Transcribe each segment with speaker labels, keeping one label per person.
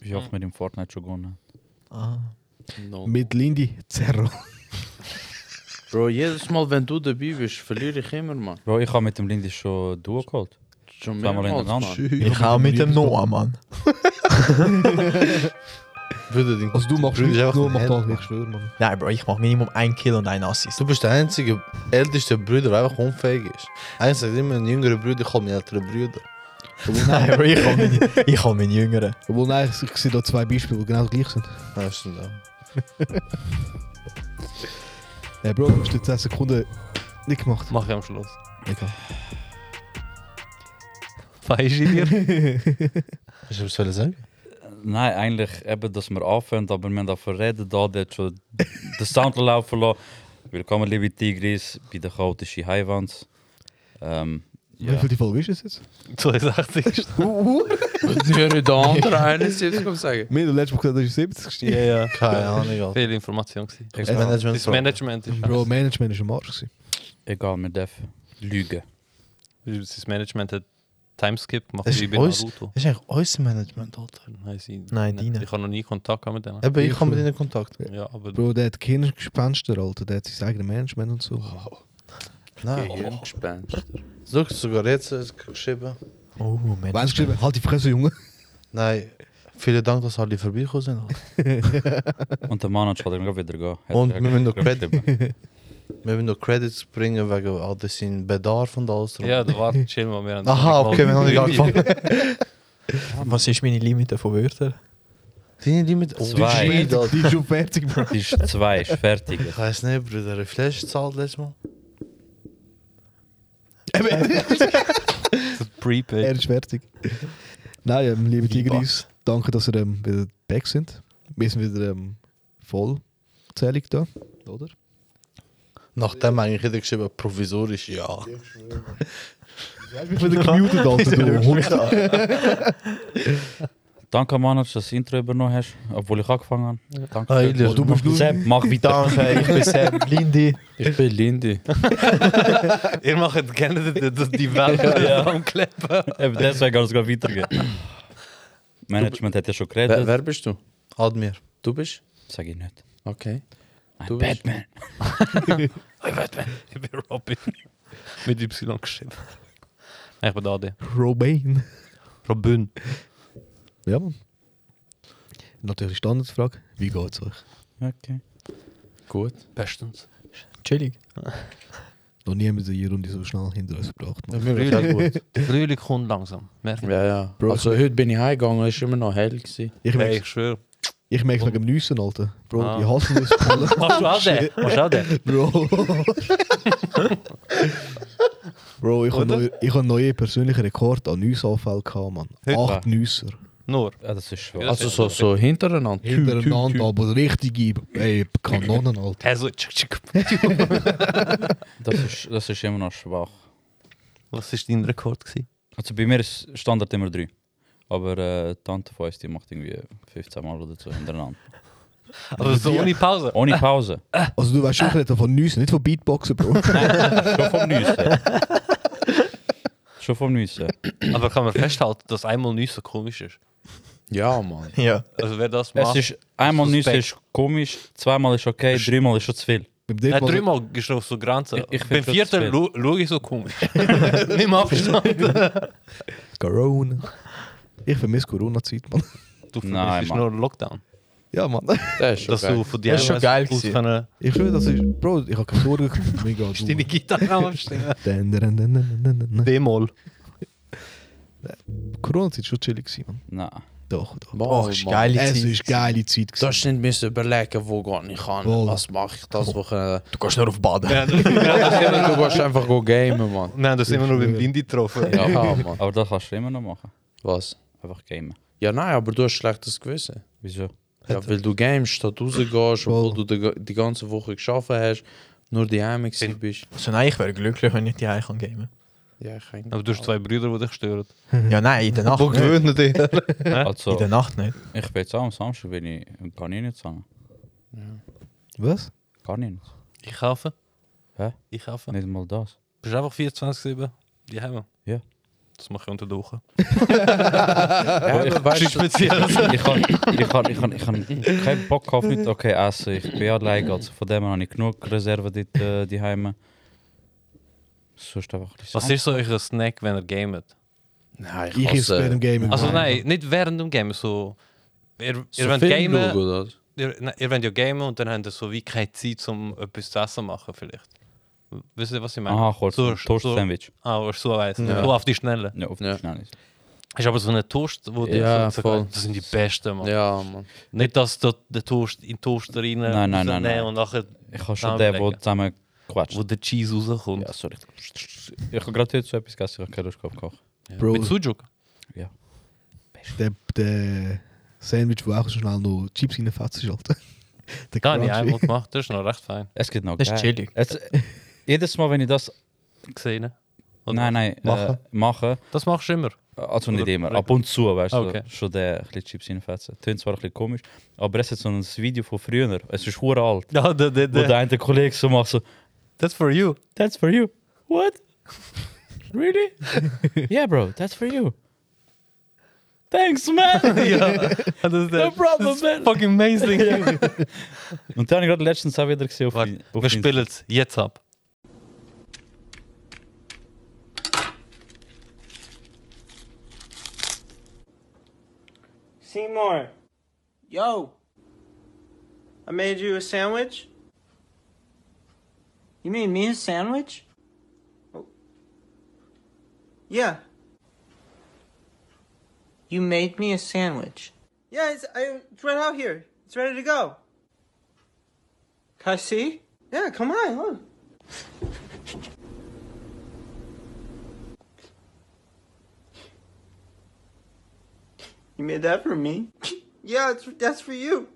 Speaker 1: ich auch mit dem Fortnite schon gewonnen.
Speaker 2: No.
Speaker 3: Mit Lindy Zerro.
Speaker 2: Bro, jedes Mal, wenn du dabei bist, verliere ich immer, man.
Speaker 1: Bro, ich habe mit dem Lindy schon Duo geholt.
Speaker 2: Schon
Speaker 1: Zweimal
Speaker 2: mehrmals,
Speaker 1: hintereinander.
Speaker 2: man.
Speaker 3: Ich hau mit dem Noah, Mann.
Speaker 4: Bruder, den
Speaker 5: Also du machst
Speaker 4: Bruder ist
Speaker 5: nichts,
Speaker 4: einfach
Speaker 5: nur
Speaker 4: ein
Speaker 5: mach
Speaker 4: Held,
Speaker 5: das,
Speaker 4: Mann.
Speaker 5: ich schwöre, Mann.
Speaker 3: Nein, Bro, ich mach Minimum ein Kill und ein Assist.
Speaker 4: Du bist der einzige älteste Bruder, der einfach unfähig ist. Eigentlich sagt immer ein jüngerer Bruder, ich habe einen älteren Bruder.
Speaker 3: Nein, Bro, ich hol meinen, ich hol meinen Jüngeren.
Speaker 5: Obwohl, nein, ich, ich sehe da zwei Beispiele, die genau gleich sind.
Speaker 4: Ja, stimmt auch.
Speaker 5: Ja, Bro, du hast jetzt 10 Sekunden nicht gemacht.
Speaker 6: Mach ich am Schluss.
Speaker 5: Egal.
Speaker 6: Weißt du dir?
Speaker 4: Hast du was wollen sagen?
Speaker 1: Nein, eigentlich eben, dass wir anfangen, aber wir haben davon reden, da der hat schon den Sound laufen lassen. Willkommen, liebe Tigris, bei der chaotischen Haiwand. Ähm,
Speaker 5: Wie viel die Folge ist es jetzt?
Speaker 6: 62 ist
Speaker 2: Ich höre den anderen einen jetzt kommen sagen.
Speaker 5: Wir haben letztes Mal gesagt, das ist 70.
Speaker 6: Ja, ja.
Speaker 4: Keine Ahnung, Alter.
Speaker 6: Viel Information gewesen.
Speaker 4: Das
Speaker 5: Ja.
Speaker 4: Management
Speaker 6: Das Management ist
Speaker 5: Bro,
Speaker 6: scheiße.
Speaker 5: Management ist ein Arsch. gewesen.
Speaker 1: egal, wir dürfen lügen.
Speaker 6: Das Management hat Timeskip gemacht
Speaker 4: Das ist
Speaker 6: wie bei
Speaker 4: uns-
Speaker 6: Naruto.
Speaker 4: ist eigentlich unser Management, Alter.
Speaker 6: Nein, sie,
Speaker 3: Nein, deine.
Speaker 6: Ich habe noch nie Kontakt gehabt mit denen.
Speaker 4: Eben, ich
Speaker 5: Ich
Speaker 4: habe mit
Speaker 5: schon.
Speaker 4: ihnen Kontakt.
Speaker 6: Ja, aber
Speaker 5: Bro, der hat keine Gespenster, Alter. Der hat sein eigenes Management und so.
Speaker 3: Oh,
Speaker 4: Nein.
Speaker 2: Gehirngespenst.
Speaker 4: Such sogar jetzt äh, geschrieben.
Speaker 3: Oh,
Speaker 5: Wer hat
Speaker 3: Mensch.
Speaker 5: geschrieben? Halt die Fresse, Junge.
Speaker 4: Nein. Vielen Dank, dass alle vorbeigekommen sind. Alter.
Speaker 1: Und der Manager hat dann wieder gehen. Hat
Speaker 4: Und
Speaker 1: er
Speaker 4: wir müssen noch
Speaker 1: geschrieben.
Speaker 4: Wir müssen noch Credits bringen wegen all das in Bedarf und alles. drum.
Speaker 6: ja, da war chill mal. Wir haben
Speaker 4: Aha, okay, wir haben noch nicht angefangen.
Speaker 3: Was ist meine Limite von Wörtern?
Speaker 4: Deine Limit. Oh,
Speaker 1: Zwei.
Speaker 4: shit, Alter.
Speaker 5: Die ist schon fertig, Bro.
Speaker 1: Die ist zwei, ist fertig.
Speaker 4: Ich weiß nicht, Bruder. Eine Flasche zahlt letztes Mal.
Speaker 5: Er
Speaker 6: Prepaid.
Speaker 5: ist fertig. Nein, ähm, liebe Tigris, danke, dass ihr ähm, wieder back sind. Wir sind wieder ähm, vollzählig da, oder?
Speaker 4: Nachdem eigentlich jeder geschrieben hat, provisorisch, ja.
Speaker 5: Du hast mich wieder gemutet, Alter, du Hund.
Speaker 1: Danke, Manager, dass du das Intro übernommen hast, obwohl ich angefangen habe. Danke.
Speaker 4: Ah, Ilias,
Speaker 5: du bist nur-
Speaker 1: Sepp, mach weiter.
Speaker 4: Danke, ich bin sehr blinde.
Speaker 2: Ich bin Lindy.
Speaker 6: Ihr macht gerne die, die, die Welt ja. am Kleppen.
Speaker 1: Eben deswegen kann es gerade weitergehen. Management hat ja schon
Speaker 2: Wer,
Speaker 1: geredet.
Speaker 2: wer bist du?
Speaker 4: Admir.
Speaker 2: Du bist?
Speaker 1: Sag ich nicht.
Speaker 2: Okay.
Speaker 1: Ein
Speaker 2: Du bist-
Speaker 1: Batman.
Speaker 6: Ich bin Robin. Mit Y geschrieben. Nein, ich bin da. der.
Speaker 5: Robin.
Speaker 6: Robin.
Speaker 5: Ja, Mann. Natürlich Standardfrage. Wie geht's euch?
Speaker 1: Okay.
Speaker 2: Gut.
Speaker 6: Bestens.
Speaker 3: Chillig.
Speaker 5: Noch nie haben wir die Runde so schnell hinter uns gebracht. Mann.
Speaker 4: Mir geht's auch gut.
Speaker 6: Frühling kommt langsam. Merkt
Speaker 2: Ja, ja.
Speaker 5: Bro,
Speaker 2: also heute bin ich heimgegangen, es war immer noch hell. Gewesen.
Speaker 5: Ich
Speaker 6: Hey,
Speaker 5: merk's,
Speaker 6: ich schwöre.
Speaker 5: ich merk's wegen dem Nüssen, Alter. Bro,
Speaker 6: Ah.
Speaker 5: die hassen das alle.
Speaker 6: Machst du auch den? Machst du auch den?
Speaker 5: Bro. Bro, ich habe neu, ich hab neue persönlichen Rekord an Nüssanfällen gehabt, Mann.
Speaker 6: Heute
Speaker 5: Acht Nüsser.
Speaker 6: Nur.
Speaker 1: Ja, das ist schwer.
Speaker 2: Also so, so hintereinander.
Speaker 5: Hintereinander, aber richtige ey, Kanonen, Alter.
Speaker 6: Er so, tschick, tschick.
Speaker 1: Das ist, das ist immer noch schwach.
Speaker 6: Was war dein Rekord? Gewesen?
Speaker 1: Also bei mir ist Standard immer 3. Aber äh, die Tante von uns, die macht irgendwie 15 Mal oder so hintereinander.
Speaker 6: Aber Also so ohne Pause.
Speaker 1: Ohne Pause.
Speaker 5: Also du weißt schon, ich rede von Nüssen, nicht von Beatboxen, Bro.
Speaker 1: Schon vom Nüssen. Schon vom Nüssen.
Speaker 6: Aber kann man festhalten, dass einmal nicht so komisch ist.
Speaker 2: Ja, Mann.
Speaker 3: Ja.
Speaker 6: Also wer das
Speaker 1: Es
Speaker 6: macht.
Speaker 1: ist, einmal Nüssen
Speaker 6: Suspekt.
Speaker 1: ist komisch, zweimal ist okay, dreimal ist schon zu viel.
Speaker 5: Beim
Speaker 6: Nein,
Speaker 5: dritten Mal-
Speaker 6: dreimal ist noch so Grenze.
Speaker 1: Ich- ich find
Speaker 6: Beim
Speaker 1: schon
Speaker 6: vierten
Speaker 1: zu
Speaker 6: schaue ich so komisch. Nicht mal verstanden.
Speaker 5: Corona. Ich vermisse Corona-Zeit, Mann.
Speaker 6: Du
Speaker 1: Nein,
Speaker 6: vermisst
Speaker 1: Mann.
Speaker 6: nur Lockdown.
Speaker 5: Ja, Mann.
Speaker 2: Das ist schon
Speaker 6: Dass du
Speaker 2: geil.
Speaker 6: von dir
Speaker 4: Das ist schon geil
Speaker 6: aus
Speaker 4: gewesen.
Speaker 6: können
Speaker 5: Ich schwöre, das ist... Bro, ich habe keine Sorgen. Mega, du.
Speaker 6: deine Gitarre aufstehen.
Speaker 5: Dun, dun, dun, dun, dun, dun, dun.
Speaker 6: D-Moll.
Speaker 5: Corona-Zeit war schon chillig, gewesen, Mann.
Speaker 1: Nein.
Speaker 5: Doch, doch.
Speaker 2: Mann,
Speaker 3: Oh, ist
Speaker 2: Mann.
Speaker 3: geile
Speaker 5: Es
Speaker 3: Zeit.
Speaker 5: war geile Zeit.
Speaker 2: Du
Speaker 5: gewesen.
Speaker 2: hast nicht müssen überlegen, wo gehe ich an,
Speaker 5: Voll.
Speaker 2: was mache ich das Wochenende.
Speaker 3: Du gehst nur auf Baden.
Speaker 6: Ja, wir
Speaker 2: du gehst einfach go gamen, Mann.
Speaker 6: haben das immer nur beim Lindy getroffen.
Speaker 2: Ja, Mann.
Speaker 1: Aber das kannst du immer noch machen.
Speaker 2: Was?
Speaker 1: Einfach gamen.
Speaker 2: Ja, nein, aber du hast schlechtes Gewissen.
Speaker 1: Wieso?
Speaker 2: Ja, weil du games statt rausgehst, obwohl du die, die ganze Woche geschafft hast, nur die Heimig bist.
Speaker 3: Also nein, ich wäre glücklich, wenn ich die Eichen gamen
Speaker 2: Ja, ich kann
Speaker 6: Aber du hast zwei Brüder, die dich stören.
Speaker 3: kann. Ja, nein, in der Nacht nicht.
Speaker 4: gewöhnt dich?
Speaker 3: In
Speaker 1: Also,
Speaker 3: der Nacht nicht.
Speaker 1: ich bin jetzt auch am Samstag, bin ich, kann ich nicht sagen.
Speaker 5: Was?
Speaker 1: Kann ich nicht.
Speaker 6: Ich kaufe.
Speaker 1: Hä?
Speaker 6: Ich kaufe.
Speaker 1: Nicht mal das.
Speaker 6: Bist einfach 24-7? Die haben wir.
Speaker 1: Ja.
Speaker 6: Das mache ich unter der Woche.
Speaker 2: Ja,
Speaker 1: ich-
Speaker 2: aber weißt
Speaker 6: Nichts
Speaker 2: du,
Speaker 6: Spezielles.
Speaker 1: ich habe ich hab, ich hab, ich hab keinen Bock auf nichts okay, essen. Ich bin allein, also von dem her habe ich genug Reserven dort äh, die Heime. Sonst einfach ein bisschen
Speaker 6: Was ist so euer Snack, wenn ihr gamet?
Speaker 2: nein,
Speaker 5: Ich esse bei
Speaker 2: hasse-
Speaker 5: dem Gaming.
Speaker 6: Also nein, nicht während dem Game. So, ihr,
Speaker 2: So
Speaker 6: ihr wollt
Speaker 2: Film
Speaker 6: gamen,
Speaker 2: schauen, oder?
Speaker 6: ihr, nein, ihr wollt ja gamen und dann habt ihr so wie keine Zeit, um etwas zu essen machen vielleicht. Wisst ihr, was ich meine?
Speaker 1: Aha, kurz.
Speaker 6: So-
Speaker 1: ein Toast-Sandwich.
Speaker 6: Ah, aber so weiss.
Speaker 2: Ja.
Speaker 6: So auf die Schnelle.
Speaker 1: Ja, auf
Speaker 2: Ja.
Speaker 1: die Schnelle.
Speaker 6: Ist aber so eine Toast, wo die
Speaker 2: Ja,
Speaker 6: so,
Speaker 2: voll.
Speaker 6: das sind die besten, Mann.
Speaker 2: Ja, Mann.
Speaker 6: Nicht, dass der, der Toast in den Toaster rein
Speaker 1: Nein, nein, nein,
Speaker 6: rausnehmen
Speaker 1: nein.
Speaker 6: und nachher,
Speaker 1: Ich habe
Speaker 6: Ah,
Speaker 1: schon den, der
Speaker 6: lecker.
Speaker 1: zusammen gequatscht.
Speaker 6: wo der Cheese rauskommt.
Speaker 1: Ja, sorry. Ich habe gerade heute so etwas gegessen, ich habe keine Lust gehabt, kochen.
Speaker 5: Bro,
Speaker 6: Mit Sujuk.
Speaker 5: der, der Sandwich, wo auch so schnell noch nou Chips reinfetzt ist, Alter. Der
Speaker 6: Gar nicht
Speaker 5: Crunchy.
Speaker 6: einmal gemacht, das ist noch recht fein.
Speaker 1: Es geht noch
Speaker 3: Das ist
Speaker 1: geil.
Speaker 3: chillig.
Speaker 1: Es, jedes Mal, wenn ich das
Speaker 6: Gesehen. Oder?
Speaker 1: nein, nein, mache, äh, mache
Speaker 6: Das machst du immer.
Speaker 1: also nicht
Speaker 6: Oder-
Speaker 1: immer, ab und zu, weißt du,
Speaker 6: Okay.
Speaker 1: schon der ein bisschen Chips reinfetzen. Tönt zwar ein bisschen komisch, aber es ist so ein Video von früher, es ist hure alt,
Speaker 6: Ja, der, der,
Speaker 1: wo der eine Kollege so macht so,
Speaker 6: That's for you.
Speaker 1: that's for you. What? Really? yeah, bro, that's for you. Thanks, man!
Speaker 6: ja, das ist
Speaker 1: No
Speaker 6: der.
Speaker 1: problem, man!
Speaker 6: Fucking amazing.
Speaker 1: Und dann habe ich gerade letztens auch wieder gesehen auf,
Speaker 6: Warte,
Speaker 1: in- auf
Speaker 6: wir
Speaker 1: in-
Speaker 6: spielen es jetzt ab.
Speaker 7: Seymour. Yo. I made you a sandwich. You made me a sandwich? Oh. Yeah. You made me a sandwich. Yeah, it's, I, it's right out here. It's ready to go. Can I see? Yeah, come on, look. You made that for me? yeah, it's, that's for you.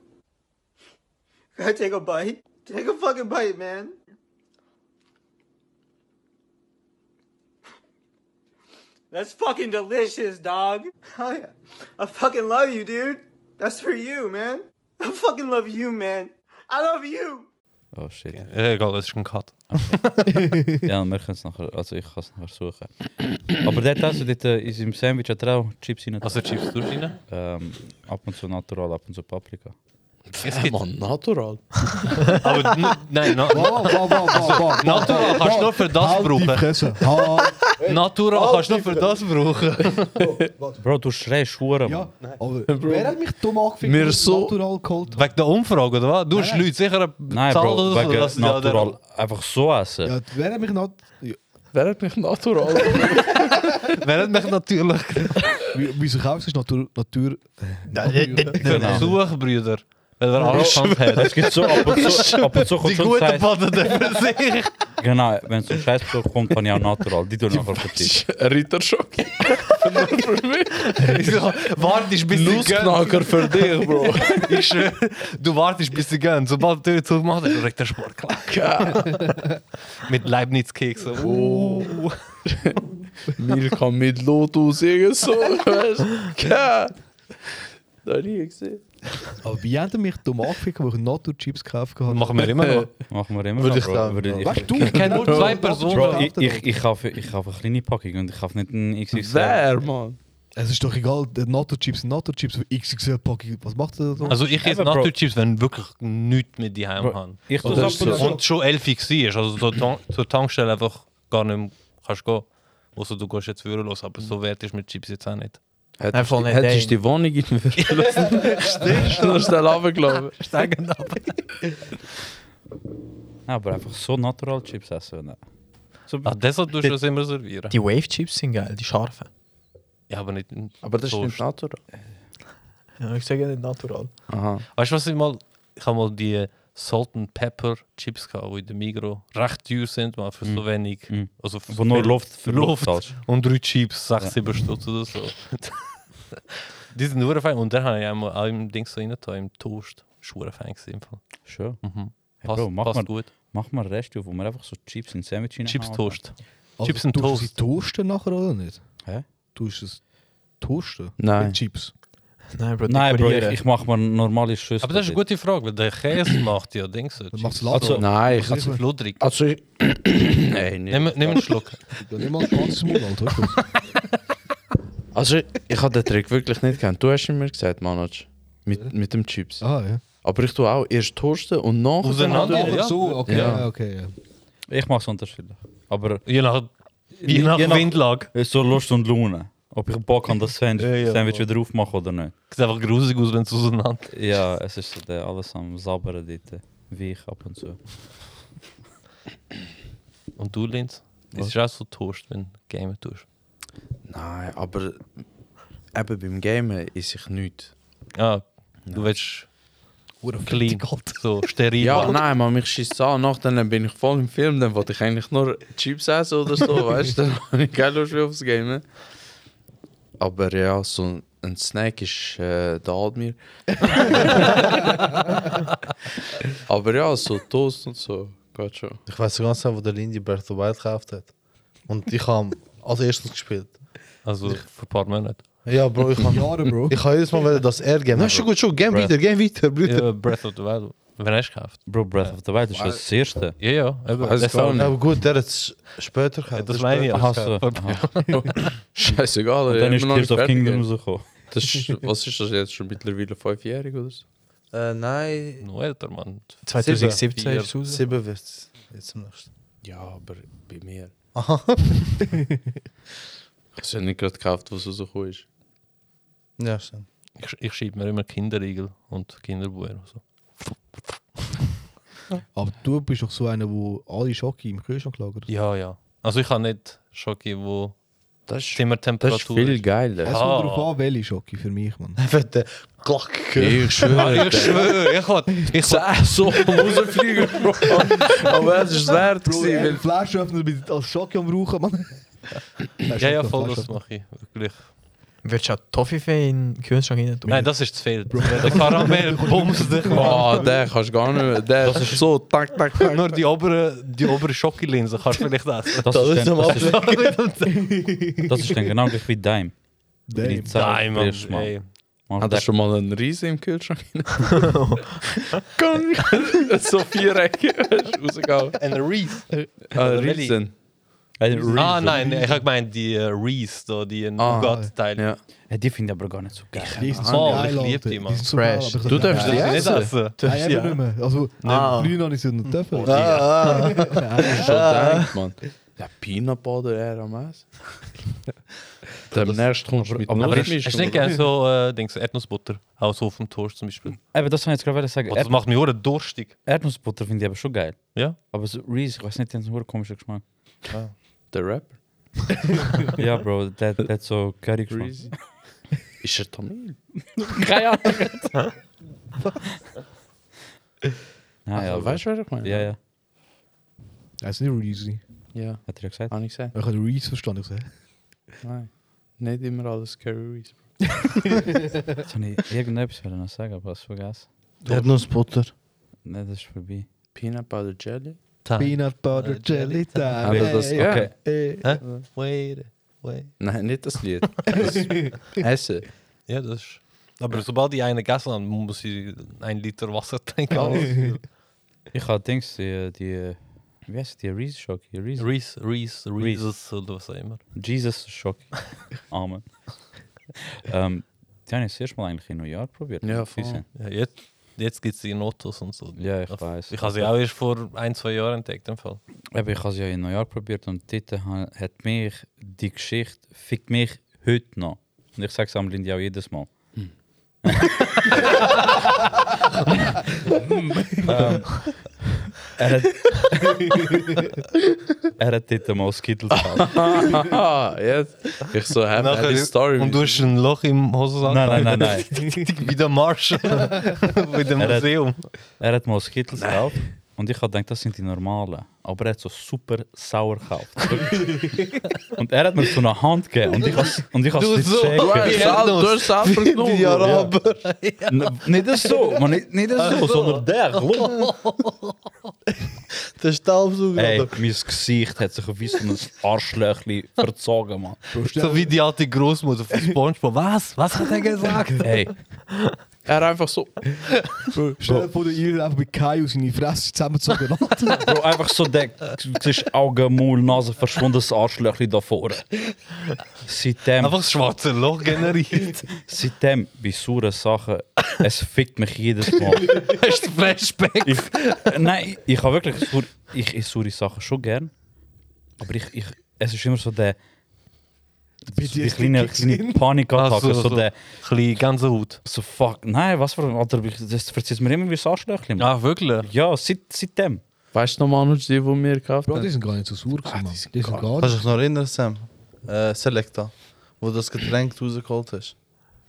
Speaker 7: Can I take a bite? Take a fucking bite, man. That's fucking delicious, dog. Oh yeah. I fucking love you, dude. That's for you, man. I fucking love you, man. I love you.
Speaker 1: Oh shit.
Speaker 6: Egal, das ist ein Cut.
Speaker 1: Ja, wir können es nachher, also ich kann es nachher suchen. Aber dort, also dort äh, in seinem Sandwich hat er auch Chips rein.
Speaker 6: Also Chips durch rein.
Speaker 1: Ähm, ab und zu Natural, ab und zu Paprika.
Speaker 6: Es gibt-
Speaker 2: Mann,
Speaker 6: Oh,
Speaker 2: natural.
Speaker 6: Aber n- nein, na,
Speaker 5: Wow, wow, wow, wow, wow.
Speaker 6: Natural kannst du nur für das
Speaker 5: Halt die
Speaker 6: brauchen.
Speaker 5: Fresse. Halt.
Speaker 6: Natural kannst du nur für das brauchen.
Speaker 1: Bro, du schreist Huren.
Speaker 5: Ja, Oh, aber wer hat mich dumm angefickt,
Speaker 2: Mir
Speaker 5: dass ich
Speaker 2: so-
Speaker 5: Natural geholt habe?
Speaker 6: Wegen der Umfrage, oder was? Du hast
Speaker 5: Nein,
Speaker 6: Leute sicher
Speaker 1: Nein, Bro, eh,
Speaker 6: bezahlt
Speaker 1: wegen
Speaker 6: oder so. dass-
Speaker 1: Natural.
Speaker 6: ja,
Speaker 1: Einfach so essen.
Speaker 5: Ja, wer hat mich nat ja,
Speaker 2: Wer hat mich natural?
Speaker 6: der- Wer hat mich natürlich
Speaker 5: wie- Wieso kaufst du das Natur... Natur
Speaker 1: Genau.
Speaker 6: Such, Brüder. Weil er Anstand hat.
Speaker 1: Es gibt so ab und zu, ab und zu kommt
Speaker 6: Die
Speaker 1: schon
Speaker 6: guten
Speaker 1: Scheiß.
Speaker 6: Boden dürfen sich.
Speaker 1: Genau, wenn es zum Scheißblock kommt, kann ich auch Natural. Die tun nachher verziehen.
Speaker 2: Ritterschock. für mich.
Speaker 6: Wartest bis sie gehen.
Speaker 2: Nussknacker für dich, Bro.
Speaker 6: Ich schwöre, du wartest bis sie gehen. Sobald die Tür zugemacht ist, direkt der Sport. Klack. Mit Leibniz-Keks. so. Uh.
Speaker 2: Mir kann mit Lotus irgend so. Weißt du? Ja. Noch nie gesehen.
Speaker 5: aber Oh, wie hat er mich dumm angefickt, wo ich Natur-Chips gekauft habe?
Speaker 6: Machen wir immer noch.
Speaker 1: Machen wir immer
Speaker 4: Würde
Speaker 1: noch,
Speaker 4: ich sagen,
Speaker 1: Würde ich-
Speaker 5: Weißt du,
Speaker 6: Ich kenne nur zwei
Speaker 1: Bro,
Speaker 6: Personen.
Speaker 1: ich, ich, ich kaufe, ich kaufe eine kleine Packung und ich kaufe nicht ein XXL.
Speaker 2: Wer, Mann?
Speaker 5: Es ist doch egal, der Natur-Chips sind Natur-Chips, XXL-Packung, was macht er da?
Speaker 6: Also ich esse
Speaker 1: Eben, Bro.
Speaker 6: Naturchips, wenn wirklich nichts mit die Heim
Speaker 1: Bro,
Speaker 6: haben.
Speaker 1: Ich tue
Speaker 2: Oder
Speaker 1: es ab
Speaker 2: so.
Speaker 1: und zu.
Speaker 6: Und schon elf war. Also zur, Tan zur Tankstelle einfach gar nicht mehr kannst gehen. Außer du gehst jetzt für los, aber so wert ist mit Chips jetzt auch nicht.
Speaker 2: Hättest
Speaker 3: Einfach
Speaker 2: du
Speaker 3: nicht
Speaker 2: hättest
Speaker 3: dein.
Speaker 2: die Wohnung in den Stimmt. Nur schnell runtergelaufen.
Speaker 6: Steigen ab.
Speaker 1: Nein, aber einfach so Natural Chips eh, essen. ne. So,
Speaker 6: Ah, deshalb tust du das immer servieren.
Speaker 3: Die Wave Chips sind geil, die scharfen.
Speaker 6: Ja, aber nicht. in
Speaker 2: Aber das ist
Speaker 6: Toast.
Speaker 2: nicht natural.
Speaker 3: Ja, ich sage ja nicht natural.
Speaker 2: Aha.
Speaker 6: Weißt du, was ich mal. Ich habe mal die Salt and Pepper Chips gehabt, die in der Migro recht teuer sind, mal für so wenig.
Speaker 1: Mm.
Speaker 6: Also für
Speaker 1: wo nur
Speaker 6: viel-
Speaker 1: Luft für Luft
Speaker 6: Luft.
Speaker 1: zahlst.
Speaker 6: Und drei Chips, sechs, sieben Stutz oder so. die sind nur fein. Und dann habe ich einmal auch im Ding so rein, im Toast. Schwer fein gewesen. im Fall.
Speaker 1: Schön.
Speaker 6: Mhm.
Speaker 1: Hey,
Speaker 6: Passt,
Speaker 1: Bro, mach
Speaker 6: passt
Speaker 1: mal,
Speaker 6: gut.
Speaker 1: mach mal Reste, wo wir einfach so Chips in Sandwich rein
Speaker 6: Chips Toast.
Speaker 5: also,
Speaker 6: Chips und
Speaker 5: tust du
Speaker 6: Toast.
Speaker 5: sie toasten nachher oder nicht?
Speaker 1: Hä?
Speaker 5: Tust du es toasten?
Speaker 2: Nein.
Speaker 5: Mit Chips?
Speaker 3: Nein, Bro,
Speaker 1: Nein, Bro, ich,
Speaker 3: dekorieren.
Speaker 1: ich mach mal normale Schüssel.
Speaker 6: Aber das ist eine gute Frage, weil der Käse macht ja Dings. äh,
Speaker 5: Dann macht's
Speaker 1: Also-
Speaker 5: Lado.
Speaker 2: Nein, ich.
Speaker 6: Ich hab's fludrig.
Speaker 2: Also ich. Nein, nicht.
Speaker 6: Nimm, nimm einen Schluck.
Speaker 5: Dann nimm mal ein ganzes Maul, Alter.
Speaker 2: Also, ich habe den Trick wirklich nicht gekannt. Du hast ihn mir gesagt, Manoj. Mit, mit dem Chips.
Speaker 5: Ah, ja.
Speaker 2: Aber ich tue auch erst Toasten und nachher...
Speaker 6: Auseinander,
Speaker 5: Ach
Speaker 6: ja.
Speaker 5: so, okay.
Speaker 2: Ja.
Speaker 5: Ja, okay. Ja.
Speaker 1: Ich mache es unterschiedlich. Aber
Speaker 6: Je nach, je nach
Speaker 1: je nach-
Speaker 6: Windlage.
Speaker 1: es ist so Lust und Laune. Ob ich Bock an das Sandwich,
Speaker 6: Ja, ja,
Speaker 1: Sandwich wieder aufmache oder nicht.
Speaker 6: Sieht einfach gruselig aus, wenn es auseinander
Speaker 1: Ja, es ist so der alles am Sabbern dort. Wie ich ab und zu.
Speaker 6: Und du, Linz? Es ist auch so Toast, wenn du gamen tust.
Speaker 2: Nein, aber eben beim Gamen ist ich nichts.
Speaker 6: Ah, du willst clean, so steril.
Speaker 2: Ja,
Speaker 6: machen.
Speaker 2: nein, man, mich schießt an, nach dann bin ich voll im Film, dann wollte ich eigentlich nur Chips essen oder so, weißt du, dann habe ich keine Lust mehr aufs Game. Aber ja, so ein- ein Snack ist äh, da halt mir. Aber ja, so Toast und so, geht schon.
Speaker 4: Ich weiß ganz genau, wo der Lindy Breath of the Wild gekauft hat. Und ich habe als erstes gespielt.
Speaker 6: Also vor ein paar Monaten.
Speaker 4: Ja, Bro, ich habe
Speaker 5: Jahre, Bro.
Speaker 4: ich hab jedes Mal wollen, dass er gerne. Na, schon gut, schon, gehen
Speaker 1: Breath.
Speaker 4: weiter, gehen weiter, Brüder.
Speaker 6: Ja, Breath of the Wild. Wenn hast du gekauft?
Speaker 1: Bro, Breath of the Wild ist ja das erste.
Speaker 6: Ja, ja. Eben.
Speaker 2: Weiß
Speaker 6: Das,
Speaker 2: gar
Speaker 6: auch-
Speaker 2: nicht.
Speaker 4: Aber gut, der hat es später gehabt.
Speaker 6: das meine ich. Also,
Speaker 1: Aha,
Speaker 6: auch.
Speaker 1: so. Aha.
Speaker 2: Scheißegal,
Speaker 1: Und dann
Speaker 2: ich
Speaker 1: ist
Speaker 2: hab noch
Speaker 1: Tears
Speaker 2: nicht
Speaker 1: of
Speaker 2: fertig,
Speaker 1: Kingdom
Speaker 2: ey.
Speaker 1: rausgekommen.
Speaker 2: Das ist, was ist das jetzt schon mittlerweile fünfjährig oder so?
Speaker 4: Äh, nein,
Speaker 6: Noch älter, Mann.
Speaker 3: 2017
Speaker 6: Sieben,
Speaker 3: ist es raus.
Speaker 4: sieben wird es jetzt am nächsten.
Speaker 2: Ja, aber bei mir.
Speaker 4: Aha.
Speaker 2: Ich habe es nicht gerade gekauft, was rausgekommen ist.
Speaker 4: Ja, stimmt.
Speaker 6: Ich, ich schiebe mir immer Kinderriegel und Kinderbuhr. und So.
Speaker 5: Aber du bist doch so einer, der alle Schocke im Kühlschrank lagert.
Speaker 6: Ja, ja. Also ich habe nicht Schoki, wo
Speaker 2: Das ist, das ist
Speaker 6: Zimmertemperatur
Speaker 2: viel
Speaker 6: ist.
Speaker 2: geiler.
Speaker 5: Es kommt darauf an, welche Schocke für mich, Mann.
Speaker 4: Einfach der Glock.
Speaker 2: Ich schwöre.
Speaker 6: Ah, Ich schwöre, ich will, ich will
Speaker 2: so rausfliegen, Bro. Aber es ist wert gewesen.
Speaker 5: Flaschenöffner mit- als Schocke am Rauchen, Mann.
Speaker 6: Ja, ja, voll, das mache ich. Wirklich.
Speaker 3: Würdest du auch Toffifee in den Kühlschrank rein tun?
Speaker 6: Nein, das ist zu viel. Der Karamell bumst dich.
Speaker 2: Oh, den kannst du gar nicht mehr. Der ist so tak, tak, tak.
Speaker 6: Nur die obere, die obere Schokolinse kannst du vielleicht essen.
Speaker 1: Das, ist dann, das, ist, das ist dann genau gleich wie Dime.
Speaker 5: Damn.
Speaker 6: Nein, Mann.
Speaker 1: Erst mal.
Speaker 6: ey.
Speaker 1: Mal
Speaker 2: Hat er Ah, schon mal einen Riesen im Kühlschrank? Gang. so viereckig. Rausgehauen.
Speaker 6: Ein Reese.
Speaker 2: Ein Riesen.
Speaker 1: Äh, Reese.
Speaker 6: Ah, nein, ich habe gemeint die äh, Reese, da, die
Speaker 2: Ah,
Speaker 6: Nougat-Teile.
Speaker 2: Ja.
Speaker 1: Äh, Die finde ich aber gar nicht so geil.
Speaker 5: Die sind
Speaker 6: Mann,
Speaker 5: geil,
Speaker 6: ich lieb
Speaker 5: Alter.
Speaker 6: die, Mann.
Speaker 5: sind so
Speaker 3: Fresh.
Speaker 5: geil, aber ich
Speaker 2: Du
Speaker 5: sag,
Speaker 2: darfst
Speaker 5: nein,
Speaker 2: die
Speaker 6: Ja,
Speaker 2: essen.
Speaker 6: nicht essen.
Speaker 5: Nein, eben nicht mehr. Also,
Speaker 3: Ah.
Speaker 5: früher habe ich sie nicht dürfen.
Speaker 4: Ah, ah.
Speaker 2: Schon denkt, man. Der Peanut Butter, er am Essen. Demnächst kommst du mit
Speaker 1: aber
Speaker 6: Aber hast
Speaker 2: Nussmischung.
Speaker 6: du nicht gerne so äh, Dings, Erdnussbutter? Auch so auf dem Toast zum Beispiel.
Speaker 1: Aber das kann ich jetzt gerade sagen.
Speaker 6: Und das
Speaker 1: Erd
Speaker 6: macht mich auch durstig.
Speaker 1: Eh, Erdnussbutter finde ich aber schon geil.
Speaker 6: Ja?
Speaker 1: Aber so Reese, ich weiß nicht, die haben so einen komischen Geschmack.
Speaker 2: Der Rapper.
Speaker 1: ja, Bro, der der hat so Curry-Geschmack.
Speaker 2: Reese. Ist er Tamil?
Speaker 1: Keine Ahnung. Naja,
Speaker 2: Also,
Speaker 1: aber-
Speaker 2: weißt du, Ah, was ich meine?
Speaker 1: Ah, Ja, ja.
Speaker 5: Das ist nicht Reese.
Speaker 2: Ja,
Speaker 1: Hat er ja gesagt?
Speaker 2: habe ich gesagt.
Speaker 5: Ich habe Reese verstanden. Ich sag,
Speaker 2: Nein. Nicht immer alles Curry Reese.
Speaker 1: Jetzt habe ich irgendetwas wollte ich noch sagen, aber das vergessen.
Speaker 4: Erdnussbutter.
Speaker 1: Nein, das ist vorbei.
Speaker 2: Peanut Butter Jelly.
Speaker 5: Peanut Butter
Speaker 6: Äh,
Speaker 5: Jelly
Speaker 6: Jelly
Speaker 5: Time.
Speaker 2: Aber das-
Speaker 5: Ey,
Speaker 2: ja.
Speaker 1: Okay.
Speaker 5: ey.
Speaker 6: Hä? Wait, wait.
Speaker 2: Nein, nicht das Lied. Das Essen.
Speaker 6: Ja, das ist. Aber sobald ich einen gegessen habe, muss ich einen Liter Wasser trinken.
Speaker 1: Ich habe Dings, die, eh, die wie heißt die? Reese Shock? Reese?
Speaker 6: Reese, Reese, Reese's oder was auch immer.
Speaker 1: Jesus Shock. Amen. ähm, die habe ich das erste Mal eigentlich in New York probiert.
Speaker 2: Ja,
Speaker 1: voll.
Speaker 2: voll.
Speaker 6: Ja, jetzt jetzt gibt es die Notos und so.
Speaker 1: Ja, ich
Speaker 6: Ach,
Speaker 1: weiß.
Speaker 6: Ich habe sie auch erst vor ein, zwei Jahren entdeckt. Im Fall.
Speaker 1: Eben, ich habe sie ja in New York probiert und dort ha- hat mich die Geschichte fickt mich heute noch. Und ich sage es am Lindy auch jedes Mal. ähm, er hat er hat dort mal Skittles gehabt.
Speaker 2: Haha, jetzt. Ich so, have
Speaker 6: Nou,
Speaker 2: a happy story.
Speaker 6: und du hast ein Loch im Hosensack.
Speaker 1: Nein, nein, nein, nein.
Speaker 6: Wie der Marsch. Wie dem
Speaker 1: Er hat-
Speaker 6: Museum.
Speaker 1: Er hat mal Skittles gekauft und ich habe gedacht, das sind die normalen. Aber er hat so super sauer gekauft. und er hat mir so eine Hand gegeben und ich has- und ich habe es nicht
Speaker 2: Du
Speaker 1: checken.
Speaker 2: hast Sal- du hast Sal verknallt,
Speaker 4: Die
Speaker 2: Bro.
Speaker 4: Araber.
Speaker 1: N- Nicht so, maar niet, niet zo, zonder der. geloof.
Speaker 4: Der Staubsauger.
Speaker 1: Ey,
Speaker 4: Hey.
Speaker 1: mijn gezicht heeft zich gewiss van een Arschlöchli verzogen, man.
Speaker 6: So wie die alte Großmutter von SpongeBob. Was? Was hat er gesagt?
Speaker 1: Ey,
Speaker 2: Er einfach so.
Speaker 5: Stell dir vor, der Irer einfach mit Kai und seine Fresse zusammengezogen hat.
Speaker 1: Bro, einfach so der, siehst Augen, Maul, Nase, verschwundenes Arschlöchli da vorne. Seitdem,
Speaker 6: Einfach das schwarze Loch generiert.
Speaker 1: seitdem, bei sauren Sachen, es fickt mich jedes Mal.
Speaker 6: Hast du Flashback?
Speaker 1: Ich, nein, ich habe wirklich sur, ich, ich saure Sachen schon gern, aber ich, ich, es ist immer so der so die kleine, kleine Panikattacke,
Speaker 6: Ach so,
Speaker 1: so,
Speaker 6: so.
Speaker 1: der
Speaker 6: Ein ganze Haut.
Speaker 1: so fuck, nein, was für ein Alter, ich- das verzieht mir immer wie ein Arschlöchli. Mann.
Speaker 6: Ah, wirklich?
Speaker 1: Ja, seit, seitdem.
Speaker 2: Weißt du noch, Manu, die, die wir gekauft
Speaker 5: Bro, die
Speaker 2: haben?
Speaker 5: sind gar nicht so sauer gewesen, Mann. Die sind gar
Speaker 4: Kannst
Speaker 5: nicht.
Speaker 4: du dich noch erinnern, Sam? Äh, Selecta. Wo du das Getränk rausgeholt hast.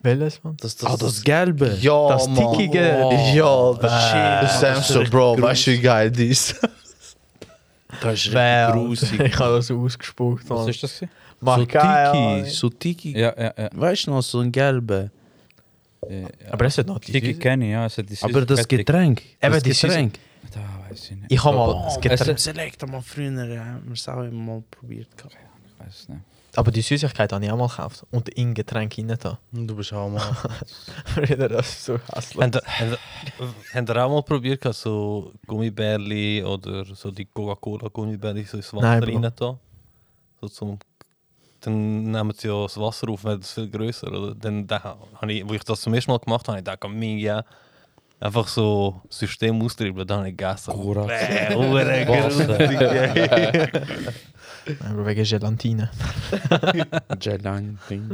Speaker 3: Welches, Mann?
Speaker 4: Das, das,
Speaker 2: Ah, das Gelbe.
Speaker 4: Ja,
Speaker 6: das
Speaker 4: Mann.
Speaker 6: Tickige.
Speaker 4: Ja, das Sam so, Bro, weißt du, wie geil das ist?
Speaker 2: Das ist
Speaker 3: Well.
Speaker 2: grusig.
Speaker 3: Ich habe das ausgespuckt,
Speaker 1: Was
Speaker 3: Mann.
Speaker 1: ist das? gewesen?
Speaker 2: So
Speaker 3: Mach geil,
Speaker 2: Tiki, so Tiki.
Speaker 1: Ja, ja, ja.
Speaker 2: Weißt du noch, so ein Gelbe.
Speaker 1: ja,
Speaker 3: Mann.
Speaker 1: ja.
Speaker 3: Aber das hat noch die
Speaker 1: Sticky
Speaker 3: Süße.
Speaker 1: kenne ich, ja. Es hat die
Speaker 2: Aber das
Speaker 1: Süßigkeit-
Speaker 2: Getränk. das
Speaker 3: die Süße-
Speaker 2: Getränk.
Speaker 1: Da weiß ich nicht.
Speaker 3: Ich habe mal das
Speaker 1: Es-
Speaker 3: Getränk.
Speaker 2: Select mal früher, haben wir es auch mal probiert.
Speaker 1: Ich weiß es nicht.
Speaker 3: Aber die Süßigkeit habe ich auch mal gekauft. Und in Getränk rein da.
Speaker 4: Du bist auch mal.
Speaker 3: das ist so hässlich.
Speaker 6: Habt ihr- habt ihr- habt ihr auch mal probiert, gehabt, so Gummibärli oder so die Coca-Cola-Gummibärli so ins Wasser
Speaker 3: Nein, Bro.
Speaker 6: rein da? So zum, dann nehmen sie ja das Wasser auf, weil es viel grösser oder? Dann, dann habe ich, wo ich das zum ersten Mal gemacht habe, ich dachte, mega, einfach so System austreiben, dann habe ich gegessen.
Speaker 1: Kurat.
Speaker 6: Bäh, hure gruselig, ey.
Speaker 3: Nein, aber wegen Gelatine.
Speaker 2: Gelang Ding.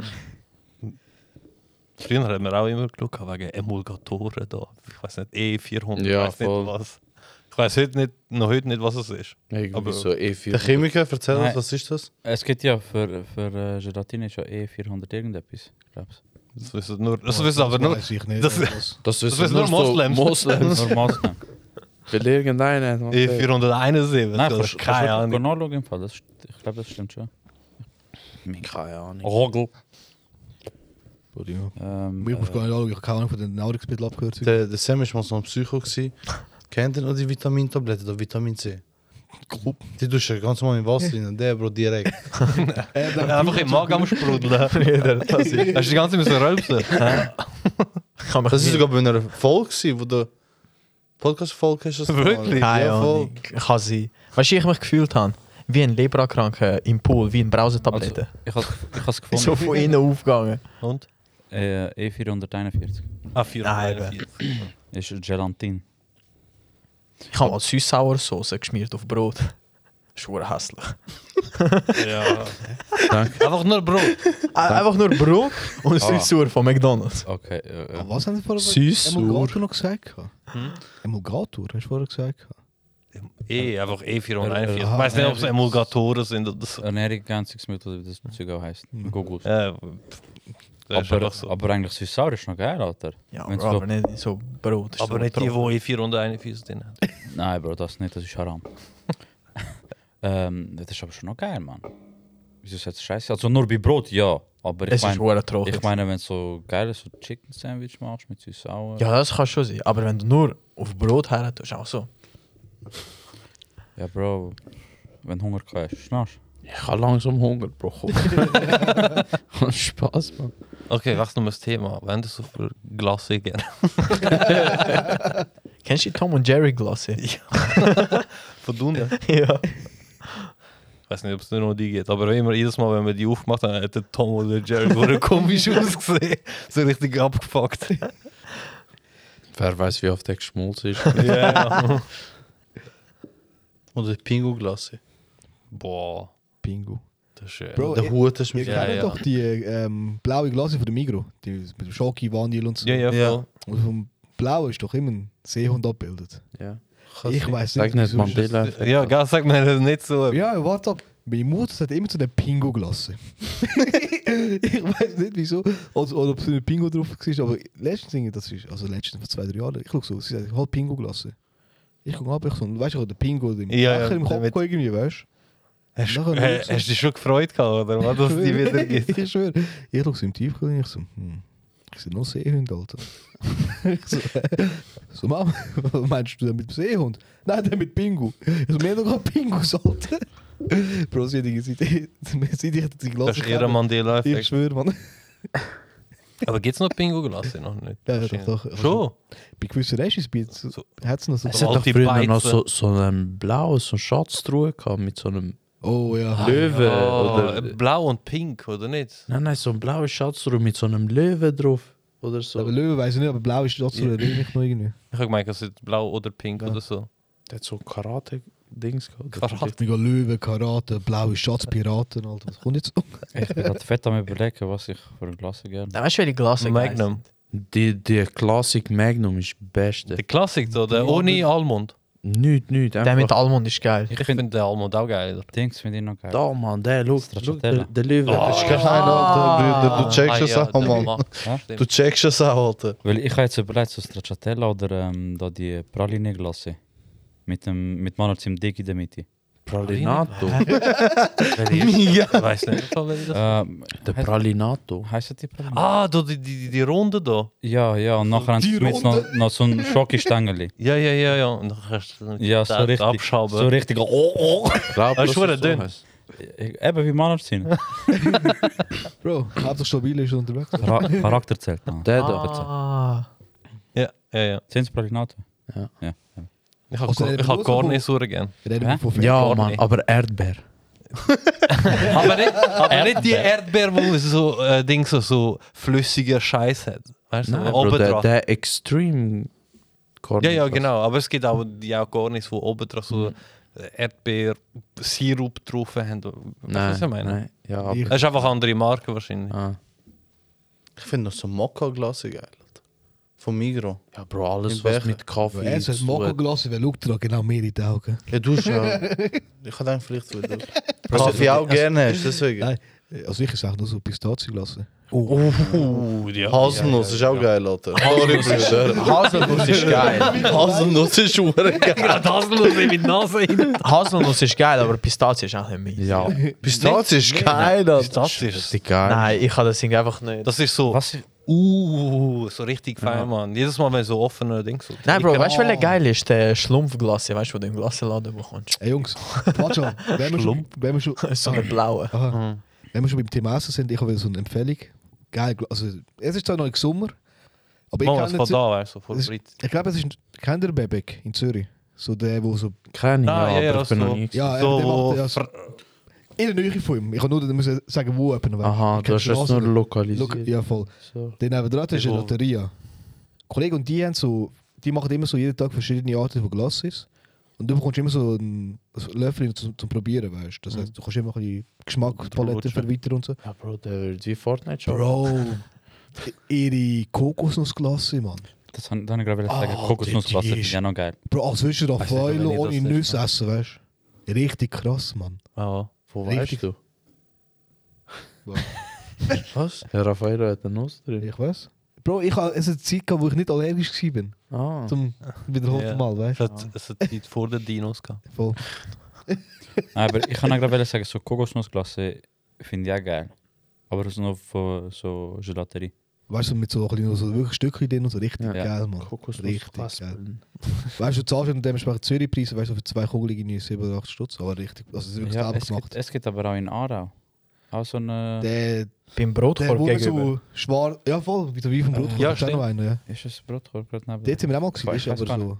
Speaker 6: Früher haben wir auch immer geschaut, wegen Emulgatoren da. Ich weiß nicht, E400,
Speaker 2: Ja,
Speaker 6: ich weiß
Speaker 2: voll.
Speaker 6: nicht was. Ich weiß heute nicht, noch heute nicht, was es ist.
Speaker 2: Irgendwie
Speaker 6: Aber-
Speaker 2: so
Speaker 4: Der
Speaker 2: E4.
Speaker 4: Chemiker, erzähl
Speaker 1: Nein.
Speaker 4: uns, was ist das?
Speaker 1: Es gibt ja für, für äh, Gelatine ist ja eh 400 irgendetwas, glaub's.
Speaker 6: Das wissen nur, das
Speaker 5: Oh,
Speaker 6: wissen aber nur,
Speaker 5: Weiß ich nicht.
Speaker 6: das-
Speaker 5: Das
Speaker 2: Das
Speaker 6: das wissen nur Moslems.
Speaker 2: Moslems.
Speaker 1: Normal. Nein,
Speaker 2: Weil irgendeiner hat mal
Speaker 6: E
Speaker 2: gesagt,
Speaker 6: E471,
Speaker 1: Nein
Speaker 6: das
Speaker 1: kannst- kannst
Speaker 6: ist keine
Speaker 1: du
Speaker 6: Ahnung.
Speaker 1: nachschauen im Fall. Das, st- ich glaube, das stimmt schon.
Speaker 2: Keine Ahnung.
Speaker 1: Rogel.
Speaker 5: Bro, die-
Speaker 1: Ähm,
Speaker 5: Mir muss gar nicht alle, ich habe keine Ahnung von den Nahrungsmitteln abgehört.
Speaker 4: Der, der Sam ist mal so ein Psycho. Gewesen. Kennt ihr noch die Vitamintabletten, da Vitamin C? Die tust du ganz normal in Wasser rein, der Bro direkt.
Speaker 6: Einfach im Magen am Sprudeln. Hast du die ganze Zeit müssen rülpsen?
Speaker 3: Kann mich
Speaker 4: Das ist
Speaker 3: nicht-
Speaker 4: sogar bei einer Folge, gewesen, wo der Podcast-Folge ist. das mal.
Speaker 6: Wirklich?
Speaker 3: Keine
Speaker 4: Ja, voll.
Speaker 3: Ahnung. Kann sein. Weißt du, wie ich mich gefühlt habe? Wie ein Lebrakranker im Pool, wie ein Brausetablette.
Speaker 1: ich habe ich es gefunden.
Speaker 3: so von innen aufgegangen.
Speaker 6: Und?
Speaker 1: Äh, E441
Speaker 6: Ah,
Speaker 3: Nein,
Speaker 6: 441.
Speaker 1: ist Gelatine.
Speaker 3: Ich habe mal Süß-Sauersoße geschmiert auf Brot. Schwur hässlich.
Speaker 6: Ja.
Speaker 2: Danke.
Speaker 6: Einfach nur Brot.
Speaker 3: Einfach nur
Speaker 5: Ah.
Speaker 3: Brot und Süß-Sauer von McDonalds.
Speaker 1: Okay. Äh, äh.
Speaker 5: Aber Was haben Sie vorher
Speaker 2: Süß,
Speaker 5: Emulgator noch gesagt?
Speaker 6: Hm?
Speaker 5: Emulgator, hast du vorher gesagt?
Speaker 6: E, einfach E441. Ich
Speaker 5: Aha,
Speaker 6: weiß nicht,
Speaker 5: ja,
Speaker 6: ob es Emulgatoren sind oder so.
Speaker 1: Ernährungsmittel, wie das Zeug auch heisst. Google.
Speaker 6: Ja, das ist
Speaker 1: Aber,
Speaker 6: einfach so.
Speaker 1: aber eigentlich süß-sauer ist noch geil, Alter.
Speaker 3: Ja,
Speaker 1: Wenn's
Speaker 3: Bro, aber nicht in so Brot.
Speaker 6: Aber nicht die, die E441 drin haben.
Speaker 1: Nein, Bro, das nicht, das ist Haram. ähm, das ist aber schon noch geil, Mann. Wieso ist das scheiße? Also nur bei Brot, ja. Aber ich
Speaker 3: Es ist
Speaker 1: meine,
Speaker 3: schwer traurig.
Speaker 1: ich meine, wenn du so geiles so Chicken Sandwich machst mit süß sauer.
Speaker 3: ja, das kann schon sein. Aber wenn du nur auf Brot her tust, auch so.
Speaker 1: Ja, Bro, wenn du Hunger hast, schnarchst.
Speaker 2: Ich habe langsam Hunger, Bro. Komm. Spaß, Mann.
Speaker 6: Okay, was noch das Thema? Wenn du so für Glasse gerne.
Speaker 3: Kennst du die Tom und Jerry Glasse?
Speaker 6: Verdunde.
Speaker 3: ja.
Speaker 6: Ich weiß nicht, ob es nur noch die geht, aber immer jedes Mal, wenn wir die aufgemacht haben, hat der Tom oder Jerry wurde komisch ausgesehen. So richtig abgefuckt.
Speaker 2: Wer weiß, wie oft der geschmolzen ist.
Speaker 6: Ja.
Speaker 4: Oder Pingo-Glasse.
Speaker 6: Boah,
Speaker 5: Bingo.
Speaker 6: das ist schön.
Speaker 5: Bro,
Speaker 4: Der
Speaker 5: ihr,
Speaker 4: Hut ist
Speaker 5: ihr
Speaker 4: mit
Speaker 6: Ja,
Speaker 5: kennt
Speaker 6: ja.
Speaker 5: doch die ähm, blaue Glase von der Migro. Die mit dem Schoki, Vanille und so.
Speaker 6: ja, ja,
Speaker 4: Ja.
Speaker 6: voll.
Speaker 5: Und vom Blauen ist doch immer ein Seehund abgebildet.
Speaker 2: ja.
Speaker 5: Ich weiß nicht.
Speaker 2: Sag nicht
Speaker 5: wieso ist das-
Speaker 2: Mandela.
Speaker 6: Ja, ja gell, sag mir das nicht so.
Speaker 5: Ja, warte ab. Meine Mutter hat immer zu den Pingo gelassen. ich weiß nicht wieso. Oder, oder ob es ein Pingo drauf war, aber letztens, Ding, das ist, also letztens vor zwei, drei Jahren, ich guck so, sie hat halt Pingo gelassen. Ich guck ab, ich so, weißt du, der Pingo im,
Speaker 6: Ja, ja,
Speaker 5: Becher im Kopf
Speaker 6: damit-
Speaker 5: irgendwie, weißt
Speaker 6: Hast,
Speaker 5: Nachher
Speaker 6: äh,
Speaker 5: noch
Speaker 6: hast
Speaker 5: so.
Speaker 6: du dich schon gefreut, gehabt, oder was, dass es die wieder gibt?
Speaker 5: ich schwöre. Ich guck so im Tiefkühl und ich so, hm, ich sehe noch Seehunde, Alter. ich so, äh, so, Mama, was meinst du denn mit Seehund? Nein, der mit Pingo. Also, wir haben doch gerade Pingos, Alter. Bro, sie hat die- sie- sie- sie- sie hat die
Speaker 6: Das
Speaker 5: Glotze
Speaker 6: ist eher ein Mandela-Effekt.
Speaker 5: Ich schwöre, Mann.
Speaker 6: Aber gibt es noch Pingo-Glasse? Noch nicht.
Speaker 5: Ja, ja,
Speaker 6: wahrscheinlich.
Speaker 5: doch, doch.
Speaker 6: Schon?
Speaker 5: Bei gewissen Restspielen
Speaker 6: So.
Speaker 5: hat es noch so.
Speaker 6: Es
Speaker 2: hat doch
Speaker 6: Alte
Speaker 2: früher noch
Speaker 6: Beize.
Speaker 2: so, so einen blauen, so einen Schatztruhe gehabt mit so einem
Speaker 5: Oh ja.
Speaker 2: Löwe.
Speaker 6: Ah,
Speaker 1: eh,
Speaker 2: oder,
Speaker 6: Blau und pink, oder nicht?
Speaker 2: nein, nein, so ein blauer Schatztruhe mit so einem Löwe drauf. Oder so.
Speaker 5: Aber Löwe weiß ich nicht, aber blau ist trotzdem ja. nicht noch irgendwie.
Speaker 6: Ich habe gemeint, es ist blau oder pink oder so.
Speaker 2: Der hat so Karate-Dings gehabt.
Speaker 6: Karate.
Speaker 5: Mega Löwe, Karate, blaue Schatzpiraten, Alter. Was kommt jetzt?
Speaker 1: Ich bin gerade fett am überlegen, was ich für ein Glas gerne.
Speaker 3: Dann weißt du, welche Glas
Speaker 6: Magnum.
Speaker 2: Die, die Classic Magnum ist die beste.
Speaker 6: Der Klassik, da, der ohne Almond.
Speaker 2: Nicht, nicht.
Speaker 3: Der mit
Speaker 2: Einfach
Speaker 3: Almond ist geil.
Speaker 6: Ich finde den Almond auch geiler.
Speaker 1: Dings finde ich noch geil.
Speaker 2: da, Mann. Der, schau, schau der,
Speaker 1: Stracciatella.
Speaker 2: der Löwe.
Speaker 6: Oh.
Speaker 4: Das
Speaker 1: Oh.
Speaker 4: ist kein Alter, Bruder. Du checkst es
Speaker 6: Ah,
Speaker 4: auch, Mann. Du checkst es auch, Alter.
Speaker 1: Weil ich habe jetzt überlegt, so Stracciatella oder ähm, da die Praline-Glasse. Mit, dem, mit Manerz im Dick in der Mitte.
Speaker 2: Pralinato.
Speaker 6: Mega. Ich weiß nicht, welche das
Speaker 1: Ähm,
Speaker 2: der Pralinato.
Speaker 1: heißt die Praline?
Speaker 6: Ah, da, die, die, die- die Runde da.
Speaker 1: Ja, ja, und nachher haben sie mit noch, noch so ein Schokistängeli.
Speaker 6: Ja, ja, ja, ja. Und dann kannst du
Speaker 1: Ja, so
Speaker 6: den
Speaker 1: richtig.
Speaker 6: abschaben.
Speaker 1: So richtig. Oh, oh.
Speaker 2: Glaub,
Speaker 6: Das ist
Speaker 2: dass
Speaker 6: verdammt
Speaker 2: es
Speaker 6: dünn.
Speaker 2: heißt.
Speaker 1: Ich- Äh, Eben wie Manerz sind.
Speaker 5: Bro, hauptsächlich stabil ist unterwegs.
Speaker 1: Chara- Charakter zählt. noch.
Speaker 2: Der da.
Speaker 3: Ah,
Speaker 6: Ja, ja, ja.
Speaker 1: Sind es Pralinato?
Speaker 2: Ja.
Speaker 6: Ich habe
Speaker 5: Also,
Speaker 6: also,
Speaker 5: er
Speaker 6: ich habe
Speaker 5: muss
Speaker 6: gar
Speaker 5: aber-
Speaker 6: nicht so gern.
Speaker 5: Reden
Speaker 1: Hä?
Speaker 5: wir von Fett.
Speaker 2: Ja,
Speaker 6: Gar
Speaker 2: Mann,
Speaker 6: nicht.
Speaker 2: aber Erdbeer.
Speaker 6: Aber nicht, aber nicht die Erdbeer, wo so äh, Ding so, so flüssiger Scheiß hat. Weißt du,
Speaker 2: Nein,
Speaker 6: oben
Speaker 2: Bro, der,
Speaker 6: drauf.
Speaker 2: der Extreme Corn.
Speaker 6: Ja, ja, genau. Aber es gibt auch die auch gar nichts, wo oben drauf so Erdbeer-Sirup drauf haben. Weißt du,
Speaker 2: Nein,
Speaker 6: was ich meine?
Speaker 2: nein. Ja, aber,
Speaker 5: Ich-
Speaker 6: Das ist einfach eine andere Marke wahrscheinlich.
Speaker 2: ah.
Speaker 4: Ich finde noch so Mokka-Glasse geil, Alter. Von Migro.
Speaker 2: ja, Bro,
Speaker 4: In
Speaker 2: alles was
Speaker 4: Bergen.
Speaker 2: mit Kaffee
Speaker 5: Er hat
Speaker 2: zu
Speaker 5: Mokko
Speaker 2: tun
Speaker 5: gelassen, weil Luke da genau mehr in die Augen.
Speaker 4: Ja, du schon. ich habe gedacht, vielleicht würde du. Kaffee auch gerne hast, deswegen.
Speaker 5: Nein. Also ich sage nur so Pistazie gelassen.
Speaker 4: Haselnuss ist auch geil, Alter. Sorry, Bruder.
Speaker 6: Also,
Speaker 2: Haselnuss ist geil.
Speaker 4: Haselnuss ist schwer geil.
Speaker 6: Das los mit Nase hin.
Speaker 3: Haselnuss ist geil, aber Pistazie ist auch nicht meins.
Speaker 2: Ja,
Speaker 4: Pistazie ist geil, Alter.
Speaker 6: Das ist,
Speaker 2: richtig geil.
Speaker 3: Nein, ich kann das Ding einfach nicht.
Speaker 6: das ist so.
Speaker 1: Was?
Speaker 6: Uh, so richtig fein, Mann. Jedes Mal, wenn so offene Ding so.
Speaker 3: Nein, Bro, weißt du, welcher geil ist? Der Schlumpfglasse, weißt du, wo du im Glasenladen bekommst?
Speaker 5: Hey Jungs, warte schon. Wenn wir schon, wenn wir schon,
Speaker 3: So eine blaue.
Speaker 5: aha, wenn wir schon beim Thema Essen sind, ich habe so eine Empfehlung. Geil, also es ist zwar noch im Sommer, aber ich
Speaker 6: Mann,
Speaker 5: kann
Speaker 6: was von
Speaker 5: nicht...
Speaker 6: da, weißt du, von
Speaker 5: Das-
Speaker 6: Brit.
Speaker 5: Ich glaube, es ist... Kennt ihr Bebek in Zürich? So der, wo so...
Speaker 2: Keine,
Speaker 6: Ah, ja,
Speaker 2: ja,
Speaker 6: ja,
Speaker 2: aber ich bin
Speaker 6: so.
Speaker 2: noch nie. gewesen.
Speaker 5: Ja,
Speaker 6: So,
Speaker 5: der
Speaker 6: wo
Speaker 5: macht ja so... In der Nähe von ihm. Ich kann nur müssen sagen, wo jemand noch
Speaker 2: Aha,
Speaker 5: Ich
Speaker 2: du
Speaker 5: kenn
Speaker 2: hast es
Speaker 5: Ah, die Straße
Speaker 2: nur
Speaker 5: nicht.
Speaker 2: lokalisiert.
Speaker 5: Look, ja, voll.
Speaker 2: So.
Speaker 5: Den neben dran ist eine
Speaker 6: wo-
Speaker 5: Lotteria. Kollege und die haben so, die machen immer so jeden Tag verschiedene Arten von Glas ist. Und du bekommst immer so einen Löffel zum, zum Probieren, weißt
Speaker 6: Mhm.
Speaker 5: du? Das heißt, du kannst immer ein bisschen Geschmackspalette
Speaker 6: Rutschen.
Speaker 5: verweitern und so.
Speaker 2: Ja, Bro, der wird wie Fortnite schon.
Speaker 5: Bro! ihre Kokosnussglasse, Mann.
Speaker 1: Das han- dann habe ich gerade
Speaker 5: Ah,
Speaker 1: sagen. Kokosnussglas
Speaker 5: die
Speaker 1: ist ja noch geil.
Speaker 5: Bro, als würdest du da
Speaker 6: Weiss nicht,
Speaker 5: Fäule
Speaker 6: wenn ich
Speaker 5: ohne
Speaker 6: das
Speaker 5: Nüsse essen, weißt du? Richtig krass, Mann.
Speaker 6: Ja.
Speaker 2: Wo weißt
Speaker 5: Richtig.
Speaker 2: du?
Speaker 5: Was?
Speaker 2: Was? Herr Raffaello hat eine Nuss drin.
Speaker 5: Ich weiß. Bro, ich hatte es eine Zeit, gehabt, wo ich nicht allergisch war. bin.
Speaker 2: Ah.
Speaker 5: Zum wiederholten
Speaker 6: Ja.
Speaker 5: Mal, weißt
Speaker 6: Es hat, es hat Zeit vor den Dinos gehabt.
Speaker 5: du? Voll.
Speaker 1: Nein, aber ich kann auch gerade sagen, so Kokosnussglasse finde ich auch geil. Aber so noch von so Gelaterie.
Speaker 5: Weißt du, mit so, ein bisschen, so wirklich Stückchen drin und so richtig
Speaker 2: Ja.
Speaker 5: geil, Mann. Richtig geil.
Speaker 2: Kokosnussraspeln.
Speaker 5: Weißt du, du zahlst ja dementsprechend Zürich-Preise, weißt du, für zwei Kugelige 7 oder 8 Stutz. Aber richtig, also es ist wirklich
Speaker 1: Ja,
Speaker 5: selber
Speaker 1: es, gibt,
Speaker 5: gemacht.
Speaker 1: es gibt aber auch in Aarau. Auch so eine.
Speaker 5: Der,
Speaker 3: Beim
Speaker 5: der
Speaker 3: Brotkorb
Speaker 5: wurde
Speaker 3: gegenüber.
Speaker 5: so schwarz. Ja, voll, wie der Wein vom Brotkorb.
Speaker 6: Ja,
Speaker 5: ist auch noch
Speaker 6: stimmt.
Speaker 5: einer, ja.
Speaker 1: Ist es Brotkorb gerade neben?
Speaker 5: Dort sind wir auch mal
Speaker 1: Ich weiß
Speaker 5: gewesen, das ist
Speaker 1: gar
Speaker 5: aber so.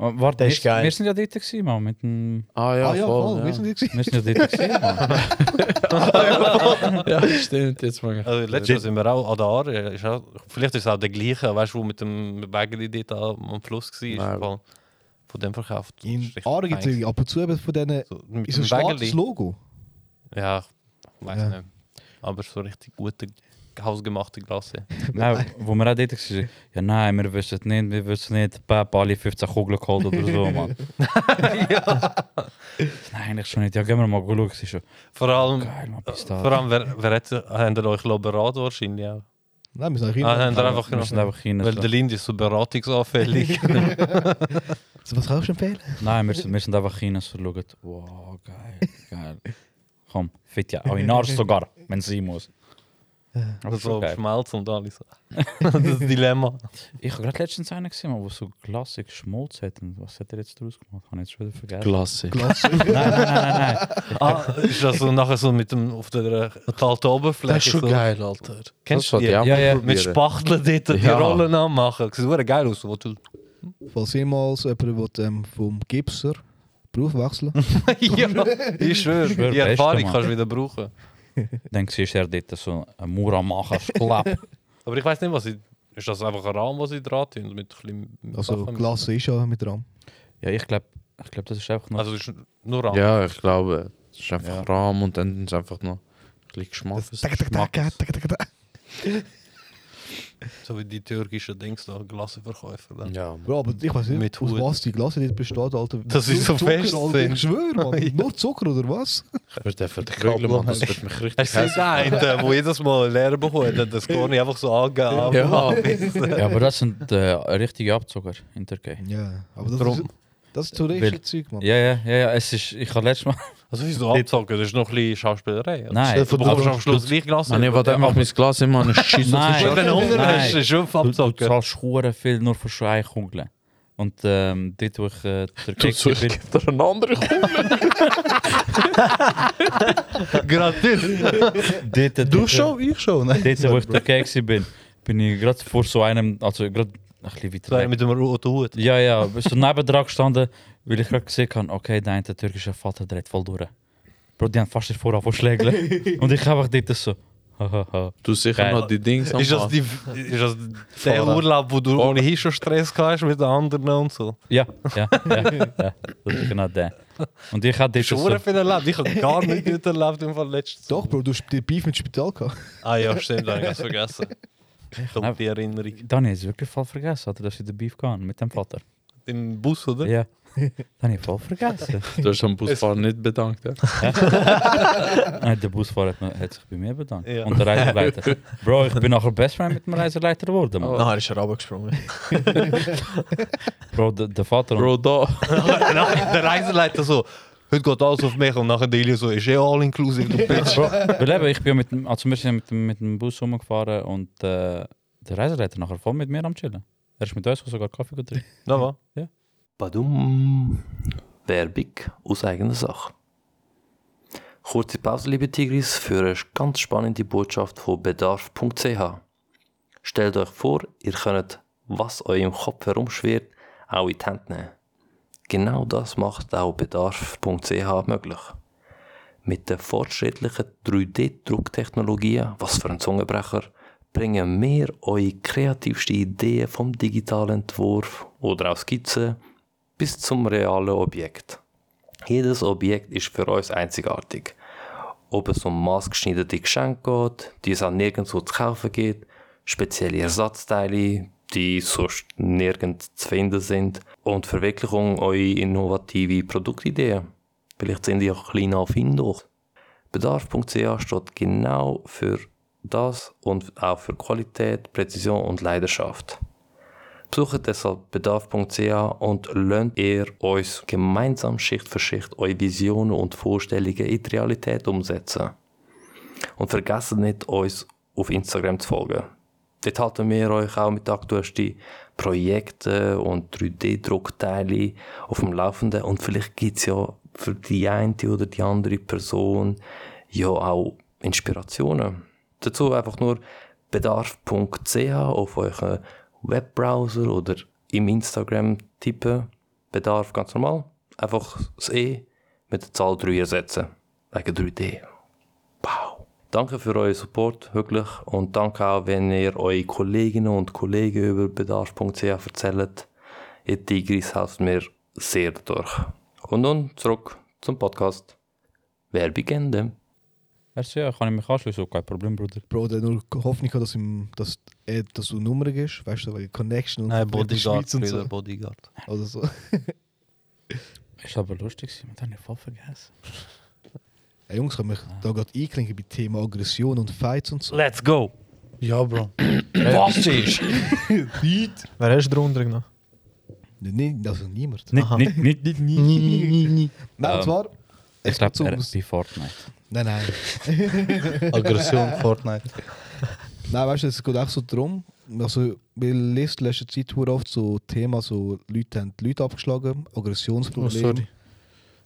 Speaker 1: Oh, Warte,
Speaker 3: Der
Speaker 1: wir,
Speaker 3: ist geil.
Speaker 1: wir sind ja dort gewesen, Mann. Mit dem,
Speaker 2: Ah ja,
Speaker 5: ah ja, voll,
Speaker 2: voll.
Speaker 5: wir sind
Speaker 2: ja.
Speaker 5: die gewesen.
Speaker 1: wir sind ja dort gewesen, Mann.
Speaker 2: ja, stimmt. Jetzt mal.
Speaker 6: Also, letztes Jahr sind wir auch an der Aare. Ist auch, vielleicht ist es auch der gleiche, weißt du, wo mit dem Bageli dort am am Fluss war.
Speaker 2: Nein.
Speaker 6: Ist Von, von dem verkauft.
Speaker 5: In
Speaker 6: Ist richtig
Speaker 5: Aare gibt
Speaker 6: fein.
Speaker 5: es ab und zu eben von denen
Speaker 6: so, mit
Speaker 5: ist so
Speaker 6: dem
Speaker 5: ein schwarzes
Speaker 6: Bageli.
Speaker 5: Logo.
Speaker 6: Ja, ich weiß
Speaker 5: Ja.
Speaker 6: nicht. Aber so richtig gute, hausgemachte Glasse.
Speaker 1: Nein, wo wir auch dort waren. Ja, nein, wir wissen es nicht, wir wissen nicht. Pep, alle 15 Kugeln geholt oder so, Mann. Nein, eigentlich schon nicht. Ja, gehen wir mal schauen. Es ist schon
Speaker 6: Vor allem,
Speaker 1: geil, Mann. Bis
Speaker 6: vor allem wer, wer hat sich, haben da euch glaub, beraten wahrscheinlich auch.
Speaker 5: Nein, wir sind eigentlich
Speaker 6: Ah, haben da einfach
Speaker 1: Wir müssen
Speaker 6: genommen.
Speaker 1: einfach rein.
Speaker 6: Weil
Speaker 1: so.
Speaker 6: der Lind ist so beratungsanfällig.
Speaker 5: So, Also, Was kannst du empfehlen?
Speaker 1: Nein, wir, sind- wir sind einfach rein und so schauen. Wow, geil, geil. Komm, fit ja. Auch in Arsch sogar, wenn es sein muss.
Speaker 6: Das
Speaker 1: schon
Speaker 6: so
Speaker 1: geil.
Speaker 6: schmelzen und alles. das ist ein Dilemma.
Speaker 1: Ich habe gerade letztens einen gesehen, Mann, wo so Glas geschmolzen hat. Und was hat er jetzt daraus gemacht? Habe ich jetzt schon wieder vergessen.
Speaker 2: Klasse.
Speaker 1: nein, nein, nein, nein.
Speaker 6: Ah, ist das so nachher so mit dem auf der kalten Oberfläche?
Speaker 2: Das ist schon
Speaker 6: so.
Speaker 2: geil, Alter.
Speaker 6: Kennst du
Speaker 2: das
Speaker 6: die?
Speaker 2: Ja,
Speaker 1: Ja, ja.
Speaker 6: Mit Äh, Spachteln dort die
Speaker 2: Ja.
Speaker 6: Rollen anmachen. Sieht super geil aus. Wo du
Speaker 5: Falls jemals jemand will, ähm, vom Gipser Beruf wechseln
Speaker 6: ja, ich schwöre,
Speaker 1: schwör,
Speaker 6: die Erfahrung
Speaker 1: beste, Mann.
Speaker 6: kannst du wieder brauchen.
Speaker 1: Dann siehst du er dort so einen Muramachers-Klapp.
Speaker 6: Aber ich weiß nicht, was ich. Ist das einfach ein Rahmen, was sie dran tun? Mit ein bisschen
Speaker 5: Also
Speaker 6: Sachen?
Speaker 5: Klasse ist ja mit Rahm.
Speaker 1: ja, ich glaube, ich glaub, das ist einfach nur...
Speaker 6: Also es ist nur Rahmen.
Speaker 2: Ja, ich glaube, es ist einfach
Speaker 1: Ja.
Speaker 2: Rahmen und dann ist einfach noch ein bisschen Geschmack.
Speaker 6: So wie die türkischen Dings da, Glasverkäufer. dann.
Speaker 2: Ja, Mann.
Speaker 5: Bro, aber ich weiß nicht,
Speaker 6: Mit
Speaker 5: aus
Speaker 6: Hut.
Speaker 5: was die Glasse dort besteht, Alter.
Speaker 6: Dass sie so
Speaker 5: Zucker,
Speaker 6: fest
Speaker 5: Alter,
Speaker 6: sind.
Speaker 5: Ich schwöre, Mann. Nur Zucker oder was?
Speaker 2: Ich werde den verkrügeln, Mann. Das wird mich richtig
Speaker 6: Hast du
Speaker 2: hässlich.
Speaker 6: den einen, der jedes Mal leer bekommen hat, hat das gar nicht einfach so angegeben?
Speaker 2: Ja.
Speaker 1: ja, aber das sind äh, richtige Abzocker in Türkei.
Speaker 5: Ja, aber das
Speaker 6: Drum.
Speaker 5: ist... Das ist touristische
Speaker 1: Weil-
Speaker 5: Zeug, Mann.
Speaker 1: Ja, ja, ja, ja, es ist... Ich habe letztes Mal...
Speaker 6: Also wieso abzocken? Das ist noch ein bisschen Schauspielerei. oder?
Speaker 1: Nein.
Speaker 6: Du bekommst am Schluss gleich Glas.
Speaker 2: Mann, ich will einfach mein Glas immer an Scheiße.
Speaker 1: Nein.
Speaker 6: Wenn du Hunger
Speaker 1: Nein.
Speaker 6: hast, ist schon
Speaker 1: Du, du
Speaker 6: abzocken.
Speaker 1: zahlst hure viel nur für schon eine Kugel. Und ähm, dort, wo ich äh, Türkei
Speaker 2: Du suchst
Speaker 1: bin...
Speaker 2: dir einen anderen Kuchen.
Speaker 6: Gratis.
Speaker 1: Dort,
Speaker 4: Du schon, ich schon. Nein.
Speaker 1: Dort, wo ich Türkei gewesen bin, bin ich gerade vor so einem... Also gerade ein bisschen weiter weg.
Speaker 6: Mit dem roten Hut.
Speaker 1: Ja, ja, bist du neben dran gestanden, weil ich gerade gesehen habe, okay, der eine türkische Vater dreht voll durch. Bro, die haben fast den Vorrat von Schlägeln. Und ich einfach dort so, hahaha.
Speaker 2: Du sicher
Speaker 1: Geil.
Speaker 2: noch die Dings
Speaker 6: Ist das,
Speaker 2: anmachen.
Speaker 6: die, ist das der Urlaub, wo du ohnehin schon Stress hast mit den anderen und so?
Speaker 1: ja, ja, ja, ja, das ist genau der. Und ich habe dort
Speaker 6: Schon
Speaker 1: so,
Speaker 6: sehr viel erlebt. Ich habe gar nicht miterlebt im Fall letztes
Speaker 5: Doch, Bro, du hast den Beef mit Spital gehabt.
Speaker 6: Ah ja, stimmt, da habe ich ganz vergessen. Ich habe die Erinnerung.
Speaker 1: Dani, ist wirklich voll vergessen, oder, dass ich den dus Beef kann mit dem Vater.
Speaker 6: Im Bus, oder?
Speaker 1: Ja. Dani, voll vergessen.
Speaker 2: Du hast am Busfahrer nicht bedankt. ja?
Speaker 1: Nein, der Busfahrer hat, mir- hat sich bei mir bedankt.
Speaker 6: Ja.
Speaker 1: Und der Reiseleiter. Bro, ich bin nachher Best Friend mit dem Reiseleiter geworden.
Speaker 6: Oh.
Speaker 1: man.
Speaker 6: Nou,
Speaker 3: Nachher ist er runtergesprungen.
Speaker 1: Bro, der, der Vater und
Speaker 2: Bro, da.
Speaker 6: Nachher- nachher der Reiseleiter so, heute geht alles auf mich und nachher der Ilio so, ist eh all inclusive, du Bitch.
Speaker 1: Bro, weil eben, ich bin ja mit dem, also wir sind ja mit dem, mit dem Bus rumgefahren und äh, der Reiseleiter nachher voll mit mir am Chillen. Er ist mit uns sogar Kaffee getrunken.
Speaker 6: Na wa?
Speaker 8: Badum. Werbung aus eigener Sache. Kurze Pause, liebe Tigris, für eine ganz spannende Botschaft von bedarf.ch. Stellt euch vor, ihr könnt, was euch im Kopf herumschwirrt, auch in die Hände nehmen. Genau das macht auch bedarf.ch möglich. Mit den fortschrittlichen 3D-Drucktechnologien, was für ein Zungenbrecher, bringen wir eure kreativsten Ideen vom digitalen Entwurf oder auch Skizzen bis zum realen Objekt. Jedes Objekt ist für uns einzigartig. Ob es um maßgeschneiderte Geschenke geht, die es an nirgendwo zu kaufen gibt, spezielle Ersatzteile, die sonst nirgends zu finden sind und Verwirklichung eurer innovativen Produktideen. Vielleicht sind ihr auch klein auf doch. Bedarf.ch steht genau für das und auch für Qualität, Präzision und Leidenschaft. Besucht deshalb bedarf.ch und lernt ihr uns gemeinsam Schicht für Schicht eure Visionen und Vorstellungen in die Realität umsetzen. Und vergesst nicht, uns auf Instagram zu folgen. Dort halten wir euch auch mit aktuellsten Projekten und 3D-Druckteile auf dem Laufenden. Und vielleicht gibt es ja für die eine oder die andere Person ja auch Inspirationen. Dazu einfach nur bedarf.ch auf euren Webbrowser oder im Instagram tippen. Bedarf ganz normal. Einfach das E mit der Zahl 3 ersetzen. Wegen 3D. Wow. Danke für euren Support, wirklich. Und danke auch, wenn ihr eure Kolleginnen und Kollegen über bedarf.ch erzählt. Ihr Tigris helft mir sehr dadurch. Und nun zurück zum Podcast. Werbung Ende.
Speaker 1: Er so, ja, kann ich mich anschließen, kein Problem, Bruder.
Speaker 5: Bro, der nur Hoffnung hat, dass, ihm, dass, er, dass du Nummern gibst, weißt du, wegen Connection und
Speaker 6: Nein,
Speaker 5: mit der
Speaker 6: Bodyguard,
Speaker 5: Schweiz und
Speaker 6: Brüder,
Speaker 5: so.
Speaker 6: Bodyguard.
Speaker 5: Also so.
Speaker 1: Ist aber lustig, gewesen, man hat ihn voll vergessen.
Speaker 5: Hey Jungs, ich hab mich da gerade einklinken bei Thema Aggression und Fights und so.
Speaker 6: Let's go!
Speaker 4: Ja, Bro.
Speaker 6: Was ist?
Speaker 3: Wer hast du drunter genommen?
Speaker 5: Nee, nee, also niemand.
Speaker 1: Nicht, nicht, nicht, nicht,
Speaker 5: Nein, und zwar,
Speaker 1: Ich
Speaker 5: Es gibt so
Speaker 1: glaube,
Speaker 5: ums-
Speaker 1: RP Fortnite.
Speaker 5: Nein, nein.
Speaker 4: Aggression, Fortnite.
Speaker 5: Nein, weißt du, es geht auch so darum, also wir lesen in letzter Zeit sehr oft so Themen, so Leute haben die Leute abgeschlagen,
Speaker 4: Oh,
Speaker 5: Aggressionsprobleme.
Speaker 4: sorry.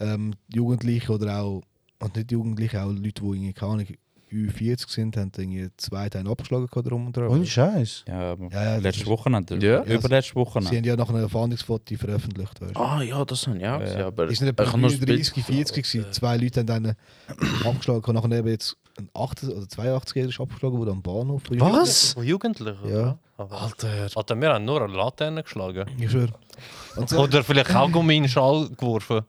Speaker 5: ähm, Jugendliche oder auch, und nicht Jugendliche, auch Leute, die irgendwie, keine Ahnung, Ü40 sind, haben irgendwie zwei Teile abgeschlagen gehabt, drum und dran.
Speaker 4: Ohne Scheiß.
Speaker 1: Ja, aber
Speaker 5: Ja, ja, das
Speaker 1: letztes
Speaker 5: ist-
Speaker 1: Wochenende.
Speaker 2: Ja.
Speaker 1: Überletztes
Speaker 4: ne?
Speaker 1: Wochenende.
Speaker 5: Sie haben ja nach einer Erfahrungsfoto veröffentlicht. Weißt. du.
Speaker 2: Ah ja, das habe ich auch gesehen, aber
Speaker 5: Ist nicht
Speaker 2: ich
Speaker 5: etwa
Speaker 2: habe nur das
Speaker 5: 39,
Speaker 2: Bild-
Speaker 5: 40 gewesen. Zwei Leute haben einen abgeschlagen. Und nachher eben jetzt ein 80 oder 82 ist abgeschlagen wurde am Bahnhof.
Speaker 4: Was?
Speaker 6: Jugendliche.
Speaker 5: Ja.
Speaker 6: Aber,
Speaker 4: Alter.
Speaker 6: Alter, wir haben nur eine Laterne geschlagen.
Speaker 5: Ich schwöre. Und so,
Speaker 6: Oder vielleicht auch um meinen Schal geworfen.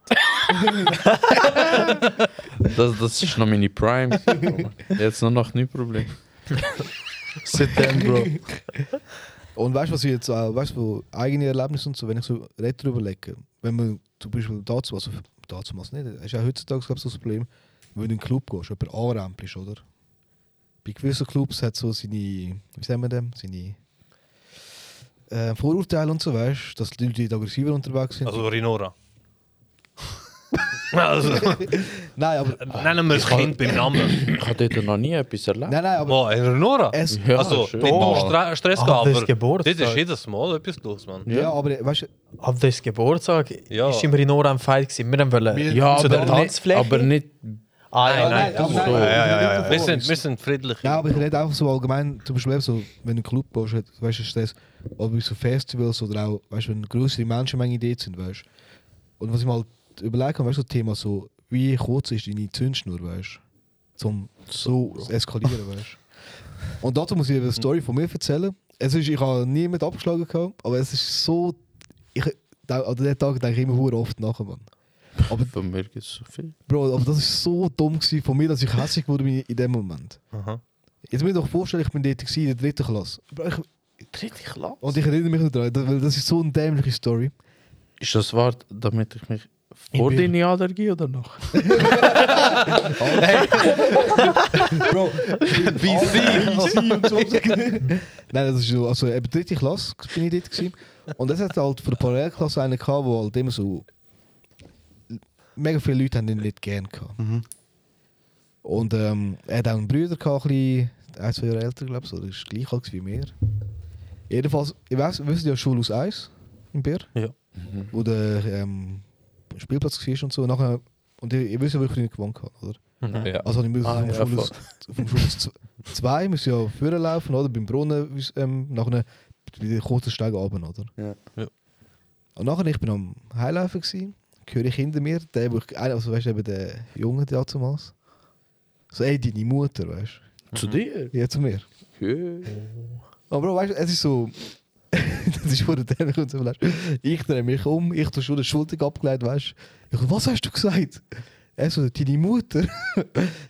Speaker 2: Das, das ist noch meine Prime. Jetzt noch, noch nie Problem.
Speaker 4: Sit down, Bro.
Speaker 5: Und weißt du, was ich jetzt auch, weißt du, eigene Erlebnisse und so, wenn ich so retro überlege, wenn man zum Beispiel dazu, also dazu machst nicht, das ist ja heutzutage glaub ich, so das Problem, wenn du in den Club gehst, jemand anrempelst, oder? Bei gewissen Clubs hat so seine, wie sagen wir dem, seine äh, Vorurteile und so, weißt du, dass die Leute dort aggressiver unterwegs sind.
Speaker 6: Also Rinora. also,
Speaker 5: nein, aber,
Speaker 6: nennen wir das Kind beim Namen.
Speaker 2: Ich habe dort noch nie etwas erlebt.
Speaker 5: nein, nein, aber
Speaker 6: Boah, in eh, Rinora? Ah,
Speaker 5: es,
Speaker 2: Ja,
Speaker 6: also,
Speaker 2: schön.
Speaker 6: nicht
Speaker 5: Oh.
Speaker 6: mal Stra Stress
Speaker 7: Ah,
Speaker 6: gehabt,
Speaker 7: das ist
Speaker 6: aber dort
Speaker 7: Geburtstag.
Speaker 6: ist jedes Mal etwas los, Mann.
Speaker 5: ja, aber weißt du,
Speaker 7: Ab des Geburtstag
Speaker 6: Ja.
Speaker 7: ist im Rinora am Fight gewesen. Wir haben wollen
Speaker 2: Ja,
Speaker 7: zu der
Speaker 2: aber, nicht,
Speaker 7: Tanzfläche.
Speaker 2: aber nicht.
Speaker 7: ah,
Speaker 6: Nein, nein,
Speaker 5: aber
Speaker 6: so.
Speaker 5: nein,
Speaker 6: Ja, ja, ja,
Speaker 5: nicht
Speaker 6: ja. Wir,
Speaker 5: davor.
Speaker 6: sind, wir sind friedlich.
Speaker 5: Ja, aber ich rede einfach so allgemein, zum Beispiel eben so, wenn du in den Club gehst, hat- weißt du, Stress, oder bei so Festivals oder auch, weißt du, wenn größere Menschenmengen dort sind, weißt du. Und was ich mal überlegt habe, weißt du, das Thema so, wie kurz ist deine Zündschnur, weißt du, um so zu eskalieren, weißt du. Und dazu muss ich eine Story von mir erzählen. Es ist, ich habe niemanden abgeschlagen, gehabt, aber es ist so, ich, da- an den Tag denke ich immer verdammt oft nachher, Mann. Aber
Speaker 2: Von mir gibt es so viel.
Speaker 5: Bro, aber das ist so dumm gewesen von mir, dass ich hässlich wurde in in dem Moment.
Speaker 6: Aha.
Speaker 5: Jetzt muss ich doch vorstellen, ich bin dort gewesen, in der dritten Klasse. Bro, ich,
Speaker 2: Dritte Klasse.
Speaker 5: und ich erinnere mich noch daran, da- weil das ist so eine dämliche Story.
Speaker 2: Ist das wahr, damit ich mich vor
Speaker 5: bin-
Speaker 2: deine Allergie oder noch?
Speaker 5: Bro, wie sie! Nein, das ist so, also eben dritte Klasse bin ich dort gewesen. Und das hat halt von der Parallelklasse einen gehabt, der halt immer so... Mega viele Leute haben ihn nicht gern gehabt. Und ähm, er hat auch einen Bruder gehabt, ein, bisschen, ein zwei Jahre älter, glaube ich, oder ist gleich alt wie mir. Jedenfalls, ich weiß, wir wissen ja Schule aus Eis im Bier.
Speaker 6: Ja.
Speaker 2: Mhm.
Speaker 5: Wo der ähm, Spielplatz war und so. Und, nachher, und ihr, ihr wisst ja, wo ich früher gewohnt habe, oder?
Speaker 1: Ja.
Speaker 5: Also habe ich müssen
Speaker 2: Ah,
Speaker 5: vom
Speaker 2: ja,
Speaker 5: Schulhaus, vom Schulhaus 2 müssen ja führen laufen, oder? Beim Brunnen wie's, ähm, nach einer bei den kurzen Steigen runter, oder?
Speaker 2: Ja.
Speaker 6: Ja.
Speaker 5: Und nachher, ich bin am Heilaufen gewesen, höre ich hinter mir, der, wo ich, also weißt du, eben der Junge damals, so, ey, deine Mutter, weißt
Speaker 2: Zu dir?
Speaker 5: du, ja, zu mir. Aber weißt du, es ist so. das ist vor der Dämlich und so. weisst du. Ich drehe mich um, ich tue schon eine Schulter abgelegt, weißt du. Ich so, was hast du gesagt? Er so, deine Mutter.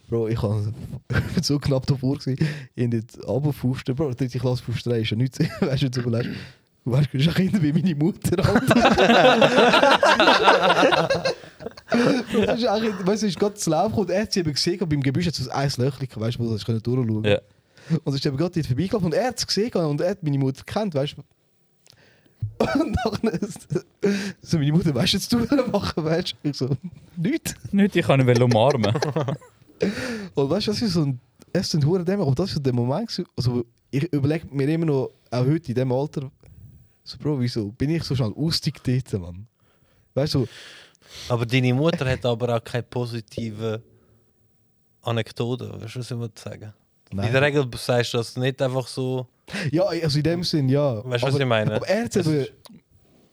Speaker 5: Bro, ich war so knapp davor, gewesen, in den Abendfusten. Bro, dritte Klasse Fusterei ist ja nichts. Weißt du, jetzt überlegst du, weißt du, du bist ein Kind wie meine Mutter, Alter. Bro, das ist auch, weißt du, ist Gott zu laufen und er hat sie eben gesehen, und beim Gebüsch hat es ein Löchchen, weißt du, wo du hast können durchschauen
Speaker 1: Ja.
Speaker 5: und ist eben gerade dort vorbeigelaufen und er hat es gesehen und er hat meine Mutter gekannt, weißt du? Und nachher so meine Mutter, weißt du, was du willst machen, weißt du? Ich so, nichts.
Speaker 1: Nicht, ich kann ihn umarmen.
Speaker 5: Und weißt du, das ist so ein, es sind hure Dämmer, aber das ist so der Moment, gewesen, also ich überlege mir immer noch, auch heute in diesem Alter, so, Bro, wieso bin ich so schnell ausgedehnt, Mann? Weißt du,
Speaker 6: Aber deine Mutter hat aber auch keine positive Anekdote, weißt du, was ich mal sagen? In der Regel sagst du das nicht einfach so.
Speaker 5: ja, also in dem Sinn, ja.
Speaker 6: Weißt du, was
Speaker 5: aber,
Speaker 6: ich meine?
Speaker 5: Aber er hat
Speaker 6: Es
Speaker 5: eben,
Speaker 6: ist-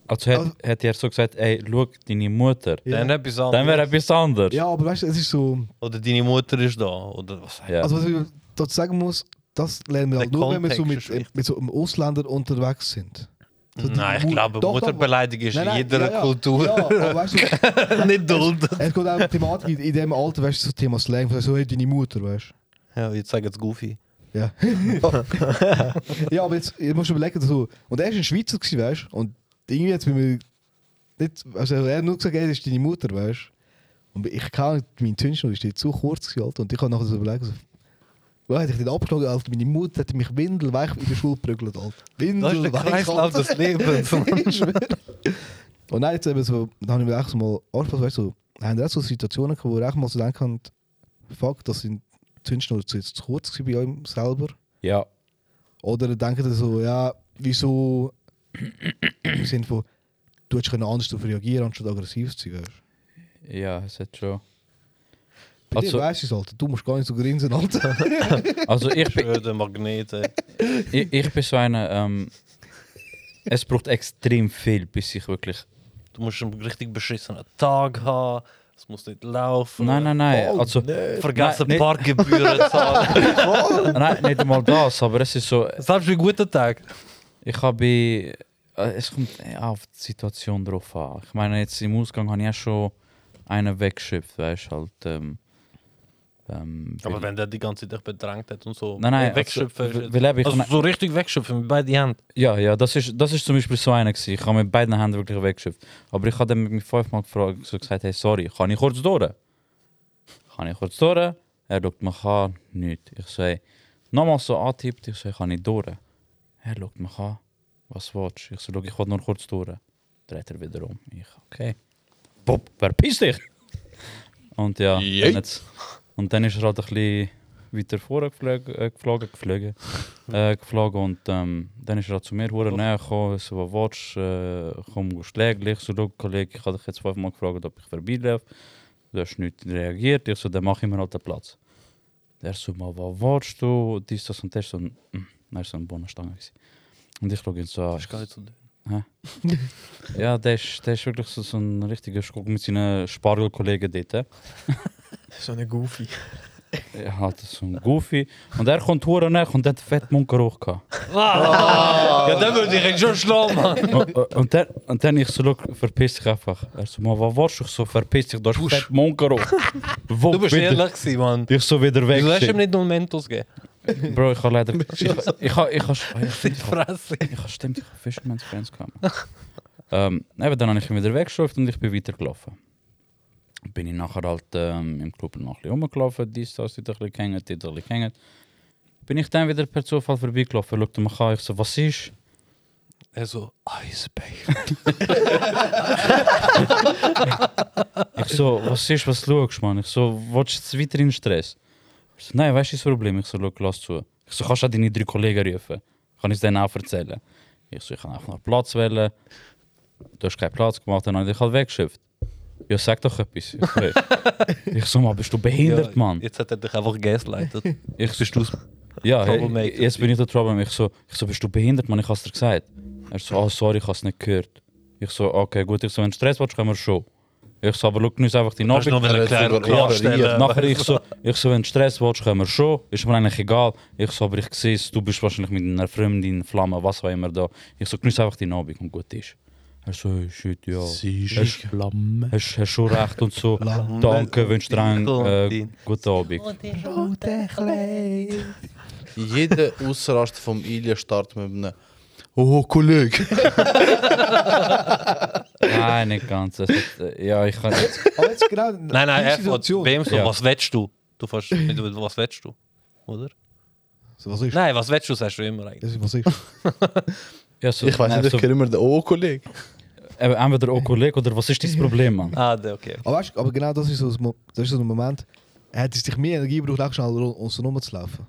Speaker 1: Also hat,
Speaker 5: Also-
Speaker 1: hat er so gesagt, ey, schau deine Mutter.
Speaker 5: Ja.
Speaker 6: Dann etwas
Speaker 1: Dann wäre
Speaker 6: anderes.
Speaker 1: etwas anderes.
Speaker 5: ja, aber weißt du, es ist so,
Speaker 6: Oder deine Mutter ist da. Oder was
Speaker 1: Ja.
Speaker 5: Also was ich dazu sagen muss, das lernen wir
Speaker 6: Der
Speaker 5: halt nur, wenn wir so
Speaker 6: Kontext
Speaker 5: mit,
Speaker 6: ist wichtig.
Speaker 5: mit so einem Ausländer unterwegs sind. So die
Speaker 6: Nein, ich
Speaker 5: Mu-
Speaker 6: glaube,
Speaker 5: Doch, doch.
Speaker 6: Mutterbeleidigung ist
Speaker 5: Nein,
Speaker 6: in
Speaker 5: nein,
Speaker 6: jeder
Speaker 5: ja, ja.
Speaker 6: Kultur
Speaker 5: Ja, aber weißt du,
Speaker 6: nicht duldet.
Speaker 5: es geht auch um die Thematik in, in dem Alter, weißt du, so Thema Slang, von so hey, deine Mutter, weißt
Speaker 6: Ja, jetzt sagen es Goofy.
Speaker 5: du. Ja. ja, aber jetzt, jetzt musst du überlegen, so. Und er war ein Schweizer, gewesen, weißt du? Und irgendwie jetzt bei mir nicht, also er hat nur gesagt, hey, das ist deine Mutter, weißt du? Und ich kann mein Zündschnur ist zu kurz gewesen, Alter. Und ich habe nachher so überlegt, so, wo hätte ich den abgeschlagen, Alter? Meine Mutter hat mich windelweich in der Schule geprügelt, Alter.
Speaker 6: Das ist der
Speaker 5: Windelweich,
Speaker 6: Kreislauf
Speaker 5: Alter.
Speaker 6: des Lebens.
Speaker 5: Ich schwöre. Und dann jetzt eben so, dann habe ich mir echt so mal Arschpass, weißt du, so, haben wir auch so Situationen gehabt, wo ich auch mal so denken kann, fuck, das sind die Zündschnur zu jetzt zu kurz gewesen bei einem selber.
Speaker 1: Ja.
Speaker 5: Oder denken dann so, ja, wieso im Sinne von, du hättest können anders darauf reagieren, anstatt aggressiv zu sein. weisst
Speaker 1: Ja, es hat schon.
Speaker 5: du. Bei
Speaker 1: Also-
Speaker 5: dir weißt du es, Alter. Du musst gar nicht so grinsen, Alter.
Speaker 1: Also ich bin,
Speaker 6: Schöne Magnete.
Speaker 1: ich, ich bin so einer, ähm, es braucht extrem viel, bis ich wirklich...
Speaker 6: Du musst einen richtig beschissenen Tag Dus haben. Es muss nicht laufen. Oh,
Speaker 1: Nein, nein, nein. also,
Speaker 6: Vergessen
Speaker 1: Nein, nicht-
Speaker 6: Parkgebühren zahlen.
Speaker 1: nein, nicht einmal das, aber es ist so,
Speaker 6: Selbst bei guten Tag.
Speaker 1: Ich habe. äh, Es kommt eh auf die Situation drauf an. Ich meine, jetzt im Ausgang habe ich ja schon einen weggeschippt, weißt du, halt. Ähm, ähm,
Speaker 6: Aber
Speaker 1: weil-
Speaker 6: wenn der die ganze Zeit dich bedrängt hat und so.
Speaker 1: Nein, nein,
Speaker 6: Wegschöpfen.
Speaker 1: also,
Speaker 6: ist-
Speaker 1: weil eben ich-
Speaker 6: also so richtig wegschöpfen mit beiden Händen.
Speaker 1: ja, ja, das ist, das ist zum Beispiel so einer. Gewesen. Ich habe mit beiden Händen wirklich weggeschippt. Aber ich habe dann mit mir fünfmal gefragt, so gesagt, hey, sorry, kann ich kurz durch? Kann ich kurz durch? Er schaut mich an, nicht. Ich sage, nochmal so antippt, ich sage, kann ich durch? Er schaut mich an, was willst du? Ich sage, ich will nur kurz durch. Dreht er wieder um. Ich, okay. Bob, verpiss dich! Und ja,
Speaker 2: Yay.
Speaker 1: dann jetzt, und dann ist er halt ein bisschen weiter vorgeflogen, äh, geflogen, geflogen, äh, geflogen und ähm, dann ist er halt zu mir hure näher gekommen, so, was willst du, äh, komm, schläglich, so, schau, Kollege, ich habe dich jetzt fünfmal gefragt, ob ich vorbeilaufe, du hast nicht reagiert, ich so, dann mach ich mir halt den Platz. Der so, mal, was willst du, dies, das und das, so, und mm, dann ist so eine Bohnenstange gewesen. Und ich schaue ihn so an,
Speaker 6: Das ist gar nicht so.
Speaker 1: ja, der ist, der ist wirklich so, so ein richtiger Schruck mit seinen Spargelkollegen dort, äh.
Speaker 3: So eine Goofy.
Speaker 1: Er hat so einen Goofy. Und er kommt hoch nach und hat fett Munkeruch gehabt.
Speaker 6: Ja, dann würde ich ihn schon schlagen, Mann.
Speaker 1: Und, und, dann, und dann ich so, look, verpiss dich einfach. Er so, mal, was warst du so? Verpiss dich, du hast fett Munkeruch. Wo
Speaker 6: Du bist
Speaker 1: bitte?
Speaker 6: ehrlich gewesen, Mann.
Speaker 1: Ich so wieder weg.
Speaker 6: Du hast ihm nicht nur Mentos gegeben.
Speaker 1: Bro, ich habe leider. Ich, ich, ich, hab- ich, hab- ich, hab-
Speaker 6: Die Fresse.
Speaker 1: Ich habe stimmt, ich habe Fisherman's Friends gehabt. ähm, eben, dann habe ich ihn wieder weggeschafft und ich bin weitergelaufen. Bin ich nachher halt ähm, im Club noch ein bisschen rumgelaufen, dies, das, dort ein bisschen gehängt, dort ein bisschen gehängt. Bin ich dann wieder per Zufall vorbeigelaufen, schaute mich an, ich so, was ist?
Speaker 6: Er so, Eisbein.
Speaker 1: Ich so, was ist, was schaust, Mann? Ich so, willst du jetzt weiter in Stress? Ich so, nein, weißt du, das Problem? Ich so, schau, lass zu. Ich so, kannst du auch deine drei Kollegen rufen? Kann ich es denen auch erzählen? Ich so, ich kann einfach noch Platz wählen. Du hast keinen Platz gemacht, dann habe ich dich halt weggeschifft. Ja, sag doch etwas. Ich so, ich so Mann, bist du behindert, Mann?
Speaker 6: Jetzt hat er dich einfach gaslightet.
Speaker 1: Ich bist du ja,
Speaker 6: Troublemaker.
Speaker 1: hey, jetzt bin ich der Troublemaker. Ich so, ich so, bist du behindert, Mann? Ich hab's dir gesagt. Er so, ah, sorry, ich hab's nicht gehört. Ich so, okay, gut, ich so, wenn du Stress willst, können wir schon. Ich so, aber schau uns einfach die Nachricht
Speaker 6: Hast du noch eine kleine
Speaker 1: ja,
Speaker 6: Klarstelle?
Speaker 4: Ähm,
Speaker 1: nachher ich so, ich so, wenn du Stress willst, können wir schon. Ist mir eigentlich egal. Ich so, aber ich sehe es, du bist wahrscheinlich mit einer Freundin, Flamme, was auch immer da. Ich so, genieß einfach den Abend und gut ist. Er so, hey, shit, ja.
Speaker 4: Sie ist
Speaker 1: Hast-
Speaker 4: Flamme.
Speaker 1: Hast, hast schon recht und so. Danke, wünsch dir einen äh, guten Abend.
Speaker 4: Jede Ausrast vom Ilja startet mit einem Oh, Kollege.
Speaker 1: Nein, nicht ganz. Es hat, äh, ja, ich kann jetzt.
Speaker 5: Aber jetzt genau
Speaker 6: Nein, nein,
Speaker 5: die
Speaker 6: er fragt
Speaker 5: Situation.
Speaker 6: bei ihm so,
Speaker 1: Ja.
Speaker 6: was willst du? Du fragst nicht, was willst du? Oder?
Speaker 5: So, was ist?
Speaker 6: Nein, was willst du, sagst du immer eigentlich.
Speaker 5: Das ist was ist.
Speaker 1: Ja, so,
Speaker 4: Ich weiß
Speaker 1: nein,
Speaker 4: nicht,
Speaker 1: so,
Speaker 4: ich kenne immer den Oh, Kollege.
Speaker 1: eben, entweder auch Kollege oder was ist dein Problem, Mann?
Speaker 6: Ah, der, okay.
Speaker 5: Aber, weißt, du, aber genau das ist so, das Mo- das ist so ein Moment, hätte es dich mehr Energie gebraucht, auch schnell ru- um so rumzulaufen.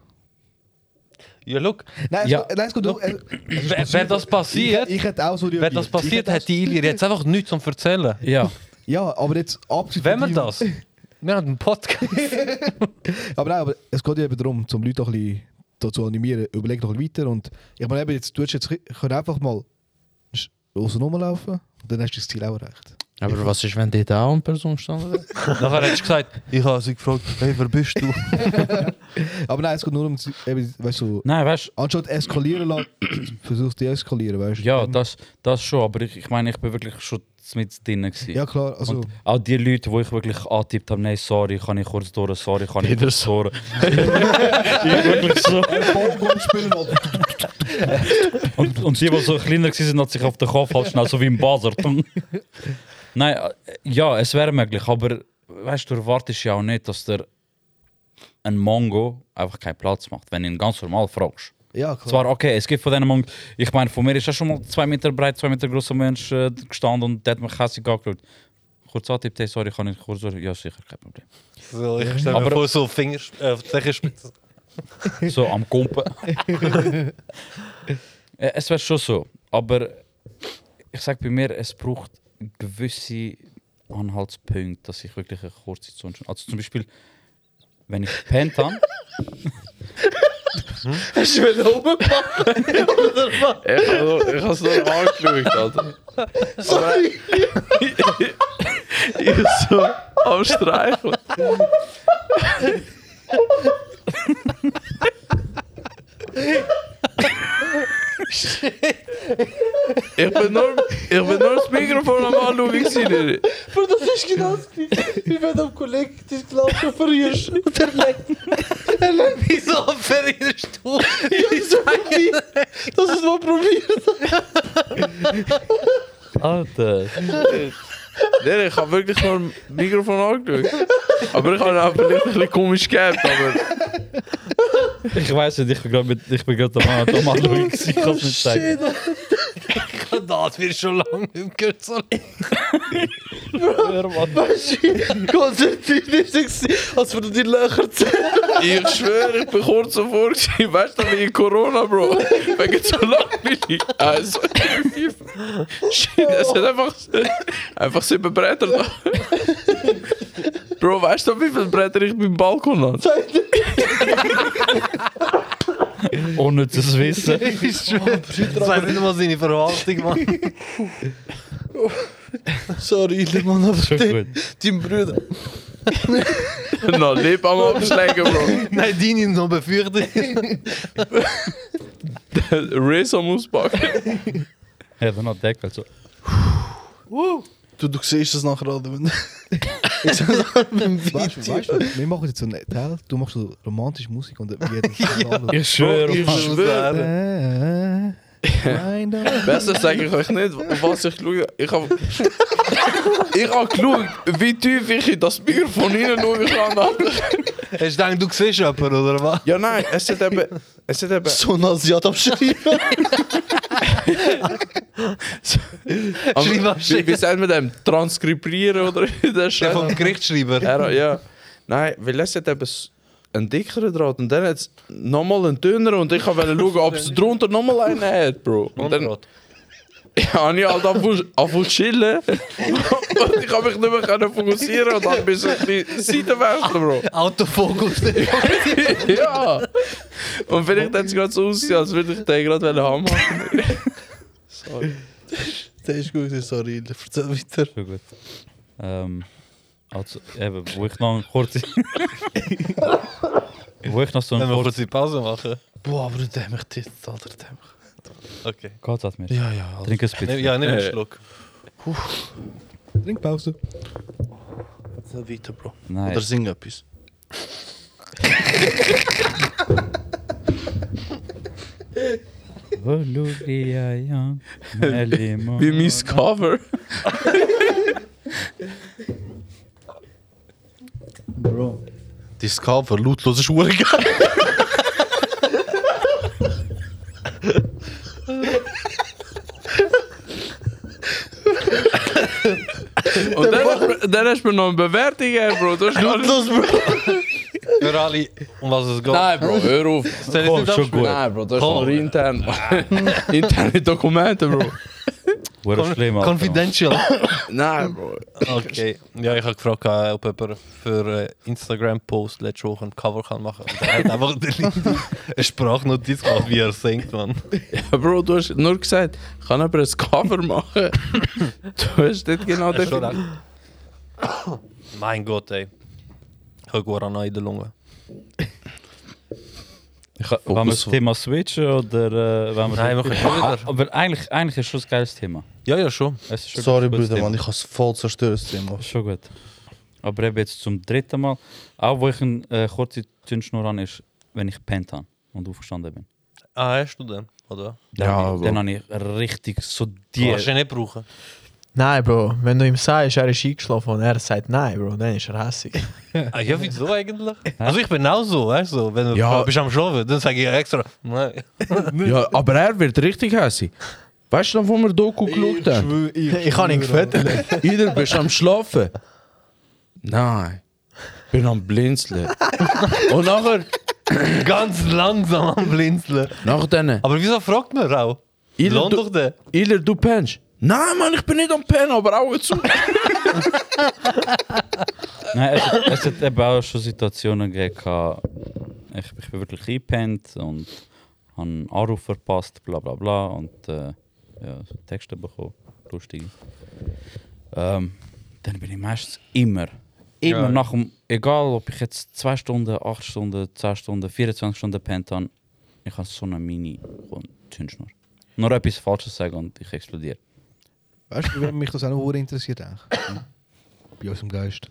Speaker 6: Ja, look,
Speaker 5: Nein, es
Speaker 1: Ja.
Speaker 5: geht- nein, es geht nur- es- es ist
Speaker 6: Wär- wär das passiert-
Speaker 5: Ich, ich hätte auch so reagiert.
Speaker 6: wenn das
Speaker 5: Ich
Speaker 6: passiert,
Speaker 5: auch-
Speaker 6: hätte die Ilir jetzt einfach nichts zum Erzählen.
Speaker 1: Ja,
Speaker 5: Ja, aber jetzt abgesehen
Speaker 6: Wenn
Speaker 5: von
Speaker 6: wir
Speaker 5: dem-
Speaker 6: das? Wir haben einen Podcast.
Speaker 5: Aber nein, aber es geht ja eben darum, zum Leute auch ein bisschen dazu animieren, überleg noch ein bisschen weiter. Und ich meine, eben, jetzt tust du jetzt ich kann einfach mal sch- außen rumlaufen und dann hast du das Ziel auch erreicht.
Speaker 2: Aber was ist, wenn dort auch eine Person stand?
Speaker 6: Nachher hättest du gesagt, ich habe sie gefragt, hey, wer bist du?
Speaker 5: Aber nein, es geht nur um, das- eben, weißt du, so,
Speaker 1: nein, weißt du.
Speaker 5: anstatt eskalieren lassen, versuchst du deeskalieren, weißt du?
Speaker 1: Ja,
Speaker 5: Dann-
Speaker 1: das, das schon, aber ich, ich meine, ich bin wirklich schon mit drin. Gewesen.
Speaker 5: Ja, klar, also.
Speaker 1: Und auch die Leute, die ich wirklich angetippt habe, nein, sorry, kann ich kurz durch, sorry, kann ich
Speaker 2: Peter
Speaker 1: kurz durch. ich wirklich so. und, und sie, die so kleiner waren, hat sich auf den Kopf halt schnell, so nou, wie im Buzzer. nein, äh, ja, es wäre möglich, aber weißt du, du erwartest ja auch nicht, dass der ein Mongo einfach keinen Platz macht, wenn du ihn ganz normal fragst.
Speaker 5: ja, klar.
Speaker 1: Zwar, okay, es gibt von denen Monk, ich eh, meine, von mir ist er schon mal zwei Meter breit, zwei Meter großer Mensch äh, gestanden und der hat mich hässlich angeschaut. kurz angetippt haben, sorry, kann ich kurz durch? Ja, sicher, kein Problem.
Speaker 6: So, ich stelle mir
Speaker 1: Aber-
Speaker 6: vor, so Fingers, äh, Zehenspitzen.
Speaker 1: So am Kumpen. Äh, es wäre schon so, aber ich sage bei mir, es braucht gewisse Anhaltspunkte, dass ich wirklich eine kurze Zone schon. Also zum Beispiel, wenn ich gepennt habe,
Speaker 2: Hast du mich oben gemacht? Ich habe es nur angeschaut, Alter. Sorry. ich so am Streicheln. Ich bin nur, ich bin nur das Mikrofon am Anschauen. gewesen.
Speaker 9: Bro, das ist genau das gleiche, wie wenn du am Kollegen das Glas schon verrührst und er legt. Er legt mich so auf verrührst du. Ich hab's so probiert. Das ist mal probiert.
Speaker 1: Alter,
Speaker 2: Nee, ich habe wirklich nur das Mikrofon angeschaut. Aber ich habe auch vielleicht ein bisschen komisch gehabt, aber...
Speaker 1: ich weiß nicht, ich bin gerade mit, ich bin gerade am Anatomal schauen, ich kann es nicht sagen.
Speaker 6: Das wird schon lange nicht mehr gehört, so
Speaker 9: Weißt du, konzentriert ist er gewesen, als würde die Löcher zählen.
Speaker 2: Ich schwöre, ich bin kurz davor gewesen. Weißt du, wegen Corona, Bro. Wegen so langweilig. Also, Ah, Shit, es hat einfach, einfach sieben Bretter da. Bro, weißt du, wie viele Bretter ich beim Balkon habe?
Speaker 1: Unnützes Wissen.
Speaker 6: Das weiß nicht mal seine Verwaltung, Mann.
Speaker 9: Sorry, Lemann, aber
Speaker 1: Schon
Speaker 9: de-
Speaker 1: gut.
Speaker 9: dein Bruder.
Speaker 2: Noch Lip am Abschlägen, Bro.
Speaker 6: Nein, deine noch befürchtet.
Speaker 2: Riss am Auspacken.
Speaker 1: Ja, dann hat Deckel so.
Speaker 9: Du, du siehst es nachher, Alter. wenn-
Speaker 5: Weißt du, weißt du, wir machen jetzt so einen Teil, du machst so romantische Musik und wir ja.
Speaker 1: Ich schwöre,
Speaker 2: Ich
Speaker 1: Mann.
Speaker 2: schwöre.
Speaker 5: Eh, Nein, nein.
Speaker 2: Besser sage ich euch nicht, was ich schaue. Ich habe ich hab geschaut, wie tief ich in das Mikrofon hineinschauen kann.
Speaker 6: Hast du gedacht, du siehst jemanden, oder was?
Speaker 2: Ja, nein, es hat eben... Es hat eben...
Speaker 9: So ein Asiat am Schreiben.
Speaker 2: Am-
Speaker 6: Schreib ab,
Speaker 2: wie, wie sagt man dem? Transkribieren oder der
Speaker 6: Der vom
Speaker 2: Scheiß?
Speaker 6: Gerichtsschreiber.
Speaker 2: Ja, ja. Nein, weil es hat eben s- einen dickeren Draht und dann hat es nochmal einen dünneren und ich wollte schauen, ob es drunter nochmal einen hat, Bro. Und
Speaker 6: Ähm,
Speaker 2: dann habe ich halt angefangen- angefangen zu chillen und ich habe mich nicht mehr können fokussieren und dann bin ich ein bisschen Seitenwechsel, Bro.
Speaker 6: Autofokus.
Speaker 2: ja! Und vielleicht hat es gerade so ausgesehen, als würde ich den gerade haben wollen.
Speaker 9: Der ist gut, sorry, erzähl weiter.
Speaker 1: Schon gut. Ähm, also, eben, wo ich noch kurz. wo ich noch so
Speaker 6: Wenn
Speaker 1: ein
Speaker 6: wir
Speaker 1: kurz.
Speaker 6: kurz die Pause machen.
Speaker 9: Boah, aber der mich jetzt, Alter, der mich.
Speaker 6: Okay.
Speaker 1: Gott hat mir.
Speaker 9: Ja, ja, Alter.
Speaker 1: Trink ein bisschen.
Speaker 6: Ja, nimm einen
Speaker 2: Äh.
Speaker 6: Schluck.
Speaker 5: Trinkpause.
Speaker 9: Erzähl weiter, Bro.
Speaker 1: Nein.
Speaker 9: Oder sing etwas.
Speaker 1: Oh, Lulia, ja. Melimo.
Speaker 2: Wie mein Cover.
Speaker 4: Discover, lautlos ist Uhr geil.
Speaker 2: Und dann, dann hast du mir noch eine Bewertung gegeben, Bro. Du hast gar nicht-
Speaker 6: Für alle, um was es geht.
Speaker 2: Nein, Nou, Bro, hör auf.
Speaker 6: Soll ich
Speaker 1: Komm,
Speaker 6: nicht
Speaker 1: schon
Speaker 6: abspielen?
Speaker 1: gut.
Speaker 2: Nein, Bro, das ist
Speaker 6: Komm.
Speaker 2: nur intern. Interne Dokumente, Bro.
Speaker 1: Wurde schlimm, Alter.
Speaker 6: Confidential.
Speaker 2: Nein, Bro.
Speaker 6: Okay. Ja, ich habe gefragt, äh, ob jemand für äh, Instagram-Post letzte Woche ein Cover kann machen kann. Er hat einfach den Link- eine Sprachnotiz gemacht, wie er singt, Mann.
Speaker 2: Bro, du hast nur gesagt, kann aber ein Cover machen. du hast nicht genau
Speaker 6: Hast du
Speaker 2: definiert.
Speaker 6: recht. Mein Gott, ey. Ich habe Guarana in der Lunge.
Speaker 1: Ich, kann- wollen wir das Thema switchen oder. Äh, wollen wir
Speaker 6: Nein, wir können
Speaker 1: Ah,
Speaker 6: wieder.
Speaker 1: Aber eigentlich, eigentlich ist schon das geiles Thema.
Speaker 6: Ja, ja, schon.
Speaker 1: Es ist schon
Speaker 4: Sorry,
Speaker 1: ein gutes
Speaker 4: Bruder,
Speaker 1: Thema.
Speaker 4: Mann, ich hab's voll zerstört, das Thema.
Speaker 1: Ist Schon gut. Aber eben jetzt zum dritten Mal. Auch wo ich eine äh, kurze Zündschnur habe, ist, wenn ich gepennt habe und aufgestanden bin.
Speaker 6: Ah, hast du den? Oder?
Speaker 1: Dann,
Speaker 2: Ja,
Speaker 1: habe ich-
Speaker 2: Bro.
Speaker 1: dann habe ich richtig so die.
Speaker 6: Kannst du ihn nicht brauchen.
Speaker 3: Nein, Bro, wenn du ihm sagst, er ist eingeschlafen und er sagt nein, Bro, dann ist er hässig.
Speaker 6: Ah, ja, wieso eigentlich? Also ich bin auch so, weißt du, wenn du
Speaker 2: Ja.
Speaker 6: bist am Schlafen, dann sage ich extra, nein.
Speaker 2: Ja, aber er wird richtig hässlich. Weißt du noch, wo wir Doku geschaut haben?
Speaker 3: Ich kann nicht gefettet.
Speaker 2: Jeder bist am Schlafen. Nein. Bin am Blinzeln. Und nachher,
Speaker 6: Ganz langsam am Blinzeln.
Speaker 2: nachher dann,
Speaker 6: Aber wieso fragt man auch?
Speaker 2: Jeder
Speaker 6: Lohnt
Speaker 2: du-
Speaker 6: doch den.
Speaker 2: Iler, du pennst. Nein, Mann, ich bin nicht am Pennen, aber Augen zu.
Speaker 1: Nein, es, es hat eben auch schon Situationen gegeben. Ich, ich bin wirklich eingepennt und habe einen Anruf verpasst, bla bla bla. Und äh, ja, so Texte bekommen, lustige. Ähm, dann bin ich meistens immer, immer
Speaker 6: Ja.
Speaker 1: nach dem, egal ob ich jetzt 2 Stunden, 8 Stunden, 10 Stunden, 24 Stunden pennt habe, ich habe so eine Mini-Zündschnur. Nur etwas Falsches sagen und ich explodiere.
Speaker 5: Weißt du, wenn mich das auch noch interessiert eigentlich? Bei unserem Geist.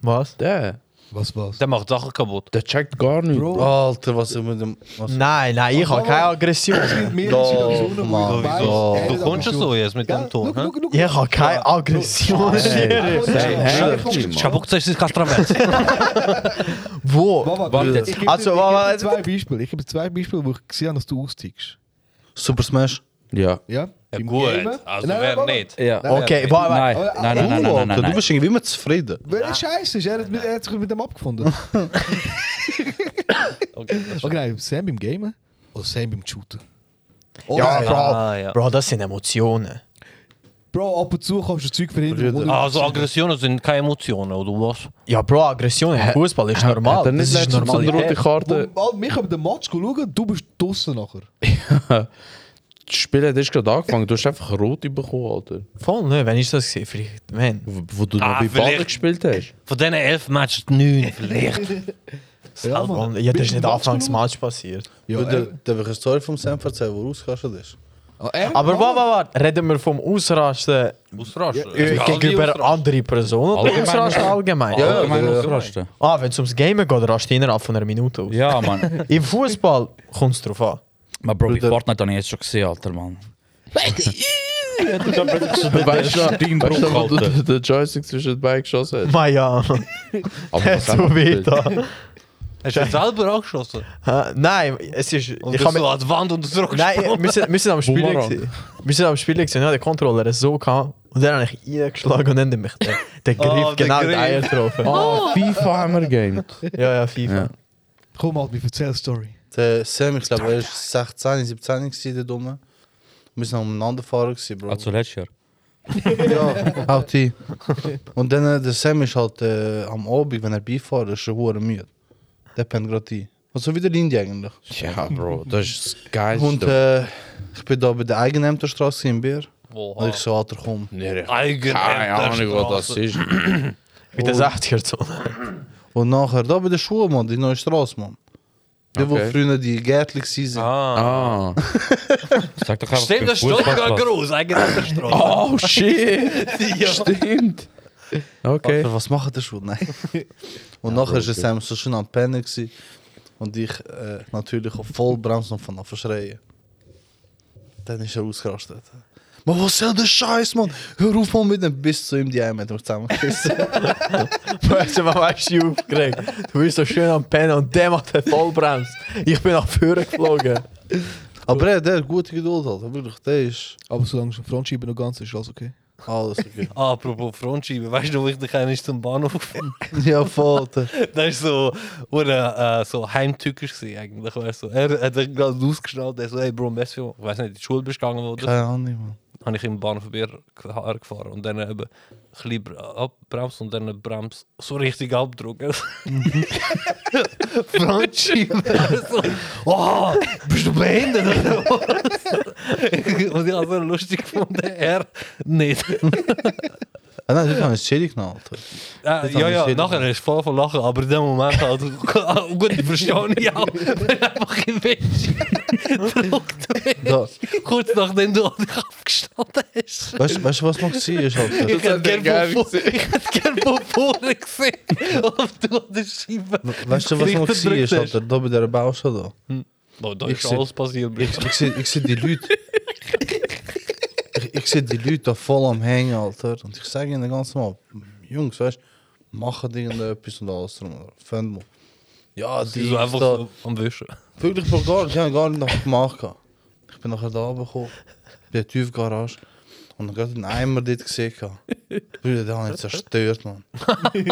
Speaker 3: Was?
Speaker 2: Der,
Speaker 5: Was was?
Speaker 6: Der macht Sachen kaputt.
Speaker 2: der checkt gar nicht. Alter, was ich mit dem. Was
Speaker 3: Nein, nein, ich habe keine Aggression.
Speaker 5: Mir
Speaker 2: Doch,
Speaker 5: sowieso
Speaker 2: Mann.
Speaker 5: unruhig. Weißt
Speaker 6: Wieso?
Speaker 5: er hat
Speaker 6: Du kommst ja
Speaker 5: Aggression.
Speaker 6: so jetzt mit dem Ton. hä?
Speaker 5: Look, look,
Speaker 3: Ich habe keine Aggression.
Speaker 2: Oh, hey,
Speaker 6: Ich hab auch gesagt, es ist Kastramerz.
Speaker 3: Wo?
Speaker 5: Warte,
Speaker 1: Warte.
Speaker 5: ich gebe
Speaker 3: Also,
Speaker 5: dir- ich gebe
Speaker 3: warte,
Speaker 5: dir zwei Beispiele. Ich gebe dir zwei Beispiele, wo ich gesehen habe, dass du austickst.
Speaker 4: Super Smash.
Speaker 2: Ja.
Speaker 5: Ja?
Speaker 6: Ja,
Speaker 5: Im
Speaker 6: gut.
Speaker 5: Gamen.
Speaker 6: Also
Speaker 5: Nein,
Speaker 6: wer
Speaker 5: warte,
Speaker 6: nicht?
Speaker 1: Ja.
Speaker 3: Okay, warte, warte.
Speaker 1: Nein, nein, nein, nein, nein,
Speaker 4: Oh,
Speaker 1: nein,
Speaker 4: Alter,
Speaker 1: nein.
Speaker 4: Du bist irgendwie immer zufrieden.
Speaker 5: Weil er scheiße ist, er hat, mit, er hat sich mit dem abgefunden.
Speaker 6: Okay.
Speaker 5: okay, nein, Sam beim Gamen oder Sam beim Shooten.
Speaker 2: Oh,
Speaker 3: Ja,
Speaker 6: Ah, ja.
Speaker 3: Bro, Bro, das sind Emotionen.
Speaker 5: Bro, ab und zu kannst du Zeug verhindern. wo du-
Speaker 6: Also Aggressionen sind keine Emotionen, oder was?
Speaker 3: Ja, Bro, Aggression im Fußball ist normal.
Speaker 2: Hat er
Speaker 3: Das
Speaker 2: nicht
Speaker 3: ist
Speaker 2: letztens so eine rote
Speaker 3: normal.
Speaker 2: Karte
Speaker 5: Wo- Alter, mich über den Match schauen, du bist draussen nachher.
Speaker 2: Das Spiel hat erst gerade angefangen. Du hast einfach eine rote bekommen, Alter.
Speaker 3: Voll, ne? Wenn ich das gesehen, vielleicht, wenn.
Speaker 2: Wo, wo du
Speaker 6: Ah,
Speaker 2: noch bei Baden
Speaker 6: vielleicht.
Speaker 2: gespielt hast.
Speaker 6: Von diesen elf Matches neun vielleicht.
Speaker 5: Ja,
Speaker 3: Mann,
Speaker 5: Mann.
Speaker 3: ja,
Speaker 5: Bist
Speaker 3: das ist
Speaker 5: du
Speaker 3: nicht
Speaker 5: im
Speaker 3: Anfang des
Speaker 5: Match
Speaker 3: Matches passiert.
Speaker 5: Ja,
Speaker 4: Du,
Speaker 5: er-
Speaker 4: der- Darf ich eine Story vom Sam erzählen, die rausgekastet ist?
Speaker 3: Aber warte, warte, warte. Reden wir vom Ausrasten
Speaker 6: Ausrasten.
Speaker 3: äh, gegenüber andere Personen oder
Speaker 1: Allgemein.
Speaker 3: Ausrasten allgemein?
Speaker 1: Ja, allgemein ausrasten.
Speaker 3: Ah, wenn es ums Gamen geht, rast innerhalb von einer Minute aus.
Speaker 1: Ja, Mann.
Speaker 3: Im Fußball kommt es drauf an.
Speaker 1: Maar bro, bij Fortnite dan eerst ook zeer, alter man.
Speaker 2: Weißt du, weißt du, wo du den- den Joystick zwischen den Beinen geschossen hast?
Speaker 3: Maja,
Speaker 2: Aber
Speaker 3: hat
Speaker 2: was haben wir
Speaker 3: so weh
Speaker 2: gespielt?
Speaker 3: da.
Speaker 6: Hast du dich selber angeschossen?
Speaker 3: Hä? Nein, es ist.
Speaker 6: Und
Speaker 3: ich
Speaker 6: ich
Speaker 3: hab
Speaker 6: habe
Speaker 3: mit,
Speaker 6: so an die Wand und
Speaker 3: nein, wir sind, wir sind am Spielen.
Speaker 2: Boomerang.
Speaker 3: gewesen. Wir sind am Spielen gewesen, ja, der nou, Controller hat es so gehabt. Und dann habe ich reingeschlagen und dann hat mich der, der Griff
Speaker 6: Oh, der
Speaker 3: genau in die
Speaker 6: Griff.
Speaker 3: Eier getroffen.
Speaker 2: Ah, FIFA haben wir gegamed.
Speaker 3: Ja, ja, FIFA.
Speaker 2: Ja.
Speaker 5: Komm, Alter, erzähl eine Story.
Speaker 4: Der Sam, ich glaube, er war 16, 17 gewesen, der Dumme. Wir sind umeinander gefahren, gewesen, Bro.
Speaker 1: Also letztes Jahr.
Speaker 4: ja, auch die. Und dann, äh, der Sam ist halt äh, am Abend, wenn er beifährt, ist er hure müde. Der pennt gerade ein. Also wie der Lindy eigentlich.
Speaker 2: Ja, Bro, das ist das Geilste.
Speaker 4: Und äh, ich bin da bei der Eigenämter Straße in Bier. Und
Speaker 6: Oha.
Speaker 4: ich so, Alter, komm.
Speaker 2: Nee, ich-
Speaker 6: Eigen
Speaker 2: keine Ahnung, was Genau. das ist.
Speaker 3: Mit der
Speaker 1: Oh.
Speaker 3: 60er-Zone.
Speaker 4: Und nachher, da bei der Schule, Mann, die neue Straße, Mann. Die, wo
Speaker 2: Okay.
Speaker 4: früher die Gärtli waren.
Speaker 6: Ah.
Speaker 2: Ah.
Speaker 1: Sag doch einfach,
Speaker 6: Stimmt, das steht sogar groß. Eigen auf der Straße.
Speaker 2: Oh, shit. Stimmt. Okay.
Speaker 4: Alter, was dus macht der schon? Nein. und nachher ist der Sam so schön am Pennen gewesen. Und ich äh, natürlich auf Vollbremse und von verschreien. Dann ist er ausgerastet. Maar was soll der Scheiß, Mann? Hör auf, Mann, mit dem Biss zu ihm die Eimer zusammengeschissen.
Speaker 3: Weißt du, man weißt du, aufgeregt. Du bist so schön am Pennen und der macht den Vollbremse. Ich bin nach vorne geflogen.
Speaker 4: Aber er, der hat gute Geduld, Alter. Wirklich, der ist
Speaker 5: Aber solange die Frontscheibe noch ganz ist, ist alles okay.
Speaker 4: alles okay.
Speaker 6: Ah, Apropos Frontscheibe, weißt du, wo ich dich eigentlich zum Bahnhof gefahren
Speaker 4: ja, voll, Alter.
Speaker 6: Das ist so, oder, äh, so heimtückisch gewesen eigentlich. Weißt du. Er hat dich gerade ausgeschnallt, er so, hey Bro, merci, ich weiß nicht, in die Schule bist du gegangen oder
Speaker 4: Keine Ahnung, Mann.
Speaker 6: habe ich im Bahnhof Bier gefahren und dann eben ein bisschen br- abbremst und dann bremst so richtig abdrucken. Franzscheibe. so, oh, bist du behindert? oder was? und ich habe so lustig gefunden, er nicht.
Speaker 4: Ah, nein, das ist eine Schädig, Alter.
Speaker 6: Äh, ja, ja, nachher ist voll von Lachen, aber in dem Moment halt, gut, ich verstehe ich auch, wenn einfach im Wisch gedruckt
Speaker 4: Da.
Speaker 6: wird. Kurz nachdem du an dich abgestanden hast.
Speaker 4: Weißt weißt du, was noch gesehen ist, Alter?
Speaker 6: Ich hätte gerne von vor- ich hätte gern von vorne gesehen, ob du an der Scheibe.
Speaker 4: Weißt du, was noch
Speaker 6: Gesicht
Speaker 4: gesehen ist,
Speaker 6: gedrückt hast.
Speaker 4: Alter? Da bei der Baustelle. da.
Speaker 6: Oh, da
Speaker 4: Ich
Speaker 6: ist
Speaker 4: seh-
Speaker 6: alles passiert. Bro.
Speaker 4: Ik, ik, zit, ik zit die luid. ik, ik zit die luid daar vol am hängen, Alter. Want ik zeg in de ganze mal, Jungs, weißt mach het ding in de pis und alles drum. Fan mal. Ja, die
Speaker 6: Die so
Speaker 4: is
Speaker 6: einfach
Speaker 4: da.
Speaker 6: so am Wischen.
Speaker 4: Wirklich vor gar, ich hab gar nicht noch gemacht. Ich bin nachher da bekommen. der Tiefgarage. Und dann gerade einen Eimer dort gesehen. gehabt. Bruder, der hat mich zerstört, Mann. ich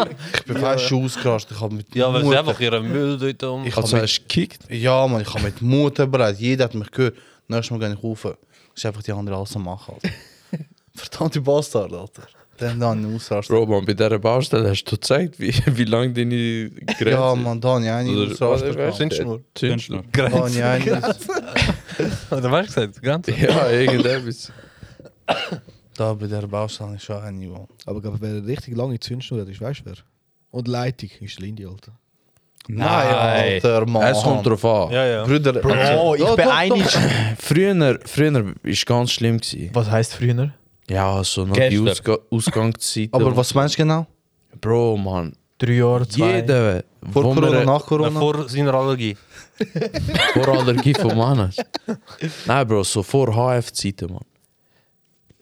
Speaker 4: bin fast schon ausgerastet. Ich hab mit
Speaker 6: Ja, weil sie
Speaker 4: Mutter-
Speaker 6: einfach ihren Müll dort um.
Speaker 4: Ich hab
Speaker 2: Also
Speaker 4: mit-
Speaker 2: hast du gekickt?
Speaker 4: Ja, man, ich habe mit Mutter bereit. Jeder hat mich gehört. Nächstes Mal gehe ich rauf. Ich einfach die anderen alles am machen. Alter. Verdammte Bastard, Alter. Dann dann ausrasten.
Speaker 2: Bro, man, bei dieser Baustelle hast du gezeigt, wie, wie lange deine Grenze
Speaker 4: Ja, man, dann ja
Speaker 2: Oder-
Speaker 4: eine ausrasten.
Speaker 2: was ist-
Speaker 4: gehabt.
Speaker 6: Zündschnur.
Speaker 2: Zündschnur.
Speaker 4: Dann ja eine.
Speaker 6: Oder was hast du gesagt? Grenze?
Speaker 2: Ja, irgendetwas.
Speaker 4: Da bei der Baustelle ist schon ein Niveau.
Speaker 5: Aber ich glaube, wer eine richtig lange Zündschnur hat, ist weißt du wer. Und Leitung ist Lindy, Alter.
Speaker 1: Nou, Nein!
Speaker 4: Ah, Alter, Mann.
Speaker 2: Es kommt drauf an.
Speaker 6: Ja, ja.
Speaker 4: Brüder, also,
Speaker 3: ich bin einig.
Speaker 2: Früher, früher ist ganz schlimm. Gewesen.
Speaker 3: Was heisst früher?
Speaker 2: Ja, so noch die
Speaker 1: Gestern.
Speaker 2: Ausga Ausgangszeit.
Speaker 4: aber was meinst du genau?
Speaker 2: Bro, Mann.
Speaker 3: Drei Jahre, zwei.
Speaker 2: Jeder,
Speaker 4: Vor
Speaker 2: wo
Speaker 4: Corona,
Speaker 2: wir-
Speaker 4: nach Corona?
Speaker 6: Vor seiner Allergie.
Speaker 2: Vor Allergie von Manas. Nein, Bro, so vor HF-Zeiten, Mann.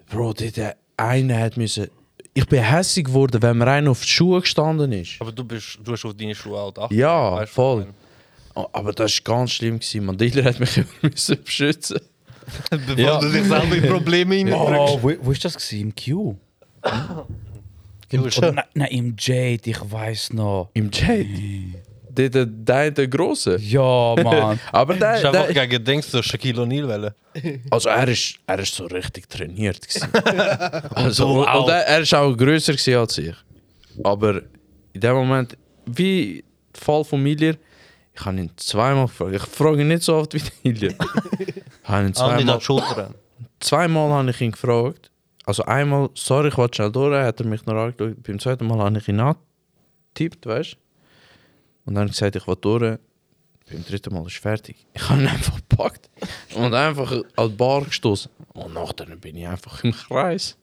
Speaker 2: Bro, der eine hat müssen. Ich bin hässig geworden, wenn mir einer auf die Schuhe gestanden ist.
Speaker 6: Aber du, bist, du hast auf deine Schuhe halt acht.
Speaker 2: Ja,
Speaker 6: Weißt du,
Speaker 2: voll.
Speaker 6: ich meine,
Speaker 2: A- Aber das war ganz schlimm, gewesen, Mann. Dealer hat mich immer müssen beschützen.
Speaker 6: Bevor du dich selber in Probleme hineinbringst.
Speaker 1: Oh, wo, wo ist das gewesen? Im Q?
Speaker 4: Im
Speaker 1: Oder,
Speaker 4: Chat.
Speaker 1: nein, nein, im Jade, ich weiß noch.
Speaker 2: Im Jade. Der, der, der, der Große.
Speaker 1: Ja, Mann.
Speaker 2: Aber der,
Speaker 6: Ich einfach
Speaker 2: der,
Speaker 6: gegen denkst du Shaquille O'Neal wählen.
Speaker 2: also er ist, er ist so richtig trainiert. gewesen. also,
Speaker 6: du
Speaker 2: und,
Speaker 6: auch.
Speaker 2: und er, er ist auch grösser gewesen als ich. Aber in dem Moment, wie der Fall von Miller, ich habe ihn zweimal gefragt. Ich frage ihn nicht so oft wie Miller. ich habe ihn
Speaker 6: Andi
Speaker 2: zweimal
Speaker 6: hat Schultern.
Speaker 2: zweimal habe ich ihn gefragt. Also einmal, sorry, ich wollte schnell durch, hat er mich noch angeschaut. Beim zweiten Mal habe ich ihn angetippt, weißt du? Und dann habe ich gesagt, ich will durch. Beim dritten Mal ist fertig. Ich habe ihn einfach gepackt und einfach an die Bar gestoßen. Und nachher bin ich einfach im Kreis.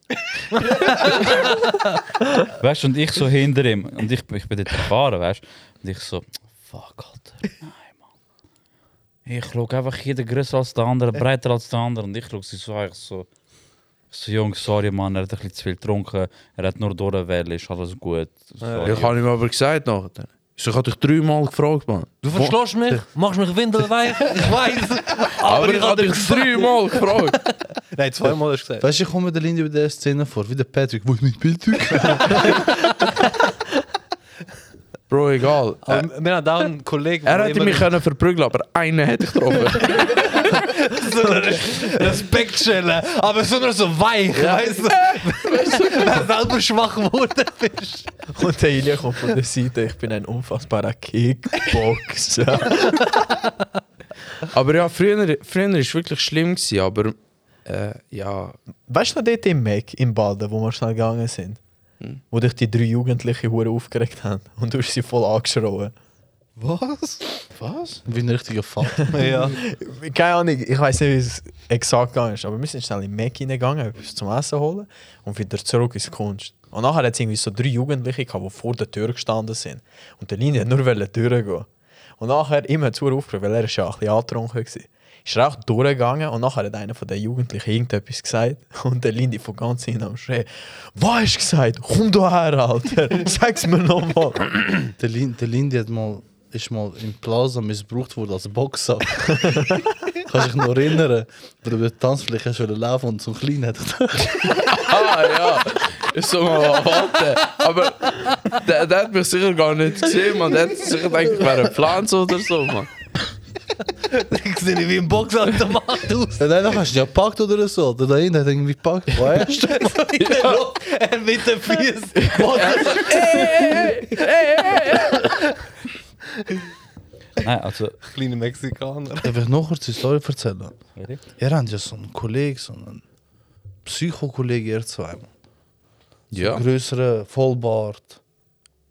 Speaker 1: Weißt du, und ich so hinter ihm. Und ich, ich bin dort gefahren, weißt du? Und ich so, fuck, Alter, nein, Mann. Ich schaue einfach jeder größer als der andere, breiter als der andere. Und ich schaue sie so, ich so, ich so, Jungs, sorry, Mann, er hat ein bisschen zu viel getrunken. Er hat nur durchgewählt, ist alles gut. Sorry.
Speaker 2: Ich habe ihm aber gesagt nachher. Ich so, ich habe dich dreimal gefragt, Mann.
Speaker 6: Du verschloss mich, machst mich windelweich, ich weiß.
Speaker 2: aber, ich habe dich dreimal gefragt.
Speaker 6: Nein, zweimal hast du gesagt.
Speaker 4: Weißt du, ich komme mit der Linie bei der Szene vor, wie der Patrick, wo ich mein Bild drücke.
Speaker 2: Bro, egal.
Speaker 6: Aber wir haben auch einen Kollegen,
Speaker 2: Er
Speaker 6: der
Speaker 2: hätte
Speaker 6: immer
Speaker 2: mich können verprügeln aber einen hätte ich getroffen.
Speaker 6: so eine Respektschelle, aber so nur so weich, weißt du? Wenn du selber schwach geworden bist.
Speaker 3: Und der Ilja kommt von der Seite. Ich bin ein unfassbarer Kickboxer.
Speaker 2: Aber ja, früher, früher ist wirklich schlimm, gewesen, aber äh, ja,
Speaker 3: weißt du noch dort im Mac, im Baden, wo wir schnell gegangen sind? Wo dich die drei Jugendlichen hure aufgeregt haben. Und du hast sie voll angeschrien.
Speaker 5: Was?
Speaker 4: Was? Wie ein richtiger Vater.
Speaker 6: Ja.
Speaker 3: Keine Ahnung, ich weiß nicht, wie es exakt gegangen ist, aber wir sind schnell in den Mac hineingegangen, etwas zum Essen holen und wieder zurück ins Kunst. Und nachher hat es irgendwie so drei Jugendliche gehabt, die vor der Tür gestanden sind. Und der Linie nur wollte durchgehen. Und nachher, ihm hat es verdammt aufgeregt, weil er ist ja auch ein bisschen angetrunken war. Ist er auch durchgegangen und nachher hat einer von den Jugendlichen irgendetwas gesagt und der Lindy von ganz hinten am Schreien «Was hast du gesagt? Komm du her, Alter! Sag's mir nochmal!»
Speaker 4: Der, Lin der Lindy hat mal, ist mal im Plaza missbraucht worden als Boxsack. Kannst dich noch erinnern? Weil über die Tanzfläche hast du laufen und so klein hat
Speaker 2: Ah ja, ich soll mal warten. Aber der, der hat mich sicher gar nicht gesehen, man. Der hat sicher gedacht, ich wäre ein Pflanze oder so, man.
Speaker 6: Ich sehe wie ein Boxautomat aus.
Speaker 4: Ja, nein, dann hast du ja gepackt oder so. Der da hinten hat irgendwie gepackt. Weißt du?
Speaker 6: In der Luft, er mit den Füßen.
Speaker 1: Nein, also,
Speaker 6: Kleine Mexikaner.
Speaker 4: Ich will noch kurz die Story erzählen.
Speaker 1: Ready?
Speaker 4: Ihr habt ja so einen Kollegen, so einen Psychokollegen, ihr zwei. Mann.
Speaker 2: Ja.
Speaker 4: Größere, Vollbart,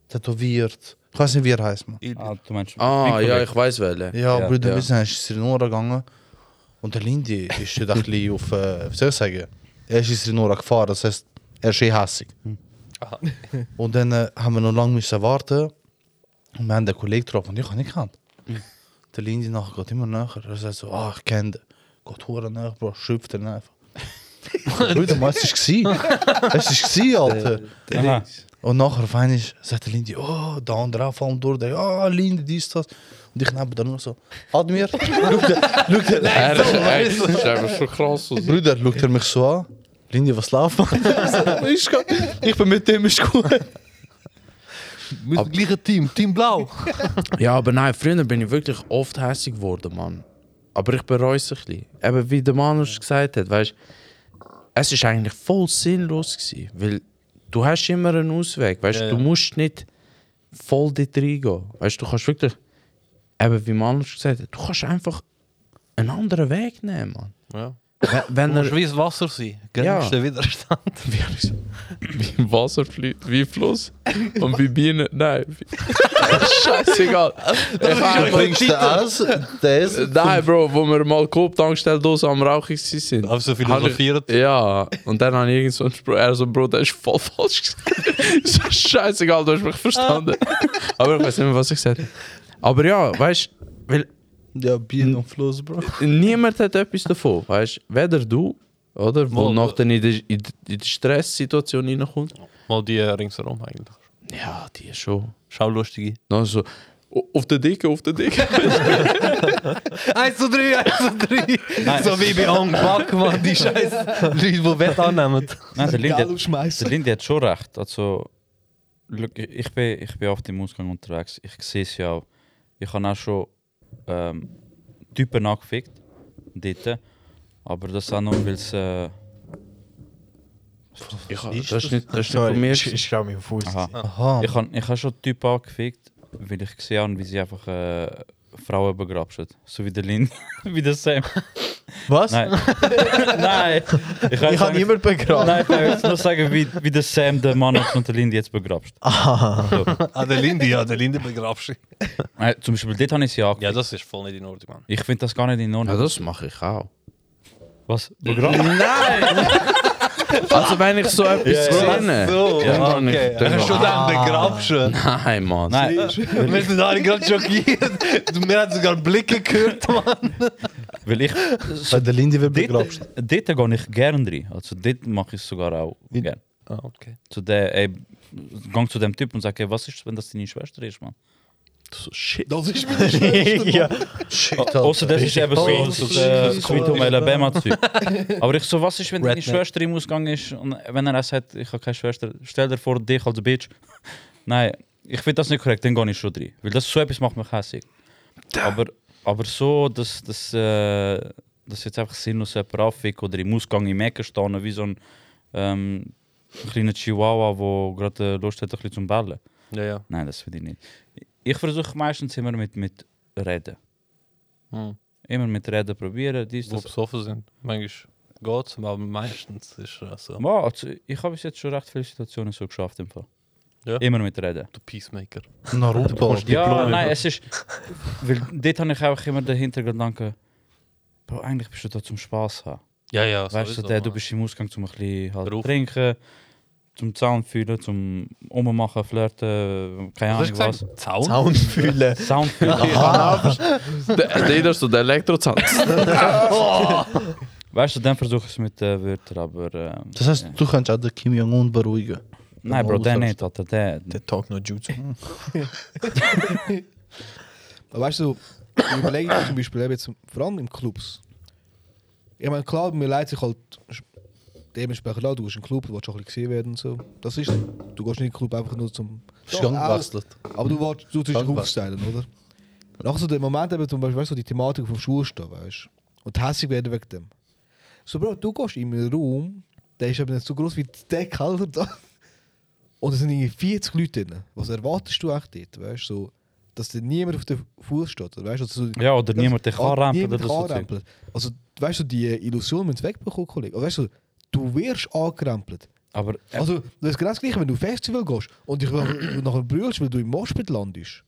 Speaker 4: tätowiert. Ich weiß nicht, wie er heißt, man.
Speaker 1: ah, du meinst,
Speaker 2: Ah
Speaker 1: mein
Speaker 2: ja,
Speaker 1: Kollege.
Speaker 2: ich weiß welche.
Speaker 4: Ja,
Speaker 1: Ja,
Speaker 4: Bruder,
Speaker 2: ja.
Speaker 4: wir sind erst in Srinora gegangen. Und der Lindy ist dort ein bisschen auf, äh, wie soll ich sagen, er ist in Srinora gefahren, das heißt, er ist eh hässig. Und dann äh, haben wir noch lange müssen warten. Und wir haben den Kollegen getroffen, den ich nicht gekannt. Der Lindy nachher geht immer näher. Er sagt so, ah, ich kenne den. Geht hure näher, Bro, schöpft ihn einfach. Bruder, Mann, es war es. Es war Alter.
Speaker 1: Aha.
Speaker 4: nou, "Oh, Und nachher auf einmal sagt der Lindy, oh, der andere auch vor allem durch, der, ja, Lindy, dies, das. Und ich neben da nur so, Admir, schaut er, schaut er,
Speaker 2: Er ist einfach schon krass. aus.
Speaker 4: Bruder, schaut er mich so an. Lindy, was läuft, man? ich, kann- ich bin mit dem, ist gut.
Speaker 5: Mit dem gleichen Team, Team Blau.
Speaker 2: Ja, aber nein, früher bin ich wirklich oft hässlich geworden, Mann. Aber ich bereue es ein bisschen. Eben wie der Manus gesagt hat, weißt es ist eigentlich voll sinnlos gewesen, weil du hast immer einen Ausweg, weißt
Speaker 6: Ja,
Speaker 2: du
Speaker 6: ja.
Speaker 2: musst nicht voll dort reingehen. Weißt du, kannst wirklich, eben wie Manus gesagt hat, du kannst einfach einen anderen Weg nehmen, Mann.
Speaker 6: Ja.
Speaker 2: Wenn, wenn
Speaker 6: Du
Speaker 2: er
Speaker 6: musst wie das Wasser sein. Geringster Widerstand.
Speaker 2: wie habe ich Wie Wasser fließt, wie Fluss und wie Bienen. Nein. wie- Scheißegal. Ich
Speaker 4: Du
Speaker 2: hab-
Speaker 4: bringst den aus, der ist.
Speaker 2: Nein, Bro, wo wir mal Coop-Tankstelldose am Rauchen sind.
Speaker 6: Auf so philosophiert.
Speaker 2: Ja, und dann habe ich irgend so einen Spruch, er so, Bro, der ist voll falsch gesagt. so scheißegal, du hast mich verstanden. Aber ich weiß nicht mehr, was ich gesagt habe. Aber ja, weißt weil
Speaker 4: Ja, Bier und Floß, Bro.
Speaker 2: niemand hat etwas davon, weißt du? Weder du, oder? Wo
Speaker 6: Wo-
Speaker 2: noch dann in die, in die- in die Stresssituation reinkommt.
Speaker 6: Mal die äh, ringsherum eigentlich.
Speaker 2: Ja, die schon.
Speaker 6: Schau lustige.
Speaker 2: Dann so, "O- auf der Dicke, auf der Dicke.
Speaker 6: 1 zu 3, 1 zu 3.
Speaker 1: Nein.
Speaker 6: So wie bei Ongback, man, die scheiß Leute, die Wett annehmen.
Speaker 1: Nein, der Lindy,
Speaker 5: Egal,
Speaker 1: hat,
Speaker 5: schmeißen.
Speaker 1: der Lindy hat schon recht. Also, look, ich- ich bin, ich bin auf dem Ausgang unterwegs. Ich sehe es ja auch. Ich habe auch schon ähm, Typen angefickt. Dort. Aber das auch nur, weil es. Äh,
Speaker 2: Ich, das ist nicht, das ist nicht von
Speaker 3: Sorry,
Speaker 2: mir.
Speaker 3: ich, ich schraube mich auf Fuß.
Speaker 1: aha.
Speaker 4: Aha.
Speaker 1: Ich habe ich hab schon Typen angefickt, weil ich gesehen habe, wie sie einfach äh, Frauen begrapschen. So wie der Lindy, wie der Sam.
Speaker 3: Was?
Speaker 1: Nein. Nein. Ich,
Speaker 3: ich habe niemanden begraben.
Speaker 1: Nein, ich kann jetzt nur sagen, wie, wie der Sam, der Mann und der Lindy jetzt begrapscht.
Speaker 6: Adelinde, ja, Adelinde begrabst du.
Speaker 1: Nein, zum Beispiel dort habe ich sie angefickt.
Speaker 6: Ja, das ist voll nicht in Ordnung, Mann.
Speaker 1: Ich finde das gar nicht in
Speaker 2: Ja,
Speaker 1: Ordnung.
Speaker 2: das mache ich auch.
Speaker 1: Was? Begraben?
Speaker 2: Also wenn ich so etwas
Speaker 1: ja.
Speaker 2: sehe,
Speaker 6: So,
Speaker 2: dann Ah. kann ich-
Speaker 6: okay.
Speaker 2: dann
Speaker 6: Ich schon dann begrabst du.
Speaker 2: Nein, Mann.
Speaker 1: Nein,
Speaker 6: Wir sind alle gerade schockiert. Du- Mir hat sogar Blicke gehört, Mann.
Speaker 1: weil ich
Speaker 4: Bei der Lindy wird begraben.
Speaker 1: dort, dort gehe ich gern rein. Also dort mache ich es sogar auch gern.
Speaker 6: Ah, okay.
Speaker 1: Zu der, ey, gang zu dem Typ und sag, ey, was ist, wenn das deine Schwester ist, Mann?
Speaker 5: Das ist meine
Speaker 3: ja.
Speaker 4: Shit,
Speaker 1: Außer das ist eben so, äh, so der
Speaker 4: Jesus.
Speaker 1: Sweet Home Alabama Typ. Aber ich so, was ist, wenn deine
Speaker 6: Redneck.
Speaker 1: Schwester im Ausgang ist und wenn er auch sagt, ich habe keine Schwester, stell dir vor, dich als Bitch. Nein, ich finde das nicht korrekt, dann gehe ich schon rein. Weil das so etwas macht mich hässlich. Aber, aber so, dass, dass, äh, dass jetzt einfach sinnlos jemand anfickt oder im Ausgang im Ecken stehen, wie so ein ähm, kleiner Chihuahua, der gerade äh, Lust hat, ein bisschen zu bellen.
Speaker 6: Ja, ja.
Speaker 1: Nein, das finde ich nicht. Ich versuche meistens immer mit, mit Reden.
Speaker 6: Hm.
Speaker 1: Immer mit Reden probieren, dies,
Speaker 6: Wo
Speaker 1: das.
Speaker 6: besoffen sind. Manchmal geht's, aber meistens ist es so.
Speaker 1: Ma, also, ich habe bis jetzt schon recht viele Situationen so geschafft im Fall.
Speaker 6: Ja.
Speaker 1: Immer mit Reden.
Speaker 6: Du Peacemaker.
Speaker 4: Naruto.
Speaker 1: Ja, nein, es ist. weil dort habe ich einfach immer den Hintergedanken, Bro, eigentlich bist du da zum Spaß haben.
Speaker 6: Ja, ja.
Speaker 1: weißt du,
Speaker 6: sowieso,
Speaker 1: der, du
Speaker 6: Mann.
Speaker 1: bist im Ausgang zum ein bisschen halt
Speaker 6: Beruf.
Speaker 1: trinken, zum Sound fühlen, zum Ummachen, flirten, keine Ahnung
Speaker 6: Was hast du
Speaker 1: was.
Speaker 6: gesagt? Zaun?
Speaker 3: Sound fühlen.
Speaker 1: Sound fühlen.
Speaker 2: Der, der ist so der Elektrozahn.
Speaker 1: weißt du, dann versuche ich es mit äh, Wörtern, aber. ähm,
Speaker 4: Das heißt, du kannst auch den Kim Jong-un beruhigen.
Speaker 1: Nein, Bro,
Speaker 4: Mal
Speaker 1: der
Speaker 4: ausrasten.
Speaker 1: nicht, Alter. Der,
Speaker 3: Der Talk noch Jutsu.
Speaker 5: Aber weißt du, ich überlege mir zum Beispiel eben jetzt, vor allem in Clubs. Ich meine, klar, mir leid sich halt sch- dementsprechend auch, du bist in Club, du willst auch ein bisschen gesehen werden und so. Das ist, du gehst nicht in den Club einfach nur zum...
Speaker 4: Bist
Speaker 5: Doch,
Speaker 4: Gang
Speaker 5: auch-
Speaker 4: gewechselt.
Speaker 5: Aber du willst, du zwischen
Speaker 4: Danke.
Speaker 5: aufsteigen, oder? Und auch so der Moment, eben zum Beispiel, weißt du, die Thematik vom Schulstehen, weißt du? Und hässlich werden wegen dem. So, Bro, du gehst in einen Raum, der ist eben nicht so groß wie die Decke, Alter. Da. Und es sind irgendwie 40 Leute drin. Was erwartest du echt dort, weißt du? So, dass dir niemand auf dem Fuß steht, oder weißt du? Also,
Speaker 1: Ja, oder
Speaker 5: dass-
Speaker 1: niemand dich
Speaker 5: Ah,
Speaker 1: anrempelt oder
Speaker 5: niemand
Speaker 1: so Zeug.
Speaker 5: anrempelt. Also, weißt du, die Illusion müssen wegbekommen, Kollege. Aber weißt du, du wirst angerempelt.
Speaker 1: aber äh,
Speaker 5: Also, das ist genau das Gleiche, wenn du auf Festival gehst und dich nach- nachher brüllst, weil du im Moschpit landest.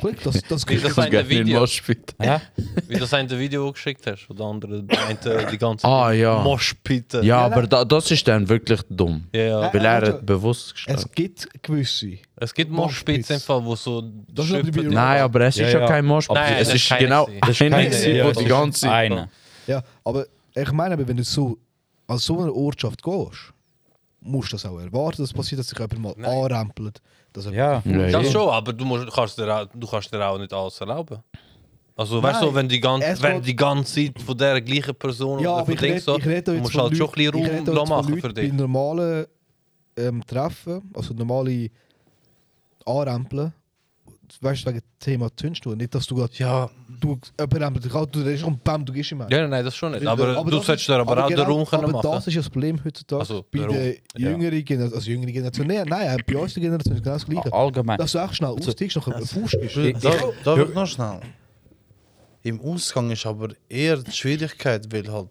Speaker 5: Klick, das, das
Speaker 6: Wie das
Speaker 5: das
Speaker 6: sein der Video,
Speaker 2: Moschpit.
Speaker 1: ja,
Speaker 6: wie das eine Video geschickt hast, oder andere, der eine, die ganze
Speaker 2: Ah, ja.
Speaker 6: Moschpitte.
Speaker 2: Ja, aber da, das ist dann wirklich dumm.
Speaker 6: Ja, ja.
Speaker 2: Weil er
Speaker 5: also,
Speaker 2: hat bewusst
Speaker 5: Es
Speaker 2: gestanden.
Speaker 5: gibt gewisse.
Speaker 6: Es gibt
Speaker 5: Moshpits.
Speaker 6: Moschpits im Fall, wo so.
Speaker 5: ist aber die
Speaker 6: Schöpfe-
Speaker 5: Bio-
Speaker 2: Nein, aber es
Speaker 1: Ja,
Speaker 2: ist ja,
Speaker 1: ja.
Speaker 2: kein Moschpit.
Speaker 6: Nein,
Speaker 2: Es
Speaker 6: das
Speaker 2: ist
Speaker 6: ist keine
Speaker 2: genau
Speaker 6: gewesen.
Speaker 2: das
Speaker 1: keine,
Speaker 2: Einzige,
Speaker 1: ja,
Speaker 2: wo
Speaker 1: das
Speaker 2: die
Speaker 1: ist
Speaker 2: ganze Zeit...
Speaker 1: einer.
Speaker 5: Ja, aber ich meine, wenn du so an so einer Ortschaft gehst musst das auch erwarten, dass passiert, dass sich jemand mal
Speaker 6: Nein.
Speaker 5: anrempelt. Dass jemand-
Speaker 1: Ja.
Speaker 6: Das schon, aber du, musst, kannst, dir, auch- du kannst dir auch nicht alles erlauben. Also, weißt du,
Speaker 5: Nein.
Speaker 6: wenn die, gan
Speaker 5: Es
Speaker 6: wenn
Speaker 5: geht-
Speaker 6: die ganze Zeit von der gleichen Person
Speaker 5: Ja,
Speaker 6: oder
Speaker 5: aber
Speaker 6: von
Speaker 5: ich rede,
Speaker 6: Dings so,
Speaker 5: ich rede
Speaker 6: du
Speaker 5: jetzt
Speaker 6: musst
Speaker 5: von
Speaker 6: halt schon ein
Speaker 5: Leuten- ich rede
Speaker 6: bisschen
Speaker 5: jetzt
Speaker 6: Raum
Speaker 5: von
Speaker 6: machen
Speaker 5: Leuten
Speaker 6: für dich.
Speaker 5: Bei normalen ähm, Treffen, also normale Anrempeln, weißt du, wegen dem Thema Zündstuhl, nicht, dass du gerade, ja, du überrempelst dich auch, du redest und bam, du gehst immer.
Speaker 6: Ja, nein, das schon nicht. Aber, du
Speaker 5: das
Speaker 6: solltest
Speaker 5: ist-
Speaker 6: dir aber, auch den
Speaker 5: genau-
Speaker 6: Raum können
Speaker 5: aber
Speaker 6: machen.
Speaker 5: das ist das Problem heutzutage
Speaker 6: Also,
Speaker 5: bei
Speaker 6: der
Speaker 5: der
Speaker 1: Ja.
Speaker 5: jüngeren Generation. Also jüngere Generation, nein, nein, äh, bei uns der Generation ist genau das
Speaker 6: Ah,
Speaker 5: Gleiche.
Speaker 1: Allgemein.
Speaker 5: Dass du echt schnell aussteigst, noch ein Fuß gibst.
Speaker 1: Ich-
Speaker 4: Da, da wird noch schnell. Im Ausgang ist aber eher die Schwierigkeit, weil halt.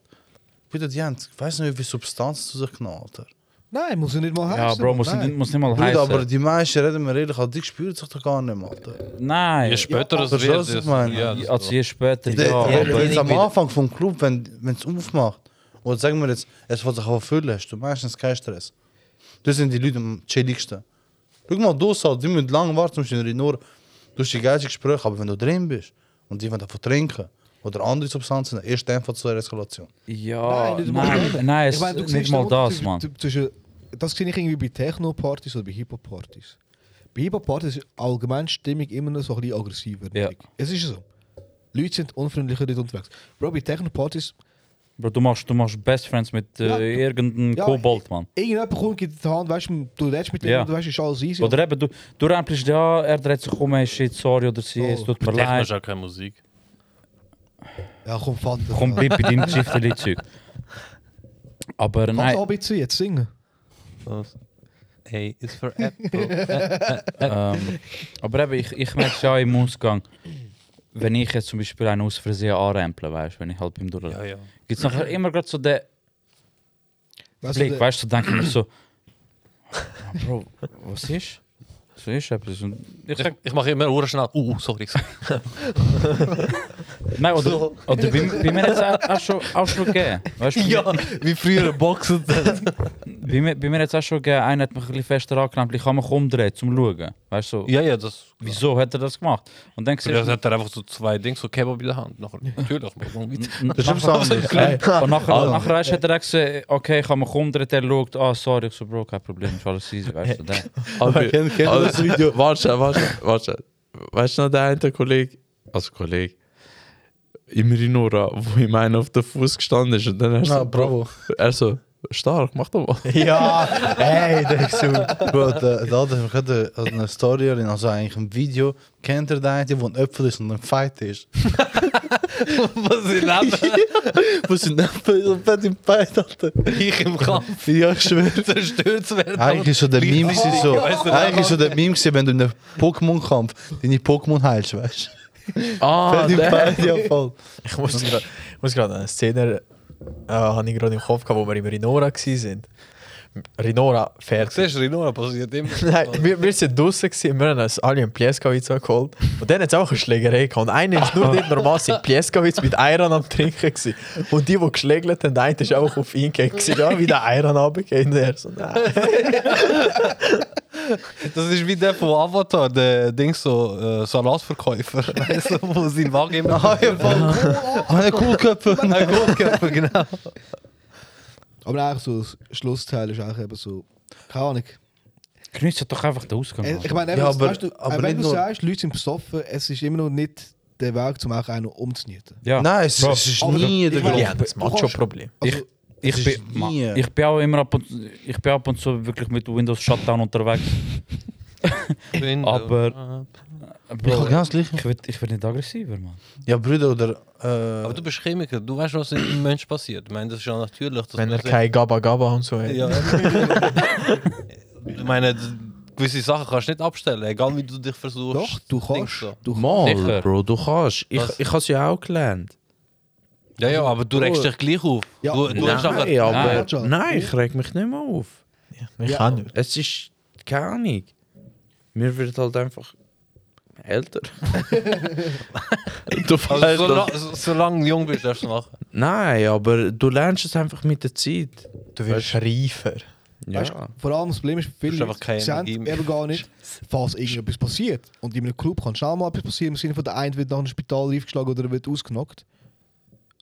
Speaker 4: Bitte, die haben, ich weiß nicht, wie viel Substanz zu sich genommen Alter.
Speaker 5: Nein, muss ja nicht mal
Speaker 1: Ja,
Speaker 5: heißen.
Speaker 1: Bro, muss
Speaker 5: nein.
Speaker 1: nicht, muss nicht mal
Speaker 4: Bruder, aber
Speaker 1: heißen.
Speaker 4: die meisten reden mir ehrlich, halt, die spüren sich doch gar nicht mehr, Alter.
Speaker 1: Nein.
Speaker 6: Je später das
Speaker 4: aber
Speaker 6: wird,
Speaker 4: das ist
Speaker 6: das-
Speaker 4: mein-
Speaker 6: dus- ja, das-
Speaker 1: Also je später,
Speaker 4: Die-
Speaker 1: ja.
Speaker 4: die-
Speaker 1: aber-
Speaker 4: jetzt am Anfang vom Club, wenn es aufmacht, oder sagen wir jetzt, es wird sich auch füllen, hast du meistens keinen Stress. Das sind Dus die mm, Leute am chilligsten. Schau mal, du halt, die müssen lange warten, zum Beispiel nur durch die geilsten Gespräche, aber wenn du drin bist und die wollen davon trinken oder andere Substanzen, erst einfach zu einer Eskalation.
Speaker 1: Ja,
Speaker 5: nicht mal
Speaker 1: Ah, nein,
Speaker 5: das.
Speaker 1: nein,
Speaker 5: Ich
Speaker 1: es-
Speaker 5: meine, du
Speaker 1: nicht
Speaker 5: siehst
Speaker 1: mal
Speaker 5: den
Speaker 1: das,
Speaker 5: Unterschied
Speaker 1: Mann.
Speaker 5: zw- Zwischen, das sehe ich irgendwie bei Techno-Partys oder bei Hip-Hop-Partys. Bei Hip-Hop-Partys ist allgemein die Stimmung immer noch so ein bisschen aggressiver.
Speaker 1: Ja.
Speaker 5: Es ist so. Leute sind unfreundlicher dort unterwegs. Bro, bei Techno-Partys,
Speaker 1: Bro, du machst, du machst Best Friends mit äh,
Speaker 5: Ja, du-
Speaker 1: irgendeinem
Speaker 5: Ja,
Speaker 1: Kobold, Mann.
Speaker 5: irgendjemand kommt, gibt die Hand, weißt du, du redest mit ihm,
Speaker 1: Ja.
Speaker 5: und du weißt, ist alles easy.
Speaker 1: Oder eben, du, du rempelst, ja, er dreht sich um, hey, shit, sorry, oder
Speaker 6: Oh,
Speaker 1: sie, es tut mir
Speaker 6: Techno
Speaker 1: leid.
Speaker 6: ist auch keine Musik.
Speaker 5: ja, komm, Vater.
Speaker 1: Komm, bleib bei deinem Schiffeli-Zeug. Aber
Speaker 5: Kannst du auch
Speaker 1: nein,
Speaker 5: ein bisschen jetzt singen?
Speaker 6: Hey, is for Apple. eh,
Speaker 1: ähm, aber eben, ich, ich merke schon im Ausgang, wenn ich jetzt zum Beispiel einen aus Versehen anremple, weißt du, wenn ich halt beim Durchlaufen,
Speaker 6: ja, ja.
Speaker 1: gibt es nachher immer gerade so den
Speaker 5: Weißt
Speaker 1: Blick,
Speaker 5: der-
Speaker 1: weißt du, so denke ich mir so, Bro, was ist? So ist etwas. Und ich
Speaker 6: Ich,
Speaker 1: sag,
Speaker 6: ich mache immer Uhr schnell. Uh, uh, sorry.
Speaker 1: nein, oder, oder bei, bei mir hat es auch, auch schon, auch schon gegeben. Weißt du, bei mir-
Speaker 6: wie früher Boxen.
Speaker 1: Bei mir, bei mir hat es auch schon gegeben, einer hat mich ein bisschen fester angelangt, ich habe mich umgedreht, zum schauen. Weißt du, so,
Speaker 6: ja, ja, das.
Speaker 1: wieso hat er das gemacht? Und dann siehst
Speaker 6: Das
Speaker 1: du,
Speaker 6: hat er einfach so zwei Dinge, so Kebab in der Hand. Nachher, natürlich.
Speaker 1: n-
Speaker 4: Das ist Ah. etwas anderes.
Speaker 1: nachher, und nachher, nachher weisst du, hat er auch gesagt, okay, ich habe mich umgedreht, er schaut, ah, sorry, ich so, Bro, kein Problem, ist alles easy, weißt du, dann.
Speaker 2: Aber,
Speaker 4: Ken- kennt ihr
Speaker 2: aber-
Speaker 4: das Video?
Speaker 2: Warte, schnell, warte, schnell, warte. schnell. Weißt du noch, der eine Kollege, also Kollege, im Rinora, wo ihm einer auf den Fuß gestanden ist und dann er so,
Speaker 4: bravo.
Speaker 2: er so, stark, mach doch mal.
Speaker 4: ja, hey, dat is zo. Bro, da, da hadden we gerade een story in onze eigen video. Kent er daar die van Apfel is en een fight is.
Speaker 6: Was in Leben?
Speaker 4: Was een Apfel is een vet in fight hadden.
Speaker 6: ich im Kampf
Speaker 4: Ja, ik zweer.
Speaker 6: zerstört zu werden.
Speaker 4: Eigenlijk is zo de meme is zo. Eigenlijk is zo de meme gezien in de Pokémon kamp. Die niet Pokémon heilt, weet je.
Speaker 2: Ah,
Speaker 4: Vet in
Speaker 2: der.
Speaker 4: fight, ja, vol.
Speaker 3: Ich muss gerade muss grad an eine Szene äh, habe ich gerade im Kopf gehabt, wo wir im Rinora waren. Rinora fährt.
Speaker 6: Siehst du, Rino, passiert immer.
Speaker 3: Nein, wir, wir sind draußen gewesen, wir haben uns alle einen Plieskavic geholt. Und dann hat es auch eine Schlägerei gehabt. Und einer ist nur nicht normal, sein Plieskavic mit Eiran am Trinken gewesen. Und die, die geschlägelt haben, der eine ist auch auf ihn gegangen. gewesen. Ja, wie der Eiran runtergegangen ist. Er So, nein.
Speaker 6: Das ist wie der von Avatar, der Ding so, äh, Salatverkäufer. Weißt du, wo sein Wagen immer.
Speaker 4: Ah, ja, vol. Ah, een koelköppen.
Speaker 6: Ein Goldkörper, genau.
Speaker 5: Aber eigentlich so, das Schlussteil ist eigentlich eben so, keine Ahnung.
Speaker 1: Genießt doch einfach den Ausgang.
Speaker 5: Äh,
Speaker 1: Mann.
Speaker 5: Ich meine, eben,
Speaker 4: Ja, aber-
Speaker 5: weißt du,
Speaker 4: aber
Speaker 5: aber wenn
Speaker 4: nicht
Speaker 5: du
Speaker 4: nur-
Speaker 5: sagst, Leute sind besoffen, es ist immer noch nicht der Weg, um auch einen umzunieten.
Speaker 1: ja.
Speaker 4: Nee, het
Speaker 1: Bro,
Speaker 4: is
Speaker 5: Aber-
Speaker 4: niet de
Speaker 5: Ich meine,
Speaker 3: Die
Speaker 4: grond.
Speaker 3: haben das Macho-Problem.
Speaker 5: Also,
Speaker 1: ich,
Speaker 4: es ist
Speaker 1: bin, Mann,
Speaker 4: nie-
Speaker 1: ich bin auch immer ab und, ich bin ab und zu wirklich mit Windows Shutdown unterwegs. Aber-
Speaker 4: Ik ga
Speaker 1: Bro,
Speaker 4: ganz liggen.
Speaker 1: ich werde ich werd nicht aggressiver, Mann.
Speaker 4: Ja, Bruder, oder.
Speaker 3: Oh,
Speaker 6: Aber
Speaker 4: Äh,
Speaker 6: du bist Chemiker, du weißt, was im Mensch passiert. Ich meine, das ist ja natürlich. Dass
Speaker 3: Wenn er
Speaker 6: man-
Speaker 3: kein Gaba-Gaba und so hat.
Speaker 6: Ja. ich meine, d- gewisse Sachen kannst du nicht abstellen, egal wie du dich versuchst.
Speaker 5: doch, du kannst.
Speaker 6: so.
Speaker 5: Du
Speaker 2: Mal,
Speaker 1: Sicher.
Speaker 2: Bro, du kannst. Ich,
Speaker 6: Was?
Speaker 2: ich hab's ja auch gelernt.
Speaker 6: Ja, ja, aber du regst dich gleich auf.
Speaker 5: Ja.
Speaker 6: Du, du hast nachher-
Speaker 2: Nein, aber.
Speaker 5: Nein, Roger.
Speaker 2: Nein, ich reg mich nicht mehr auf.
Speaker 3: Ich
Speaker 5: Ja.
Speaker 3: kann nicht.
Speaker 2: Es ist keine Ahnung. Mir wird halt einfach älter. du fällst
Speaker 6: Also, so,
Speaker 2: das-
Speaker 6: lang- so, solange du jung bist, darfst du es machen.
Speaker 2: Nein, aber du lernst es einfach mit der Zeit.
Speaker 3: Du wirst reifer.
Speaker 2: Ja.
Speaker 5: Weißt, du, vor allem das Problem ist,
Speaker 6: Du hast
Speaker 5: viele
Speaker 6: einfach keine
Speaker 5: Leute sehen
Speaker 6: Energie mehr.
Speaker 5: eben gar nicht, falls irgendetwas passiert. Und in einem Club kann schon mal etwas passieren, im Sinne von der eine wird nach einem Spital aufgeschlagen oder wird ausgenockt.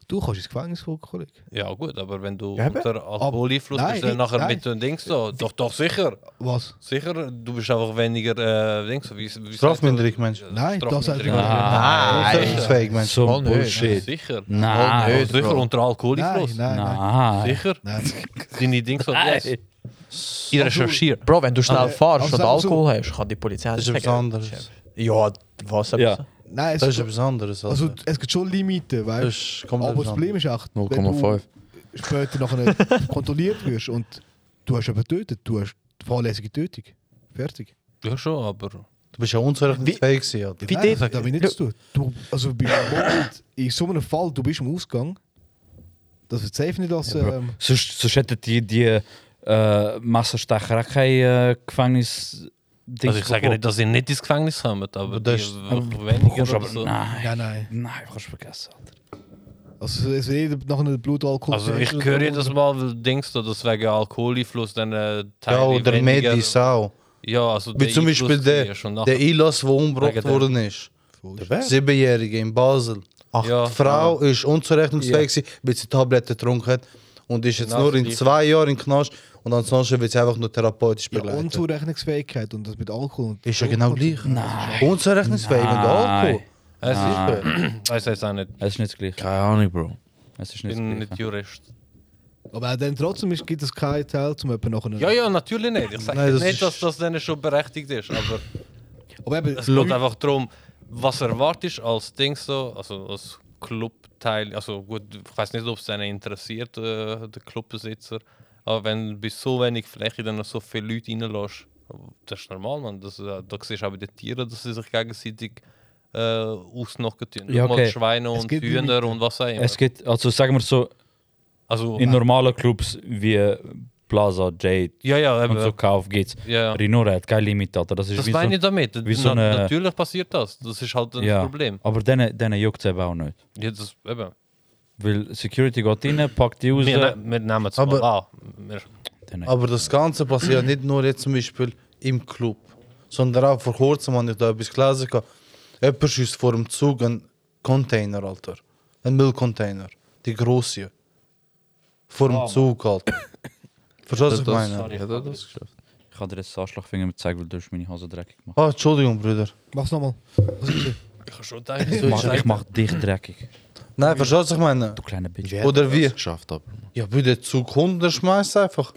Speaker 5: Du kannst ins Gefängnis kommen, Kollege.
Speaker 6: Ja, gut, aber wenn du
Speaker 5: Ja, eben.
Speaker 6: unter Alkoholeinfluss
Speaker 5: Nein,
Speaker 6: bist, dann
Speaker 5: nicht-
Speaker 6: nachher
Speaker 5: nein.
Speaker 6: mit dem Dings so. Doch, doch, sicher.
Speaker 5: Was?
Speaker 6: Sicher, du bist einfach weniger. Äh, Dings, so, wie, wie
Speaker 4: Strafminderung, meinst du?
Speaker 5: Nein, das heißt
Speaker 6: Strafminderung.
Speaker 1: Nein.
Speaker 4: Schutzfähig, meinst du?
Speaker 1: So
Speaker 3: Voll nicht.
Speaker 1: Bullshit.
Speaker 6: Sicher.
Speaker 1: Nein.
Speaker 6: sicher unter
Speaker 5: Nein,
Speaker 6: Alkoholeinfluss.
Speaker 5: nein, nein.
Speaker 1: Nein.
Speaker 6: Sicher.
Speaker 5: nein.
Speaker 6: Deine Dings so. Yes. Ich recherchiere.
Speaker 3: Bro, wenn du schnell
Speaker 5: Also,
Speaker 3: fahrst
Speaker 5: also
Speaker 3: und
Speaker 5: sag mal so.
Speaker 3: Alkohol hast, kann die Polizei
Speaker 4: Das ist etwas
Speaker 3: sagen,
Speaker 4: anderes.
Speaker 3: Ja, was?
Speaker 1: Ja.
Speaker 3: etwas?
Speaker 5: Nein,
Speaker 4: Das ist
Speaker 5: es,
Speaker 4: etwas anderes.
Speaker 5: also,
Speaker 4: Alter.
Speaker 5: es gibt schon Limiten, weißt
Speaker 4: das
Speaker 5: du?
Speaker 4: ist komplett
Speaker 5: Aber das
Speaker 4: anders.
Speaker 5: Problem ist echt, wenn du
Speaker 2: 0,5.
Speaker 5: später nachher kontrolliert wirst und du hast jemanden getötet, du hast fahrlässige Tötung. Fertig.
Speaker 6: Ja, schon, aber.
Speaker 4: Du bist ja unzurechnungsfähig gewesen, Alter.
Speaker 3: Wie
Speaker 5: Nein,
Speaker 3: dort-
Speaker 5: das hat damit nichts zu tun. Du, also bei Mord, in so einem Fall, du bist am Ausgang, das wird safe nicht als...
Speaker 1: Ja, Bro.
Speaker 5: ähm,
Speaker 1: Sonst, sonst hätten die, die äh, Massenstecher auch kein äh, Gefängnis.
Speaker 6: Also ich sage nicht, dass ihr nicht ins Gefängnis kommt, aber
Speaker 4: das
Speaker 6: die
Speaker 4: ist-
Speaker 6: wirklich weniger.
Speaker 1: kommst
Speaker 6: oder
Speaker 1: aber,
Speaker 6: so.
Speaker 1: nein,
Speaker 5: nein, nein.
Speaker 1: nein, kannst du vergessen. Alter.
Speaker 5: Also es wird nachher nicht Blutalkohol...
Speaker 6: Also ich höre jedes Mal, weil Dings, da, dass wegen Alkoholeinfluss dann äh, Teile
Speaker 4: Ja, oder
Speaker 6: weniger-
Speaker 4: Medis auch.
Speaker 6: Ja, also
Speaker 4: Wie zum Beispiel der, der Ilas, der
Speaker 6: Wegen
Speaker 4: umgebracht
Speaker 6: der-
Speaker 4: worden ist.
Speaker 5: Wer?
Speaker 4: Siebenjährige in Basel.
Speaker 6: Ach, ja,
Speaker 4: Die Frau ist unzurechnungsfähig, gewesen, weil sie Tabletten getrunken hat und ist jetzt
Speaker 6: Genau
Speaker 4: nur
Speaker 6: das
Speaker 4: in
Speaker 6: Gleiche.
Speaker 4: zwei Jahren in den Knast und ansonsten wird sie einfach nur therapeutisch
Speaker 5: Ja,
Speaker 4: begleitet.
Speaker 5: Unzurechnungsfähigkeit und das mit Alkohol... Und
Speaker 4: ist ja genau gleich.
Speaker 1: Nein.
Speaker 4: Unzurechnungsfähig und
Speaker 1: Nein.
Speaker 4: Alkohol.
Speaker 6: Es ist,
Speaker 1: Nein.
Speaker 6: Ah. weiß es auch nicht.
Speaker 1: Es ist nicht das Gleiche.
Speaker 2: Keine Ahnung, Bro.
Speaker 1: Es ist
Speaker 6: Ich
Speaker 1: nicht
Speaker 6: bin
Speaker 1: das
Speaker 6: nicht
Speaker 1: Gleiche.
Speaker 6: Jurist.
Speaker 5: Aber auch dann trotzdem ist, gibt es keinen Teil, zum jemanden nachher...
Speaker 6: Ja, ja, natürlich nicht. Ich sage
Speaker 4: Nein, das
Speaker 6: nicht,
Speaker 4: ist-
Speaker 6: dass das dann schon berechtigt ist, aber
Speaker 5: Aber eben,
Speaker 6: es geht einfach darum, was erwartest du als Dings so, also als Clubteil, also gut, ich weiß nicht, ob es einen interessiert, äh, der Clubbesitzer, aber wenn du bei so wenig Fläche dann noch so viele Leute reinlässt, das ist normal, man. Das, äh, da siehst du auch bei den Tieren, dass sie sich gegenseitig äh, ausnocken tun.
Speaker 1: Ja,
Speaker 6: Mal
Speaker 1: okay.
Speaker 6: Schweine und
Speaker 5: gibt
Speaker 6: Hühner und was auch immer.
Speaker 1: Es gibt, also sagen wir so,
Speaker 6: Also,
Speaker 1: in normalen Clubs wie Plaza, Jade
Speaker 6: ja, ja, eben.
Speaker 1: und so Kauf geht's.
Speaker 6: ja, ja.
Speaker 1: Rhinora hat kein Limit, Alter. Das ist
Speaker 6: Das
Speaker 1: wie
Speaker 6: meine
Speaker 1: so,
Speaker 6: ich damit.
Speaker 1: wie so
Speaker 6: Na-
Speaker 1: eine-
Speaker 6: Natürlich passiert das. Das ist halt ein
Speaker 1: Ja.
Speaker 6: Problem.
Speaker 1: Aber denen, denen juckt es eben auch nicht.
Speaker 6: Ja, das, eben.
Speaker 1: Weil Security geht rein, packt die raus.
Speaker 6: Wir, ne, wir nehmen es mal an. Wir,
Speaker 1: Denen-
Speaker 4: Aber das Ganze passiert ja nicht nur jetzt zum Beispiel im Club, sondern auch vor kurzem habe ich da etwas gelesen. gehabt. Jemand schießt vor dem Zug einen Container, Alter. Ein Müllcontainer. Die grosse. Vor dem Zug, Alter. Verstehst du, was ich meine?
Speaker 2: Hat er das geschafft?
Speaker 1: Ich habe dir jetzt den Arschlochfinger gezeigt, weil du hast meine Hose dreckig gemacht.
Speaker 4: Ah, Entschuldigung, Bruder.
Speaker 5: mach's nochmal.
Speaker 6: ich habe schon gedacht,
Speaker 1: Ich mach, ich mach dich dreckig,
Speaker 4: Nein, verstehst du, was ich meine?
Speaker 1: du kleine Bitch.
Speaker 4: Oder wie?
Speaker 2: Geschafft, aber.
Speaker 4: Ja, bei der Zug 100 schmeißt einfach.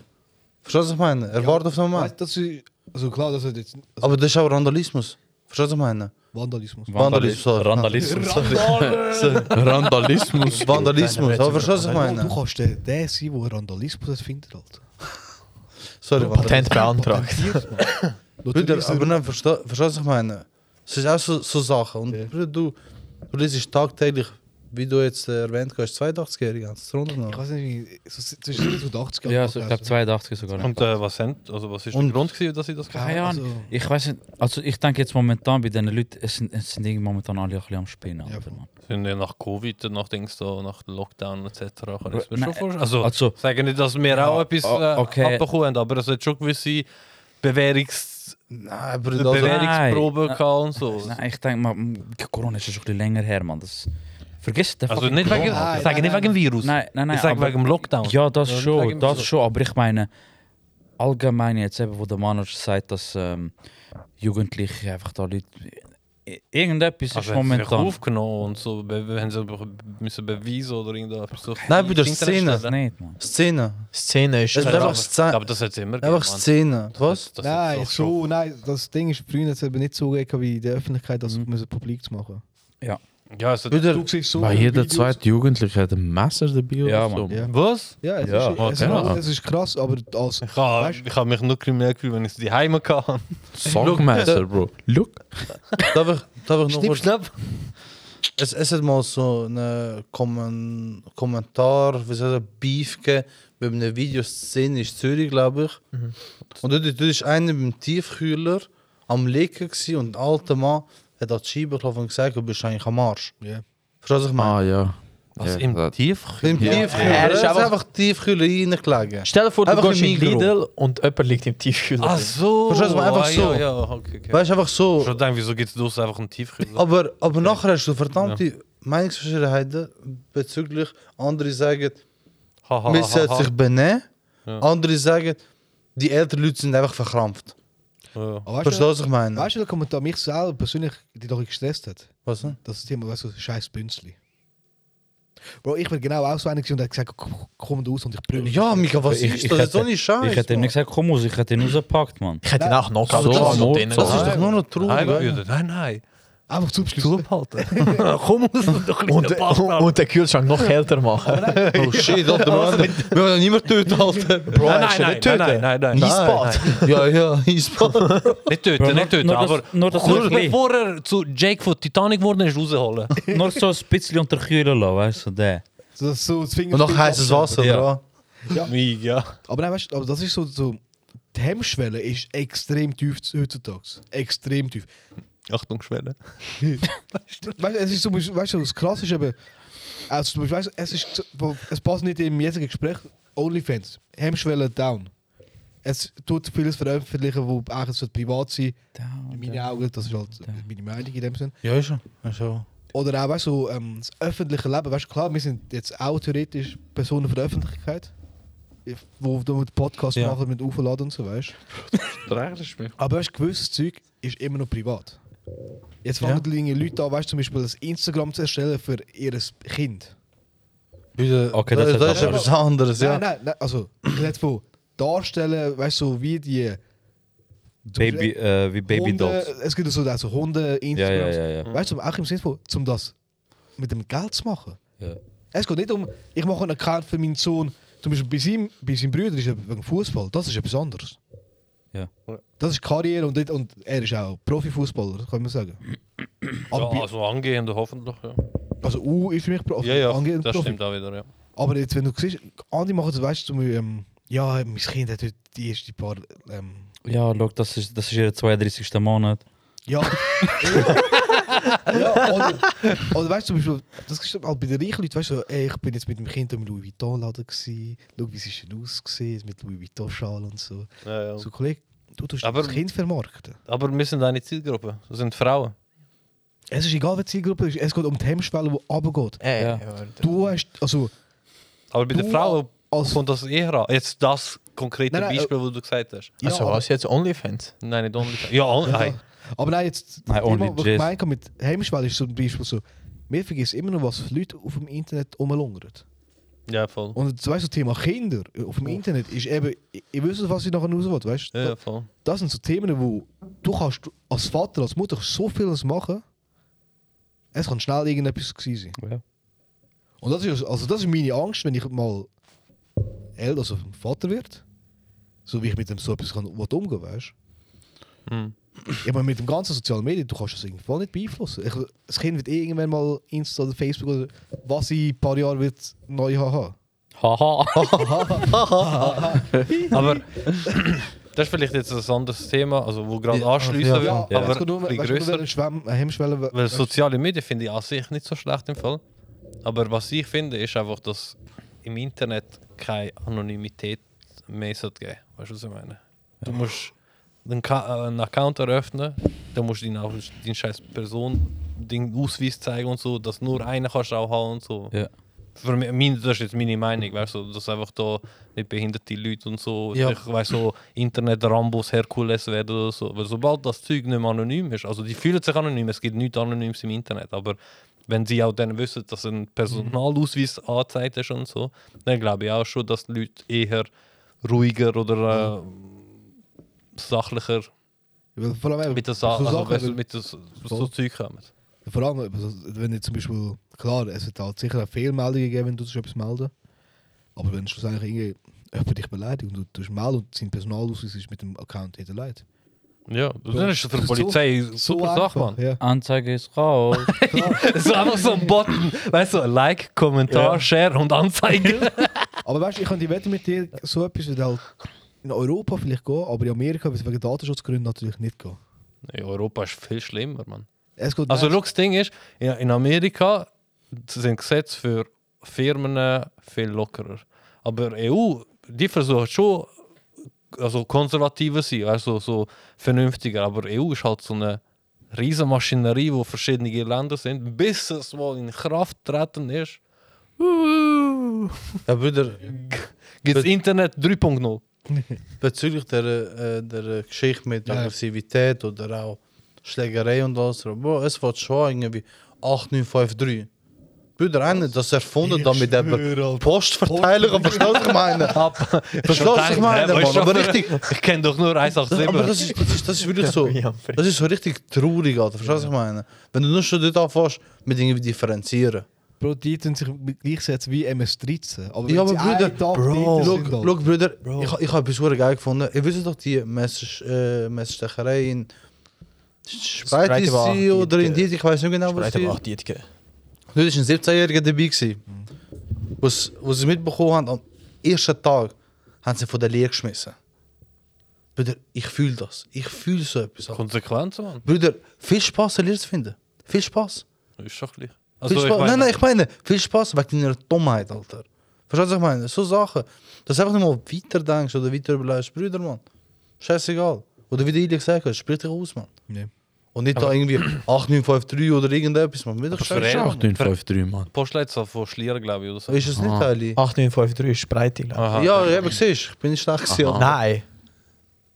Speaker 4: Verstehst du, was ich meine? Er wartet auf den Mann.
Speaker 5: Weißt, das ist, also klar, das ist jetzt also
Speaker 4: Aber das ist auch Randalismus. Verstehst du, was ich meine?
Speaker 5: Vandalismus.
Speaker 4: Vandalismus, sorry.
Speaker 1: Vandalismus.
Speaker 4: Randalismus. Vandalismus. Aber verstehst du, was ich
Speaker 5: Nein, du
Speaker 4: meine?
Speaker 5: kannst der, der sein, der Randalismus findet, Alter.
Speaker 4: Sorry, Vandalismus.
Speaker 3: Patent beantragt.
Speaker 4: Bruder, aber nein, verstehst du, was ich meine? Es ist auch so, so Sachen. Und Bruder, du, du liest tagtäglich, wie du jetzt äh, erwähnt hast, 82-Jährige ganz
Speaker 5: Ich
Speaker 4: drunter.
Speaker 5: weiß nicht, wie, so, zwischen 70 und 80
Speaker 1: Ja, so, ich glaube 82 sogar.
Speaker 6: und äh, was, sind, also, was ist der
Speaker 4: Und-
Speaker 6: Grund, gewesen, dass ich das gemacht
Speaker 1: Keine Ahnung.
Speaker 5: Also-
Speaker 1: ich weiß nicht, also ich denke jetzt momentan bei diesen Leuten, es sind, es sind irgendwie momentan alle ein bisschen am Spinnen.
Speaker 5: Ja,
Speaker 1: Alter,
Speaker 5: voll.
Speaker 1: Mann.
Speaker 6: habe? Sind ja Nach Covid, äh, nach, Dings, da, nach Lockdown etc. Kann ich mir
Speaker 1: Nein,
Speaker 6: schon vorstellen. Also,
Speaker 1: also-
Speaker 6: ich sage nicht, dass wir auch etwas äh,
Speaker 1: o- okay.
Speaker 6: abbekommen haben, aber es hat schon gewisse Bewährungs
Speaker 4: Nein, Bruder, also,
Speaker 6: Bewährungsproben
Speaker 1: Nein.
Speaker 6: gehabt und so.
Speaker 1: Nein, ich denke mal, m, mm, Corona ist ja schon ein bisschen länger her, Mann. Das, vergiss den
Speaker 6: Also
Speaker 1: fucking
Speaker 6: nicht wegen, ich
Speaker 1: Corona.
Speaker 6: sage nicht wegen dem Virus.
Speaker 1: Nein, nein, nein.
Speaker 6: ich sage
Speaker 1: aber-
Speaker 6: wegen dem Lockdown.
Speaker 1: Ja, das
Speaker 6: nicht
Speaker 1: schon,
Speaker 6: wegen-
Speaker 1: das schon. Aber ich meine, allgemein jetzt eben, wo der Manager sagt, dass ähm, Jugendliche einfach da Leute... I- Irgendetwas
Speaker 6: Also
Speaker 1: ist
Speaker 6: haben sie sich
Speaker 1: dus momentan...
Speaker 6: aufgenommen und so, be- haben sie be- müssen beweisen oder irgendwas. So
Speaker 4: Nein, bei der
Speaker 6: Internet
Speaker 4: Szene.
Speaker 1: Das
Speaker 6: stellen.
Speaker 1: nicht, Mann.
Speaker 4: Szene.
Speaker 3: Szene ist.
Speaker 4: Es ist einfach
Speaker 6: Ich
Speaker 4: Szene.
Speaker 6: glaube, das hat es immer
Speaker 4: Einfach
Speaker 6: Mann.
Speaker 4: Szene. Was?
Speaker 6: Das
Speaker 5: Nein,
Speaker 6: ist doch schon-
Speaker 5: so, nein, das Ding ist, früher hat es eben nicht so gegeben, wie in der Öffentlichkeit, das mhm. publik zu machen.
Speaker 6: Ja, es hat
Speaker 4: Bruder,
Speaker 5: Du siehst so.
Speaker 2: Bei
Speaker 5: viele
Speaker 2: jeder
Speaker 5: Videos-
Speaker 2: zweite Jugendliche hat ein Messer dabei
Speaker 1: Ja,
Speaker 2: oder so.
Speaker 5: Ja.
Speaker 6: Was?
Speaker 5: Ja, es,
Speaker 1: Ja,
Speaker 5: ist, es,
Speaker 6: okay.
Speaker 5: ist, es ist krass, aber als.
Speaker 6: Ich habe
Speaker 5: Weißt-
Speaker 6: ich hab mich nur kriminell gefühlt, wenn ich es die Heime hatte.
Speaker 2: Sockmesser, Bro. Look.
Speaker 4: Darf ich, darf ich noch
Speaker 6: Schnipp,
Speaker 4: kurz
Speaker 6: schnapp.
Speaker 4: Es, es hat mal so einen Kommen, Kommentar, wie soll ich Beef gegeben, bei einer Videoszene in Zürich, glaube ich. Und dort, dort ist einer beim Tiefkühler am Licken gewesen und ein alter Mann hat an die Scheibe geklopft und gesagt, du bist eigentlich am Arsch.
Speaker 5: Ja.
Speaker 4: Verstehst du, was ich meine?
Speaker 2: Ah, ja.
Speaker 6: Was,
Speaker 2: Ja,
Speaker 6: im
Speaker 2: das-
Speaker 6: Tiefkühl?
Speaker 4: Im Tiefkühler.
Speaker 3: Er
Speaker 4: Er
Speaker 3: ist
Speaker 4: ist
Speaker 3: einfach-
Speaker 4: einfach Tiefkühler reingelegen.
Speaker 3: Stell dir vor, du
Speaker 4: Einfach
Speaker 3: gehst
Speaker 4: im
Speaker 3: in
Speaker 4: Migros.
Speaker 3: Lidl und jemand liegt im Tiefkühler.
Speaker 6: Ach so.
Speaker 4: Verstehst du, einfach
Speaker 6: Ah, ja,
Speaker 4: so.
Speaker 6: Ja, okay, okay.
Speaker 4: Weißt du, einfach so.
Speaker 6: Ich hab gedacht, wieso gibt es einfach einen Tiefkühl?
Speaker 4: Aber, aber nachher hast du verdammte Meinungsverschiedenheiten bezüglich anderen sagen,
Speaker 6: Ha, ha,
Speaker 4: men
Speaker 6: ha, ha,
Speaker 4: zet
Speaker 6: ha.
Speaker 4: zich beneden.
Speaker 6: Ja.
Speaker 4: Anderen sagen, die älteren Leute sind einfach verkrampft.
Speaker 6: Ja.
Speaker 5: Aber weißt, du,
Speaker 4: Verstehst du, was ich meine?
Speaker 5: weißt du, der Kommentar mich selber persönlich, die doch gestresst hat?
Speaker 4: Was denn?
Speaker 5: Das Thema, weißt du, scheiß Bünzli. Bro, ich bin genau auch so einer gewesen und hat gesagt, komm, komm da raus und ich prügel.
Speaker 4: Ja, Mika, was
Speaker 1: Ich-
Speaker 4: ist
Speaker 1: ich
Speaker 4: das? Das ist
Speaker 1: hätte-
Speaker 4: doch nicht scheiße.
Speaker 1: Ich hätte ihm nicht gesagt, komm raus, ich hätte ihn rausgepackt, Mann.
Speaker 3: Ich hätte ihn auch noch
Speaker 6: So, so, so.
Speaker 4: Das ist doch nur noch
Speaker 6: Nein,
Speaker 4: traurig.
Speaker 6: Brüder, nein, nein.
Speaker 5: Einfach zu beschließen.
Speaker 6: Zurückhalten. Komm raus und doch
Speaker 3: und, und, und den Kühlschrank noch kälter machen.
Speaker 4: Oh shit, Alter, Mann. Wir wollen niemand töten, Alter.
Speaker 3: Bro,
Speaker 6: Nein,
Speaker 3: hast du
Speaker 6: nein,
Speaker 3: nicht
Speaker 6: nein, nein,
Speaker 3: töten?
Speaker 6: nein, nein.
Speaker 3: Eisbad.
Speaker 4: Ja, ja, Eisbad.
Speaker 6: Nicht töten,
Speaker 1: Bro,
Speaker 6: nicht töten,
Speaker 1: nur, nur
Speaker 6: aber
Speaker 1: das, nur, das so
Speaker 6: kurz
Speaker 1: ein bisschen-
Speaker 6: bevor er zu Jake von Titanic geworden ist, rausholen.
Speaker 1: nur so ein bisschen unter die Kühle lassen, weißt du, der.
Speaker 5: So, dass so das Finger
Speaker 4: Und noch heißes Wasser,
Speaker 1: Ja.
Speaker 4: ja.
Speaker 6: Mega.
Speaker 5: Aber nein, weißt du, aber das ist so, so. Die Hemmschwelle ist extrem tief zu- heutzutage. Extrem tief.
Speaker 6: Achtung, Schwelle.
Speaker 5: Weißt du, es ist so, weißt du, das krass ist eben. Also, zum Beispiel, weißt du, es, ist, wo- es passt nicht im jetzigen Gespräch. OnlyFans, Hemmschwelle down. Es tut vieles veröffentlichen, wo auch es wird privat sein In meinen Augen, das ist halt meine Meinung in dem Sinn.
Speaker 4: Ja, ist schon. Ja, schon.
Speaker 5: Oder auch, weißt du, so, ähm, das öffentliche Leben. Weißt du, klar, wir sind jetzt auch theoretisch Personen von der Öffentlichkeit, wo du mit Podcast
Speaker 1: Ja.
Speaker 5: machen, mit aufladen und so, weißt du. Aber weißt, du, gewisses Zeug ist immer noch privat. Jetzt fangen die Dinge Leute an, weißt du, zum Beispiel das Instagram zu erstellen für ihr Kind.
Speaker 4: Bitte,
Speaker 1: Okay,
Speaker 4: das,
Speaker 1: das
Speaker 4: das,
Speaker 1: hat
Speaker 4: ist
Speaker 1: aber-
Speaker 4: etwas anderes, ja.
Speaker 5: Nein, nein, nein, also, nicht von darstellen, weißt du, so wie die
Speaker 1: Baby, äh, wie Baby
Speaker 5: Hunde,
Speaker 1: Dogs.
Speaker 5: es gibt so also Hunde,
Speaker 1: Ja,
Speaker 5: Instagram.
Speaker 1: ja, ja, ja.
Speaker 5: Weißt du, auch im Sinne von, um das mit dem Geld zu machen.
Speaker 1: Ja.
Speaker 5: Es geht nicht um, ich mache einen Account für meinen Sohn. Zum Beispiel bei seinem, bei seinem Bruder ist er wegen Fußball. Das ist etwas anderes.
Speaker 1: Ja.
Speaker 5: Das ist Karriere und, nicht- und er ist auch Profifußballer, das kann man sagen. Aber bei,
Speaker 6: also angehende hoffentlich, ja.
Speaker 5: also U ist für mich Profi.
Speaker 6: Ja, ja,
Speaker 5: angehend
Speaker 6: das
Speaker 5: Profi.
Speaker 6: stimmt auch wieder, ja.
Speaker 5: Aber jetzt, wenn du siehst, andere machen das, weißt du, zum Beispiel, ähm, ja, mein Kind hat heute die ersten paar. Ähm,
Speaker 1: Ja, schau, das ist, das ist ihr 32. Monat.
Speaker 5: Ja. ja oder, oder weißt du, zum Beispiel, das ist halt bei den reichen Leuten, weißt du, so, ey, ich bin jetzt mit dem Kind im Louis Vuitton-Laden gsi, schau, wie es denn ausgesehen mit Louis Vuitton-Schal und so.
Speaker 6: ja, ja.
Speaker 5: So, Kollege, du tust
Speaker 6: Aber-
Speaker 5: das Kind vermarkten.
Speaker 6: Aber wir sind eine Zielgruppe. Das sind Frauen.
Speaker 5: Es ist egal, welche Zielgruppe es ist, es geht um die Hemmschwelle, die runtergeht.
Speaker 3: Ey,
Speaker 1: Ja.
Speaker 3: hör da.
Speaker 5: Du hast, also,
Speaker 6: Aber bei
Speaker 5: Du
Speaker 6: den Frauen
Speaker 5: als-
Speaker 6: kommt das eher an. Jetzt das konkrete
Speaker 5: Nein, nein, äh,
Speaker 6: Beispiel, das du gesagt hast.
Speaker 5: ja,
Speaker 3: also,
Speaker 5: aber,
Speaker 3: was jetzt OnlyFans?
Speaker 6: Nein, nicht unbedingt. Ja, oh, nein.
Speaker 5: aber nein, jetzt, das
Speaker 1: Nein,
Speaker 5: Thema,
Speaker 1: only
Speaker 5: was ich
Speaker 1: jizz.
Speaker 5: meine mit Hemmschwelle ist zum Beispiel so, mir vergessen immer noch, was Leute auf dem Internet rumlungern.
Speaker 6: Ja, voll.
Speaker 5: Und zum Beispiel das Thema Kinder auf dem Internet ist eben, ich, ich weiß, was ich nachher raus will, weißt du?
Speaker 6: Ja, ja, voll.
Speaker 5: Das sind so Themen, wo du kannst als Vater, als Mutter so vieles machen, es kann schnell irgendetwas gewesen sein.
Speaker 1: Ja.
Speaker 5: Und das ist, also das ist meine Angst, wenn ich mal älter, also Vater wird, so wie ich mit dem so etwas kann, will umgehen weißt du?
Speaker 6: Mhm.
Speaker 5: Ich meine, mit dem ganzen sozialen Medien, du kannst das irgendwann nicht beeinflussen. Ich, das Kind wird irgendwann mal Insta oder Facebook oder was in ein paar Jahren wird neu haben.
Speaker 1: Haha.
Speaker 6: Aber das ist vielleicht jetzt ein anderes Thema, also wo gerade
Speaker 4: Ja,
Speaker 6: anschliessen
Speaker 4: ja,
Speaker 6: will.
Speaker 5: Ja,
Speaker 1: Ja.
Speaker 5: aber es geht nur,
Speaker 6: Aber ein
Speaker 5: weißt
Speaker 6: bisschen
Speaker 5: du, äh,
Speaker 6: grösser.
Speaker 5: eine Schwemm, eine Hemmschwelle. we-
Speaker 6: Weil soziale Medien finde ich an sich nicht so schlecht im Fall. Aber was ich finde, ist einfach, dass im Internet keine Anonymität mehr sollte geben Weißt du, was ich meine? Du musst einen, Ka äh, einen Account eröffnen, dann musst du deinen, auch- deinen scheiß Person, den Ausweis zeigen und so, dass nur einen kannst du auch haben und so.
Speaker 1: Ja.
Speaker 6: Für mich, mein, das ist jetzt meine Meinung, weißt du, dass einfach da nicht behinderte Leute und so,
Speaker 4: Ja.
Speaker 6: ich weiß so, Internet-Rambos, Herkules werden oder so. Weil sobald das Zeug nicht mehr anonym ist, also die fühlen sich anonym, es gibt nichts Anonymes im Internet, aber wenn sie auch dann wissen, dass ein Personalausweis
Speaker 5: Mhm.
Speaker 6: angezeigt ist und so, dann glaube ich auch schon, dass die Leute eher ruhiger oder äh, sachlicher
Speaker 5: Weil Vor allem, eben,
Speaker 6: mit, der
Speaker 5: Äh, so
Speaker 6: Sa also,
Speaker 5: Sachen,
Speaker 6: weißt du,
Speaker 5: weil-
Speaker 6: mit das, so
Speaker 5: Voll.
Speaker 6: Zeug kommen.
Speaker 5: vor allem eben so, wenn jetzt zum Beispiel, klar, es wird halt sicher eine Fehlmeldung gegeben, wenn du dich etwas melden Aber wenn schlussendlich irgendwie jemand dich beleidigt und du tust melden und sein Personalausweis ist mit dem Account hinterlegt.
Speaker 6: Ja, dann ist das für die
Speaker 5: So-
Speaker 6: Polizei so, super Sache, Mann.
Speaker 5: Ja.
Speaker 1: Anzeige ist raus.
Speaker 6: So einfach so ein Button, weißt du, Like, Kommentar, Share und Anzeige.
Speaker 5: Aber weißt du, ich könnte wetten mit dir, so etwas wird halt in Europa vielleicht gehen, aber in Amerika wird es wegen Datenschutzgründen natürlich nicht gehen.
Speaker 6: In Europa ist viel schlimmer, Mann.
Speaker 5: Es geht
Speaker 6: Also,
Speaker 5: nein,
Speaker 6: schau, das Ding ist, in- in Amerika sind Gesetze für Firmen viel lockerer. Aber EU, die versucht schon also konservativer zu sein, also so vernünftiger. Aber EU ist E halt so eine Riesenmaschinerie, wo verschiedene Länder sind, bis es mal in Kraft treten ist. Uh,
Speaker 4: Ja, Bruder,
Speaker 6: Gibt es Internet 3.0?
Speaker 4: bezüglich der, äh, der äh, Geschichte mit Aggressivität oder auch Schlägerei und alles, Bro, es wird schon irgendwie 8953. Bruder, einer, das erfunden, damit der Postverteiler, aber verstehst du, ich meine? Verstehst du, ich meine, Mann? Aber richtig,
Speaker 6: Ich kenne doch nur
Speaker 4: Aber
Speaker 6: 187.
Speaker 4: das ist, das ist, das ist wirklich so.
Speaker 3: Ja, Fred.
Speaker 4: Das ist so richtig traurig, Alter. Verstehst du, was ich meine? Wenn du nur schon dort anfängst, mit irgendwie differenzieren.
Speaker 5: Bro, die tun sich mit- gleichsetzen wie MS-13. Aber
Speaker 4: Ja,
Speaker 5: wenn
Speaker 4: aber
Speaker 5: sie einen
Speaker 4: Bruder,
Speaker 5: Tag
Speaker 4: Bro,
Speaker 5: dort
Speaker 4: look,
Speaker 5: sind, dann-
Speaker 4: look, Bruder, ich, ich habe etwas verdammt geil gefunden. Ihr wisst doch, die Messer- äh, Messerstecherei in Speit
Speaker 3: Spreite
Speaker 4: ist
Speaker 3: war
Speaker 4: sie
Speaker 3: auch
Speaker 4: oder
Speaker 3: die-
Speaker 4: in Diet, ich weiß nicht genau, was
Speaker 3: Vielleicht
Speaker 4: sie
Speaker 3: aber
Speaker 4: ist.
Speaker 3: auch die gegeben.
Speaker 4: Dort war ein 17-Jähriger dabei. gewesen. Was, was sie mitbekommen haben, am ersten Tag haben sie von der Lehre geschmissen. Bruder, ich fühle das. Ich fühle so etwas. Alter.
Speaker 6: Konsequenzen, Mann.
Speaker 4: Bruder, viel Spaß, eine Lehre zu finden. Viel Spaß.
Speaker 6: Ist doch gleich.
Speaker 4: Viel
Speaker 6: Also, ich
Speaker 4: Spaß.
Speaker 6: meine,
Speaker 4: nein, nein, ich meine, viel Spaß wegen deiner Dummheit, Alter. Verstehst du, was ich meine? So Sachen. Dass du einfach nicht mal weiter denkst oder weiter überlegst. Brüder, Mann. Scheißegal. Oder wie der Ili gesagt hat, sprich dich aus, Mann.
Speaker 5: Nee.
Speaker 4: Und nicht da irgendwie 8953 oder irgendetwas, Mann. Mir doch scheißegal.
Speaker 2: 8953, Mann.
Speaker 6: Postleitzahl von Schlier, glaube ich, oder so.
Speaker 4: Ist es nicht, Eli?
Speaker 3: 8953 ist Breite, glaube
Speaker 6: Aha.
Speaker 4: Ja, ich habe gesehen, ich bin nicht schlecht gewesen.
Speaker 3: ich.
Speaker 4: Alter.
Speaker 3: Nein.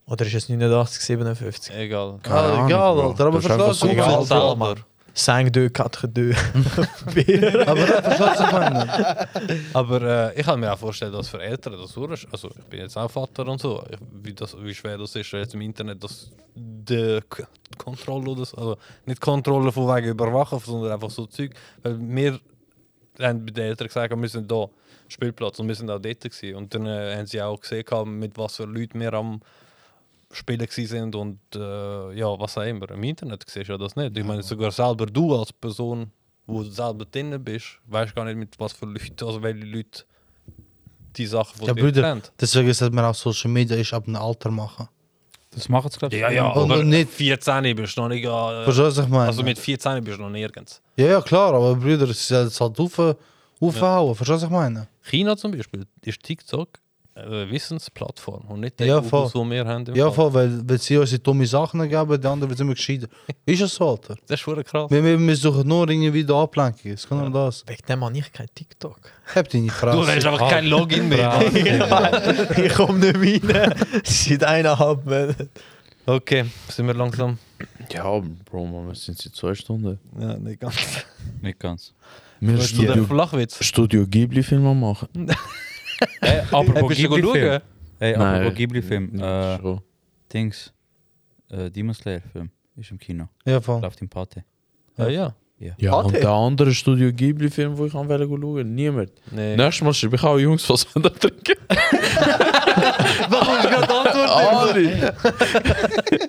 Speaker 3: Oder ist es 89, 57?
Speaker 6: Egal.
Speaker 4: Ah,
Speaker 2: Keine
Speaker 4: egal,
Speaker 2: Ahnung,
Speaker 4: Alter. Aber
Speaker 2: Bro. Das
Speaker 4: verstehst
Speaker 2: ist
Speaker 4: du,
Speaker 2: einfach
Speaker 4: was ich meine?
Speaker 6: selber.
Speaker 3: 5 2, 4 2.
Speaker 4: Aber verstehst du, was ich meine?
Speaker 6: Aber äh, ich kann mir auch vorstellen, dass für Eltern das so ist. Also, ich bin jetzt auch Vater und so. Ich, wie, das, wie schwer das ist, jetzt im Internet, dass die K- die Kontrolle oder so. Also, nicht Kontrolle von wegen Überwachen, sondern einfach so Zeug. Weil wir haben bei den Eltern gesagt, wir sind da, Spielplatz, und wir sind auch dort. Gewesen. Und dann äh, haben sie auch gesehen, gehabt, mit was für Leuten wir am Spielen gewesen sind und äh, ja, was auch immer. Im Internet siehst du ja das nicht. Ich meine, sogar selber du als Person, wo du selber drin bist, weißt gar nicht, mit was für Leuten, also welche Leute die Sachen von
Speaker 4: Ja,
Speaker 6: dir
Speaker 4: Brüder,
Speaker 6: kennen.
Speaker 4: deswegen sollte man auch Social Media ist ab einem Alter machen.
Speaker 1: Das machen sie, glaube ich.
Speaker 6: Ja, ja,
Speaker 4: Und-
Speaker 6: aber
Speaker 4: und
Speaker 6: nicht.
Speaker 4: nicht-
Speaker 6: 14 bist du noch nicht. Äh,
Speaker 4: Verstehst du, was ich meine?
Speaker 6: also mit 14 bist du noch nirgends.
Speaker 4: Ja, ja, klar, aber Brüder, es ist halt aufhauen, aufhauen, verstehst du, was ich meine?
Speaker 6: China zum Beispiel ist TikTok eine Wissensplattform und nicht
Speaker 4: Ja,
Speaker 6: der Fokus,
Speaker 4: voll.
Speaker 6: wo wir haben. im
Speaker 4: Ja,
Speaker 6: Fall.
Speaker 4: voll, weil, weil sie uns die dumme Sachen geben, die anderen sind immer gescheiter. Ist es so, Alter?
Speaker 6: Das ist schon krass.
Speaker 4: Wir, wir, wir suchen nur irgendwie die Ablenkung, es geht nur um das.
Speaker 3: Wegen dem habe ich kein TikTok.
Speaker 4: Habt ihr nicht
Speaker 6: Du hast
Speaker 4: Fresse.
Speaker 6: einfach kein Login mehr.
Speaker 3: ich komme nicht rein. Seit eineinhalb Monaten.
Speaker 6: Okay, sind wir langsam.
Speaker 2: Ja, Bro, Mann, wir sind seit zwei Stunden.
Speaker 6: Ja, nicht ganz.
Speaker 1: Nicht ganz.
Speaker 2: Wir
Speaker 6: Willst du den
Speaker 2: Studio,
Speaker 6: Flachwitz?
Speaker 2: Studio Ghibli-Film am machen.
Speaker 1: Ey, apropos
Speaker 6: Bist du
Speaker 1: Ghibli-Film.
Speaker 6: schauen?
Speaker 1: Ey, apropos
Speaker 2: Nein.
Speaker 1: Ghibli-Film.
Speaker 2: Ja,
Speaker 1: Äh,
Speaker 2: schon.
Speaker 1: Dings. Äh, Demon Slayer-Film. Ist im Kino.
Speaker 4: Ja, voll.
Speaker 1: Läuft im Pate.
Speaker 6: Ah, ja.
Speaker 2: Ja, und der andere Studio Ghibli-Film, wo ich am Welle schauen niemand.
Speaker 6: Nee.
Speaker 2: Nächstes Mal schreibe ich auch Jungs, was wir da trinken.
Speaker 6: Warum ist gerade
Speaker 2: Ari!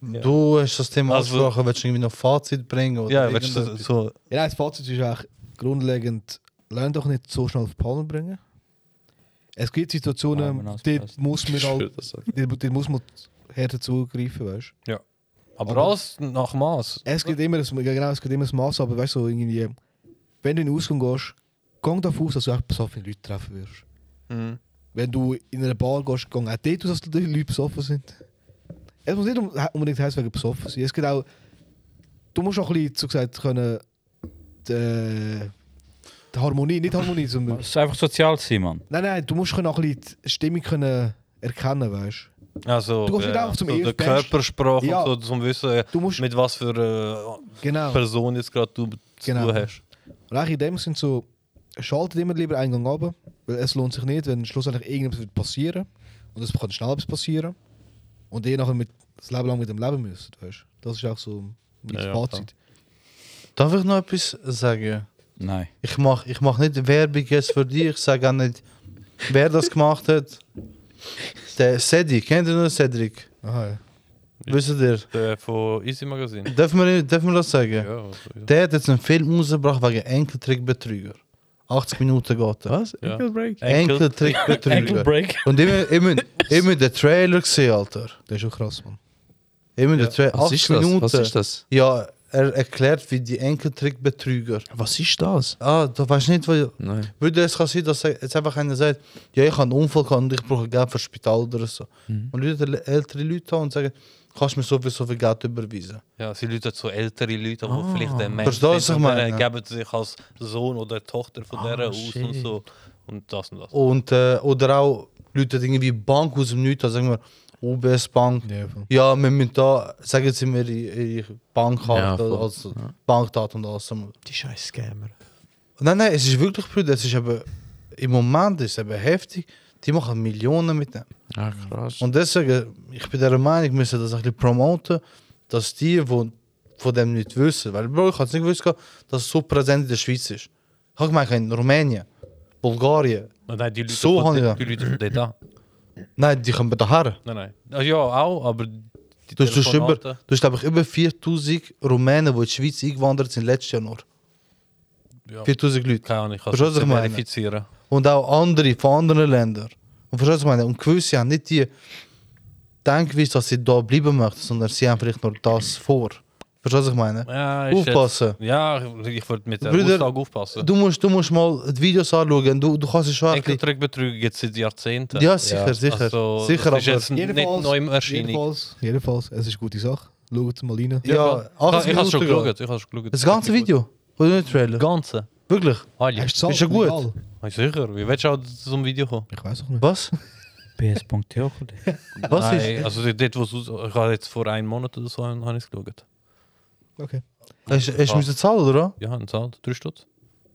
Speaker 4: Du hast das Thema
Speaker 6: Also-
Speaker 4: angesprochen, willst du irgendwie noch Fazit bringen? Oder
Speaker 6: Ja, willst du
Speaker 4: irgendetwas?
Speaker 6: so.
Speaker 5: Ja, das Fazit ist eigentlich grundlegend, lern doch nicht so schnell auf die Palme bringen. Es gibt
Speaker 1: Ah,
Speaker 5: Situationen,
Speaker 1: wenn alles
Speaker 5: dort
Speaker 1: passt.
Speaker 5: muss man halt,
Speaker 2: Das sagt-
Speaker 5: dort, dort muss man härter zugreifen, weißt du.
Speaker 6: Aber
Speaker 5: Aber-
Speaker 6: alles nach Maß.
Speaker 5: Es gibt immer, das, genau, es gibt immer das Maß, aber weißt du, so irgendwie, wenn du in den Ausgang gehst, geh davon aus, dass du echt besoffene Leute treffen wirst. Wenn du in eine Bar gehst, geh auch dort aus, dass die Leute besoffen sind. Es muss nicht um- unbedingt heißen, wegen besoffen sein. Es gibt auch, du musst auch ein bisschen, so gesagt, können, die, die Harmonie, nicht Harmonie, sondern...
Speaker 1: Es ist einfach sozial sein, Mann.
Speaker 5: Nein, nein, du musst können auch ein bisschen die Stimmung können erkennen, weißt du?
Speaker 6: Also,
Speaker 5: Du gehst nicht einfach zum
Speaker 6: so der
Speaker 5: Elfenbest.
Speaker 6: Körpersprache
Speaker 5: Ja.
Speaker 6: und so, zum Wissen, äh,
Speaker 5: Du musst,
Speaker 6: mit was für äh,
Speaker 5: genau.
Speaker 6: Person jetzt gerade du zu
Speaker 5: Genau.
Speaker 6: tun hast.
Speaker 5: Und eigentlich in dem sind so, schaltet immer lieber Eingang ab, weil es lohnt sich nicht, wenn schlussendlich irgendwas wird passieren und es kann schnell etwas passieren und ihr nachher mit, das Leben lang mit dem Leben müsst, weißt du? Das ist auch so mein
Speaker 6: Ja, ja,
Speaker 5: Fazit.
Speaker 4: Darf ich noch etwas sagen?
Speaker 1: Nein.
Speaker 4: Ich mach, ich mach nicht Werbung jetzt für dich, ich sage auch nicht, wer das gemacht hat. Der Cedric, kennt ihr noch Cedric?
Speaker 5: Aha, ja.
Speaker 4: Wisst ihr?
Speaker 6: Der Äh, von Easy Magazine.
Speaker 4: Darf man, darf man das sagen?
Speaker 6: Ja, also, ja.
Speaker 4: Der hat jetzt einen Film rausgebracht wegen Enkeltrickbetrüger. 80 Minuten geht er. Was?
Speaker 6: Ja.
Speaker 2: Break.
Speaker 4: Enkeltrickbetrüger.
Speaker 1: Break.
Speaker 4: Und immer, immer, immer den Trailer gesehen, Alter.
Speaker 5: Das ist schon krass, Mann.
Speaker 4: Immer den Trailer.
Speaker 2: Was
Speaker 4: 80
Speaker 2: ist das?
Speaker 4: Minuten.
Speaker 2: Was ist das?
Speaker 4: Ja, er erklärt, wie die Enkeltrickbetrüger.
Speaker 3: Was ist das?
Speaker 4: Ah, du weißt nicht, wo.
Speaker 2: Nein.
Speaker 4: Würde es kann sein, dass er- jetzt einfach einer sagt, ja, ich habe einen Unfall gehabt und ich brauche Geld fürs Spital oder so.
Speaker 2: Mhm.
Speaker 4: Und Leute, ältere Leute haben und sagen, kannst du mir so viel, so viel Geld überweisen?
Speaker 6: Ja, sie läuten so ältere Leute, die vielleicht den Mensch
Speaker 4: Verstehst du, was ich meine?
Speaker 6: und dann geben sie sich als Sohn oder Tochter von der aus und so. Und das und das.
Speaker 4: Und, äh, oder auch Leute irgendwie Bank aus dem Nichts, also sagen wir, UBS Bank.
Speaker 5: Ja, voll.
Speaker 4: Ja, wir müssen da, sagen Sie mir Ihre ihre
Speaker 2: Ja,
Speaker 4: Bankkarte,
Speaker 2: voll.
Speaker 4: also Bankdaten und alles. Und
Speaker 3: Die scheiß Scammer.
Speaker 4: Nein, nein, es ist wirklich, Bruder, es ist aber, im Moment ist es aber heftig, die machen Millionen mit dem.
Speaker 2: Ja, krass.
Speaker 4: Und deswegen, ich bin der Meinung, wir müssen das ein bisschen promoten, dass die, die von dem nicht wissen, weil Bro, ich habe es nicht gewusst, gehabt, dass es so präsent in der Schweiz ist. Ich habe gemeint, in Rumänien, Bulgarien,
Speaker 6: Und dann die Leute
Speaker 4: So
Speaker 6: von,
Speaker 4: habe ich das.
Speaker 6: die, die Leute von dort an.
Speaker 4: nein, die kommen daher.
Speaker 6: Nein, nein. Ah, Ja, auch, aber die
Speaker 4: Du hast, du hast über,
Speaker 6: Telefonate-
Speaker 4: du hast glaube ich, über 4000 Rumänen, die in die Schweiz eingewandert sind letztes Jahr noch.
Speaker 6: Ja.
Speaker 4: 4000 Leute.
Speaker 6: Keine Ahnung, ich kann es
Speaker 4: Verstehst du,
Speaker 6: nicht
Speaker 4: was ich meine?
Speaker 6: verifizieren.
Speaker 4: Und auch andere von anderen Ländern. Und verstehst du, was ich meine? Und gewisse haben nicht die Denkweise, dass sie da bleiben möchten, sondern sie haben vielleicht nur das vor. Verstehst du, was ich meine?
Speaker 6: Ja, ist
Speaker 4: Aufpassen.
Speaker 6: Jetzt, ja, ich- ich würde mit der
Speaker 4: Brüder,
Speaker 6: Aussage aufpassen.
Speaker 4: Du musst, du musst mal die Videos anschauen. Du, du kannst es schon ein bisschen-
Speaker 6: Enkeltrickbetrüge gibt es seit Jahrzehnten.
Speaker 4: Ja, sicher, sicher.
Speaker 6: Also,
Speaker 4: sicher
Speaker 6: das ist
Speaker 4: aber,
Speaker 6: jetzt nicht neu im Erscheinung.
Speaker 5: jedenfalls, jedenfalls, es ist eine gute Sache. Schaut es mal rein.
Speaker 4: ja,
Speaker 6: Ich ha-
Speaker 4: 80
Speaker 6: ich habe schon
Speaker 4: Minuten lang.
Speaker 6: geschaut. Ich habe schon geschaut.
Speaker 4: Das ganze Video. Oder nicht Trailer?
Speaker 6: Das Ganze.
Speaker 4: Wirklich?
Speaker 6: Alle.
Speaker 5: Hast du
Speaker 4: Ist ja gut.
Speaker 5: legal?
Speaker 6: Ja, Sicher, wie willst du auch zum Video kommen?
Speaker 5: Ich weiß auch nicht.
Speaker 4: Was?
Speaker 1: PS.to.
Speaker 4: Was
Speaker 6: Nein, also dort, dort wo es aus- ich habe jetzt vor einem Monat oder so habe ich es geschaut.
Speaker 5: Okay.
Speaker 4: ist? Hast du müssen zahlen, oder?
Speaker 6: Ja, und zahlt. Drei Stutz.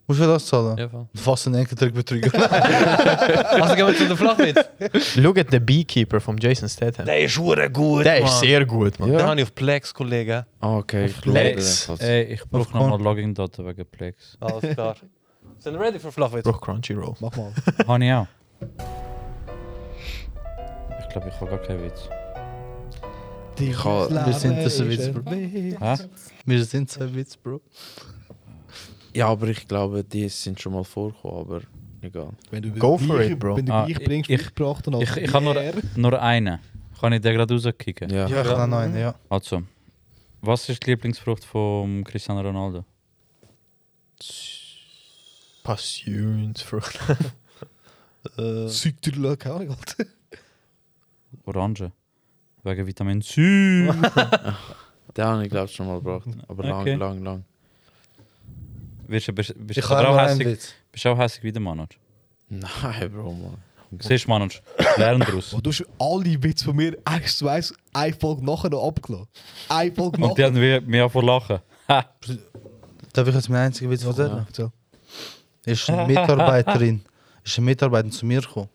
Speaker 4: Musst du das zahlen?
Speaker 6: Ja, voll.
Speaker 4: Was ein Enkeltrickbetrüger.
Speaker 6: Also gehen wir zu der Flachwitz.
Speaker 3: Schaut den Beekeeper von Jason Statham.
Speaker 6: Der ist hure gut,
Speaker 3: Der ist sehr gut, Mann.
Speaker 6: Den habe ich auf Plex, Kollege.
Speaker 2: Ah, okay. Ich schaue
Speaker 3: Lex.
Speaker 2: jedenfalls.
Speaker 1: Ey, ich brauche nochmal Login-Daten wegen Plex.
Speaker 6: Alles klar. Sind wir ready für Flachwitz?
Speaker 3: Brauch Crunchyroll. Mach mal.
Speaker 1: Habe ich auch. Ich glaube, ich habe gar keinen Witz.
Speaker 5: Die
Speaker 2: kann-
Speaker 4: wir sind das ein Witz,
Speaker 5: Witz.
Speaker 1: Hä?
Speaker 4: Wir sind zwei Witz, Bro.
Speaker 2: Ja, aber ich glaube, die sind schon mal vorgekommen, aber egal.
Speaker 5: Wenn du
Speaker 3: Go for
Speaker 5: Bierchen-
Speaker 3: it, bro.
Speaker 5: Wenn du
Speaker 1: Ah,
Speaker 5: Bier bringst,
Speaker 1: ich-
Speaker 5: ich gebracht dann
Speaker 1: Ich, ich habe nur, nur einen. Kann ich den gerade rauskicken?
Speaker 2: Ja.
Speaker 4: Ja, ich habe noch einen, ja.
Speaker 1: Also, was ist die Lieblingsfrucht von Cristiano Ronaldo?
Speaker 3: Passionsfrucht.
Speaker 5: Zeug dir Leute, keine Ahnung, Alter.
Speaker 1: Orange. Wegen Vitamin C.
Speaker 2: Den habe ich, glaube ich, schon mal gebracht. Aber
Speaker 1: Okay.
Speaker 2: lang, lang, lang.
Speaker 1: Wirst du bist, bist,
Speaker 4: Ich
Speaker 1: aber
Speaker 4: habe
Speaker 1: auch
Speaker 4: noch einen
Speaker 1: hässig,
Speaker 4: Witz.
Speaker 1: bist auch hässig wie der Manoj.
Speaker 2: Nein, Bro, Mann.
Speaker 1: Siehst du, Manoj? Lern daraus.
Speaker 5: Oh, du hast alle Witze von mir eins zu eins eine Folge nachher noch abgelassen. Eine Folge
Speaker 1: Und die
Speaker 5: nachher.
Speaker 1: haben wir- mir auch vor Lachen. Ha!
Speaker 4: Darf ich jetzt meinen einzigen Witz erzählen?
Speaker 5: Erzähl.
Speaker 4: ist eine Mitarbeiterin, ist eine Mitarbeiterin zu mir gekommen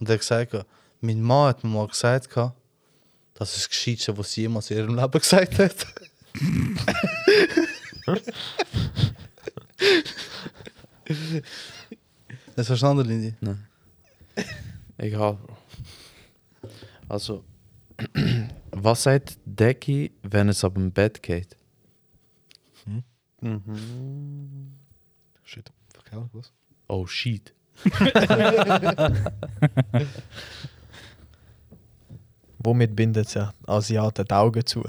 Speaker 4: und hat gesagt, mein Mann hat mir mal gesagt, gehabt, das ist das Gescheitste, was sie jemals in ihrem Leben gesagt hat. Das verstanden, Lindy?
Speaker 2: Egal, Bro. Also, was sagt Decky, wenn es ab dem Bett geht?
Speaker 5: Shit. Keine Ahnung, was.
Speaker 2: Oh, shit.
Speaker 3: Womit bindet sich Asiaten die Augen zu?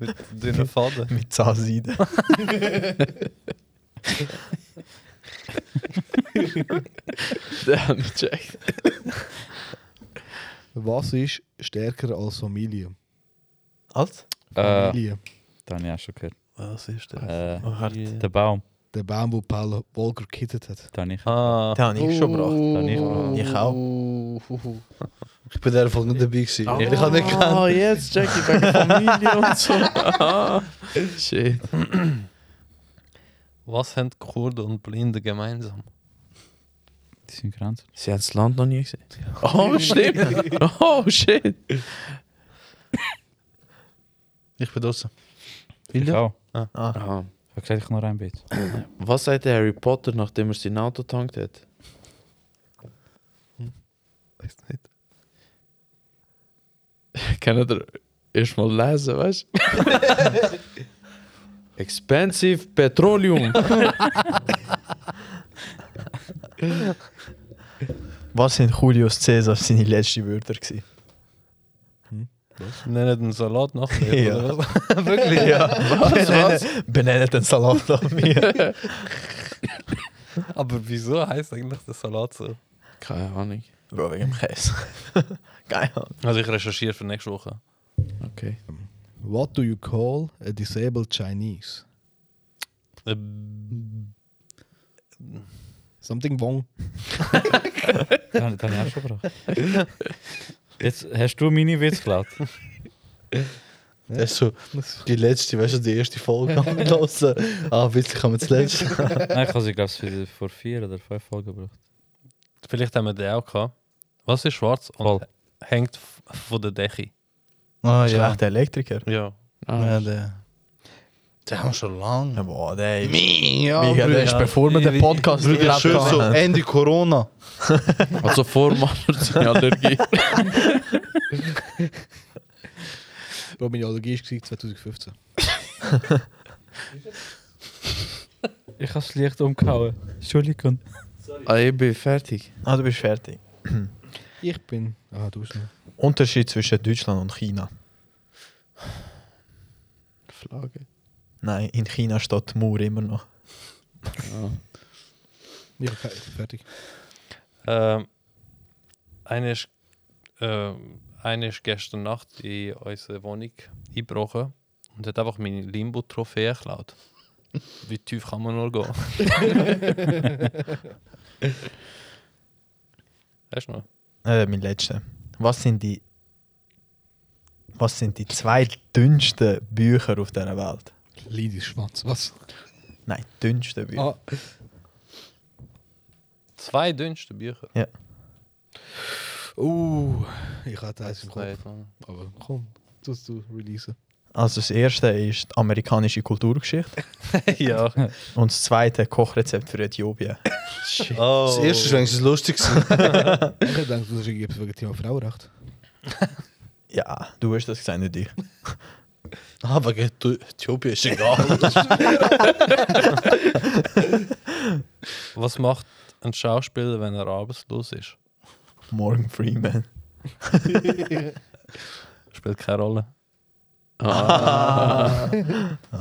Speaker 6: Mit dünnen Faden.
Speaker 3: Mit Zahnseide.
Speaker 2: Den habe ich gecheckt.
Speaker 5: Was ist stärker als Familie?
Speaker 3: Als?
Speaker 1: Äh,
Speaker 5: Familie.
Speaker 1: da habe ich auch schon gehört.
Speaker 6: Was ist das?
Speaker 1: Äh, der Baum.
Speaker 5: Der Baum, den Paul Wolger gekittet hat.
Speaker 1: Da nicht.
Speaker 6: Ah,
Speaker 3: Den habe ich schon gebracht.
Speaker 1: Da nicht.
Speaker 3: Ich auch.
Speaker 4: Ich bin der Folge nicht dabei gewesen. Ich habe nicht gekannt.
Speaker 2: Ah, jetzt check ich wegen Familie und so. Ah, shit.
Speaker 6: was haben Kurden und Blinde gemeinsam?
Speaker 1: Die sind Grenzen.
Speaker 2: Sie haben das Land noch nie gesehen. Oh, stimmt. Oh, shit.
Speaker 4: Ich bin draußen.
Speaker 1: Ich auch.
Speaker 2: Aha.
Speaker 1: Ich habe gesagt, ich habe noch einen Witz.
Speaker 2: Was sagt der Harry Potter, nachdem er sein Auto tankt hat?
Speaker 5: Weiß nicht.
Speaker 2: Kann er erstmal lesen, weißt du? Expensive Petroleum.
Speaker 3: Was sind Julius Caesar seine letzten Wörter gewesen?
Speaker 6: Wir nennen den Salat nach mir,
Speaker 3: Ja.
Speaker 6: oder was? Wirklich?
Speaker 3: Was? Benenne den Salat nach mir.
Speaker 6: Aber wieso heißt eigentlich der Salat so?
Speaker 2: Keine Ahnung.
Speaker 3: Bro, wegen dem Käse. Geil.
Speaker 6: Also ich recherchiere für nächste Woche.
Speaker 2: Okay.
Speaker 5: Ah, What do you call a disabled Chinese?
Speaker 6: Äh, Ähm,
Speaker 5: Something wrong.
Speaker 1: Das habe ich auch schon gebracht. Jetzt hast du meine Witz geklaut.
Speaker 4: Das ist so die letzte, weißt du, die erste Folge angelassen. ah, witzig haben wir das letzte.
Speaker 1: Nein, ich habe sie, glaube ich, vor vier oder fünf Folgen gebracht.
Speaker 6: Vielleicht haben wir den auch gehabt. Was ist schwarz und
Speaker 1: Voll.
Speaker 6: hängt f- von der Decke?
Speaker 4: Ah, ja. Ah.
Speaker 3: Schlechter Elektriker.
Speaker 6: Ja.
Speaker 4: ja der. Den haben wir schon lange.
Speaker 3: Boah, der ist...
Speaker 4: Mie, ja,
Speaker 3: Mega, der ist
Speaker 4: Bruder.
Speaker 3: bevor wir den Podcast
Speaker 4: Bruder, schön
Speaker 3: gehabt
Speaker 4: so
Speaker 3: haben.
Speaker 4: Ende Corona.
Speaker 2: Also vor Mannheimerallergie.
Speaker 5: Bro, meine Allergie ist 2015.
Speaker 1: Ich habe das Licht umgehauen. Entschuldigung.
Speaker 2: ah, ich bin fertig.
Speaker 4: Äh.
Speaker 3: Ah, du bist fertig.
Speaker 5: Ich bin. Ah, du bist noch.
Speaker 3: Unterschied zwischen Deutschland und China.
Speaker 2: Flagge.
Speaker 3: Nein, in China steht die Mauer immer noch.
Speaker 5: Ja, okay, fertig.
Speaker 6: Ähm, eine, ist, ähm, eine ist gestern Nacht in unsere Wohnung eingebrochen und hat einfach meine Limbo-Trophäe geklaut. Wie tief kann man nur gehen? Hast du noch?
Speaker 3: Äh, mein letzter. Was sind die. Was sind die zwei dünnsten Bücher auf dieser Welt?
Speaker 5: Lied ist schwarz, was?
Speaker 3: Nein, dünnsten Bücher.
Speaker 5: Ah,
Speaker 6: Zwei dünnste Bücher.
Speaker 5: uh, ich hatte eins im Kopf.
Speaker 6: Zwei.
Speaker 5: Aber komm, tust du releasen.
Speaker 3: Also das erste ist die amerikanische Kulturgeschichte
Speaker 6: ja.
Speaker 3: und das zweite Kochrezept für Äthiopien.
Speaker 6: Oh.
Speaker 4: Das erste ist wenigstens lustig. gewesen.
Speaker 5: Ich hätte gedacht, du hast irgendwas wegen dem Thema Frauenrecht.
Speaker 3: Ja, du hast das gesagt, nicht ich.
Speaker 4: ah, wegen Äthi- Äthiopien ist egal.
Speaker 6: Was macht ein Schauspieler, wenn er arbeitslos ist?
Speaker 3: Morgan Freeman.
Speaker 6: Spielt keine Rolle. So,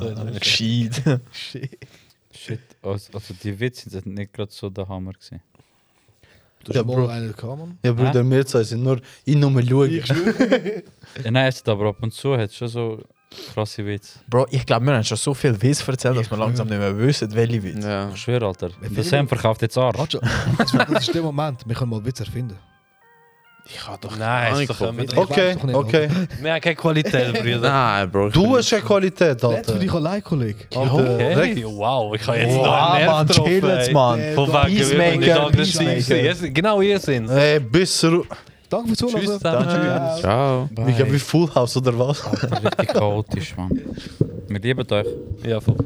Speaker 6: jetzt bin ich-
Speaker 3: Gescheit.
Speaker 1: Shit. Also, also die Witze sind nicht gerade so der Hammer gewesen.
Speaker 5: Du hast
Speaker 4: Ja,
Speaker 5: mal
Speaker 4: Bro.
Speaker 5: einen gehabt, Mann.
Speaker 4: ja, Bruder, wir zwei sind nur in Nummer schauen.
Speaker 1: Ja, nein, jetzt aber ab und zu hat schon so krasse Witze.
Speaker 3: Bro, ich glaube, wir haben schon so viel Witz erzählt, dass wir langsam nicht mehr wissen, welche Witz.
Speaker 2: Ja.
Speaker 1: Ich schwöre, Alter. Der
Speaker 5: viele-
Speaker 1: Sam verkauft jetzt Arsch.
Speaker 5: Roger, das war- das ist der Moment, wir können mal Witz erfinden.
Speaker 4: Ich hab doch.
Speaker 6: Nein, ist doch
Speaker 2: Ahnung,
Speaker 6: wir, wir
Speaker 4: Okay,
Speaker 5: doch nicht,
Speaker 4: okay.
Speaker 6: haben keine Qualität, Brüder.
Speaker 2: Oh. Nein, Bro. ich bin-
Speaker 4: Du hast keine Qualität,
Speaker 5: Nicht für
Speaker 4: Alter.
Speaker 5: dich allein, Kollege.
Speaker 4: Oh,
Speaker 3: Oh,
Speaker 6: Okay, wow, ich kann jetzt noch
Speaker 3: Ah,
Speaker 6: einen Nerv
Speaker 3: Mann,
Speaker 6: drauf,
Speaker 3: chill jetzt,
Speaker 6: ey.
Speaker 3: Mann.
Speaker 6: Von wegen, wir sind nicht
Speaker 3: Peacemaker,
Speaker 6: aggressiv
Speaker 3: Peacemaker.
Speaker 6: sein. Jetzt- Genau, ihr sind
Speaker 4: Ey, besser.
Speaker 5: Danke fürs Zuhören.
Speaker 6: Tschüss zusammen.
Speaker 5: Tschüss.
Speaker 2: Ciao.
Speaker 4: Ich hab wie Full House oder was?
Speaker 1: Richtig chaotisch, Mann. Wir lieben euch.
Speaker 6: Ja, voll.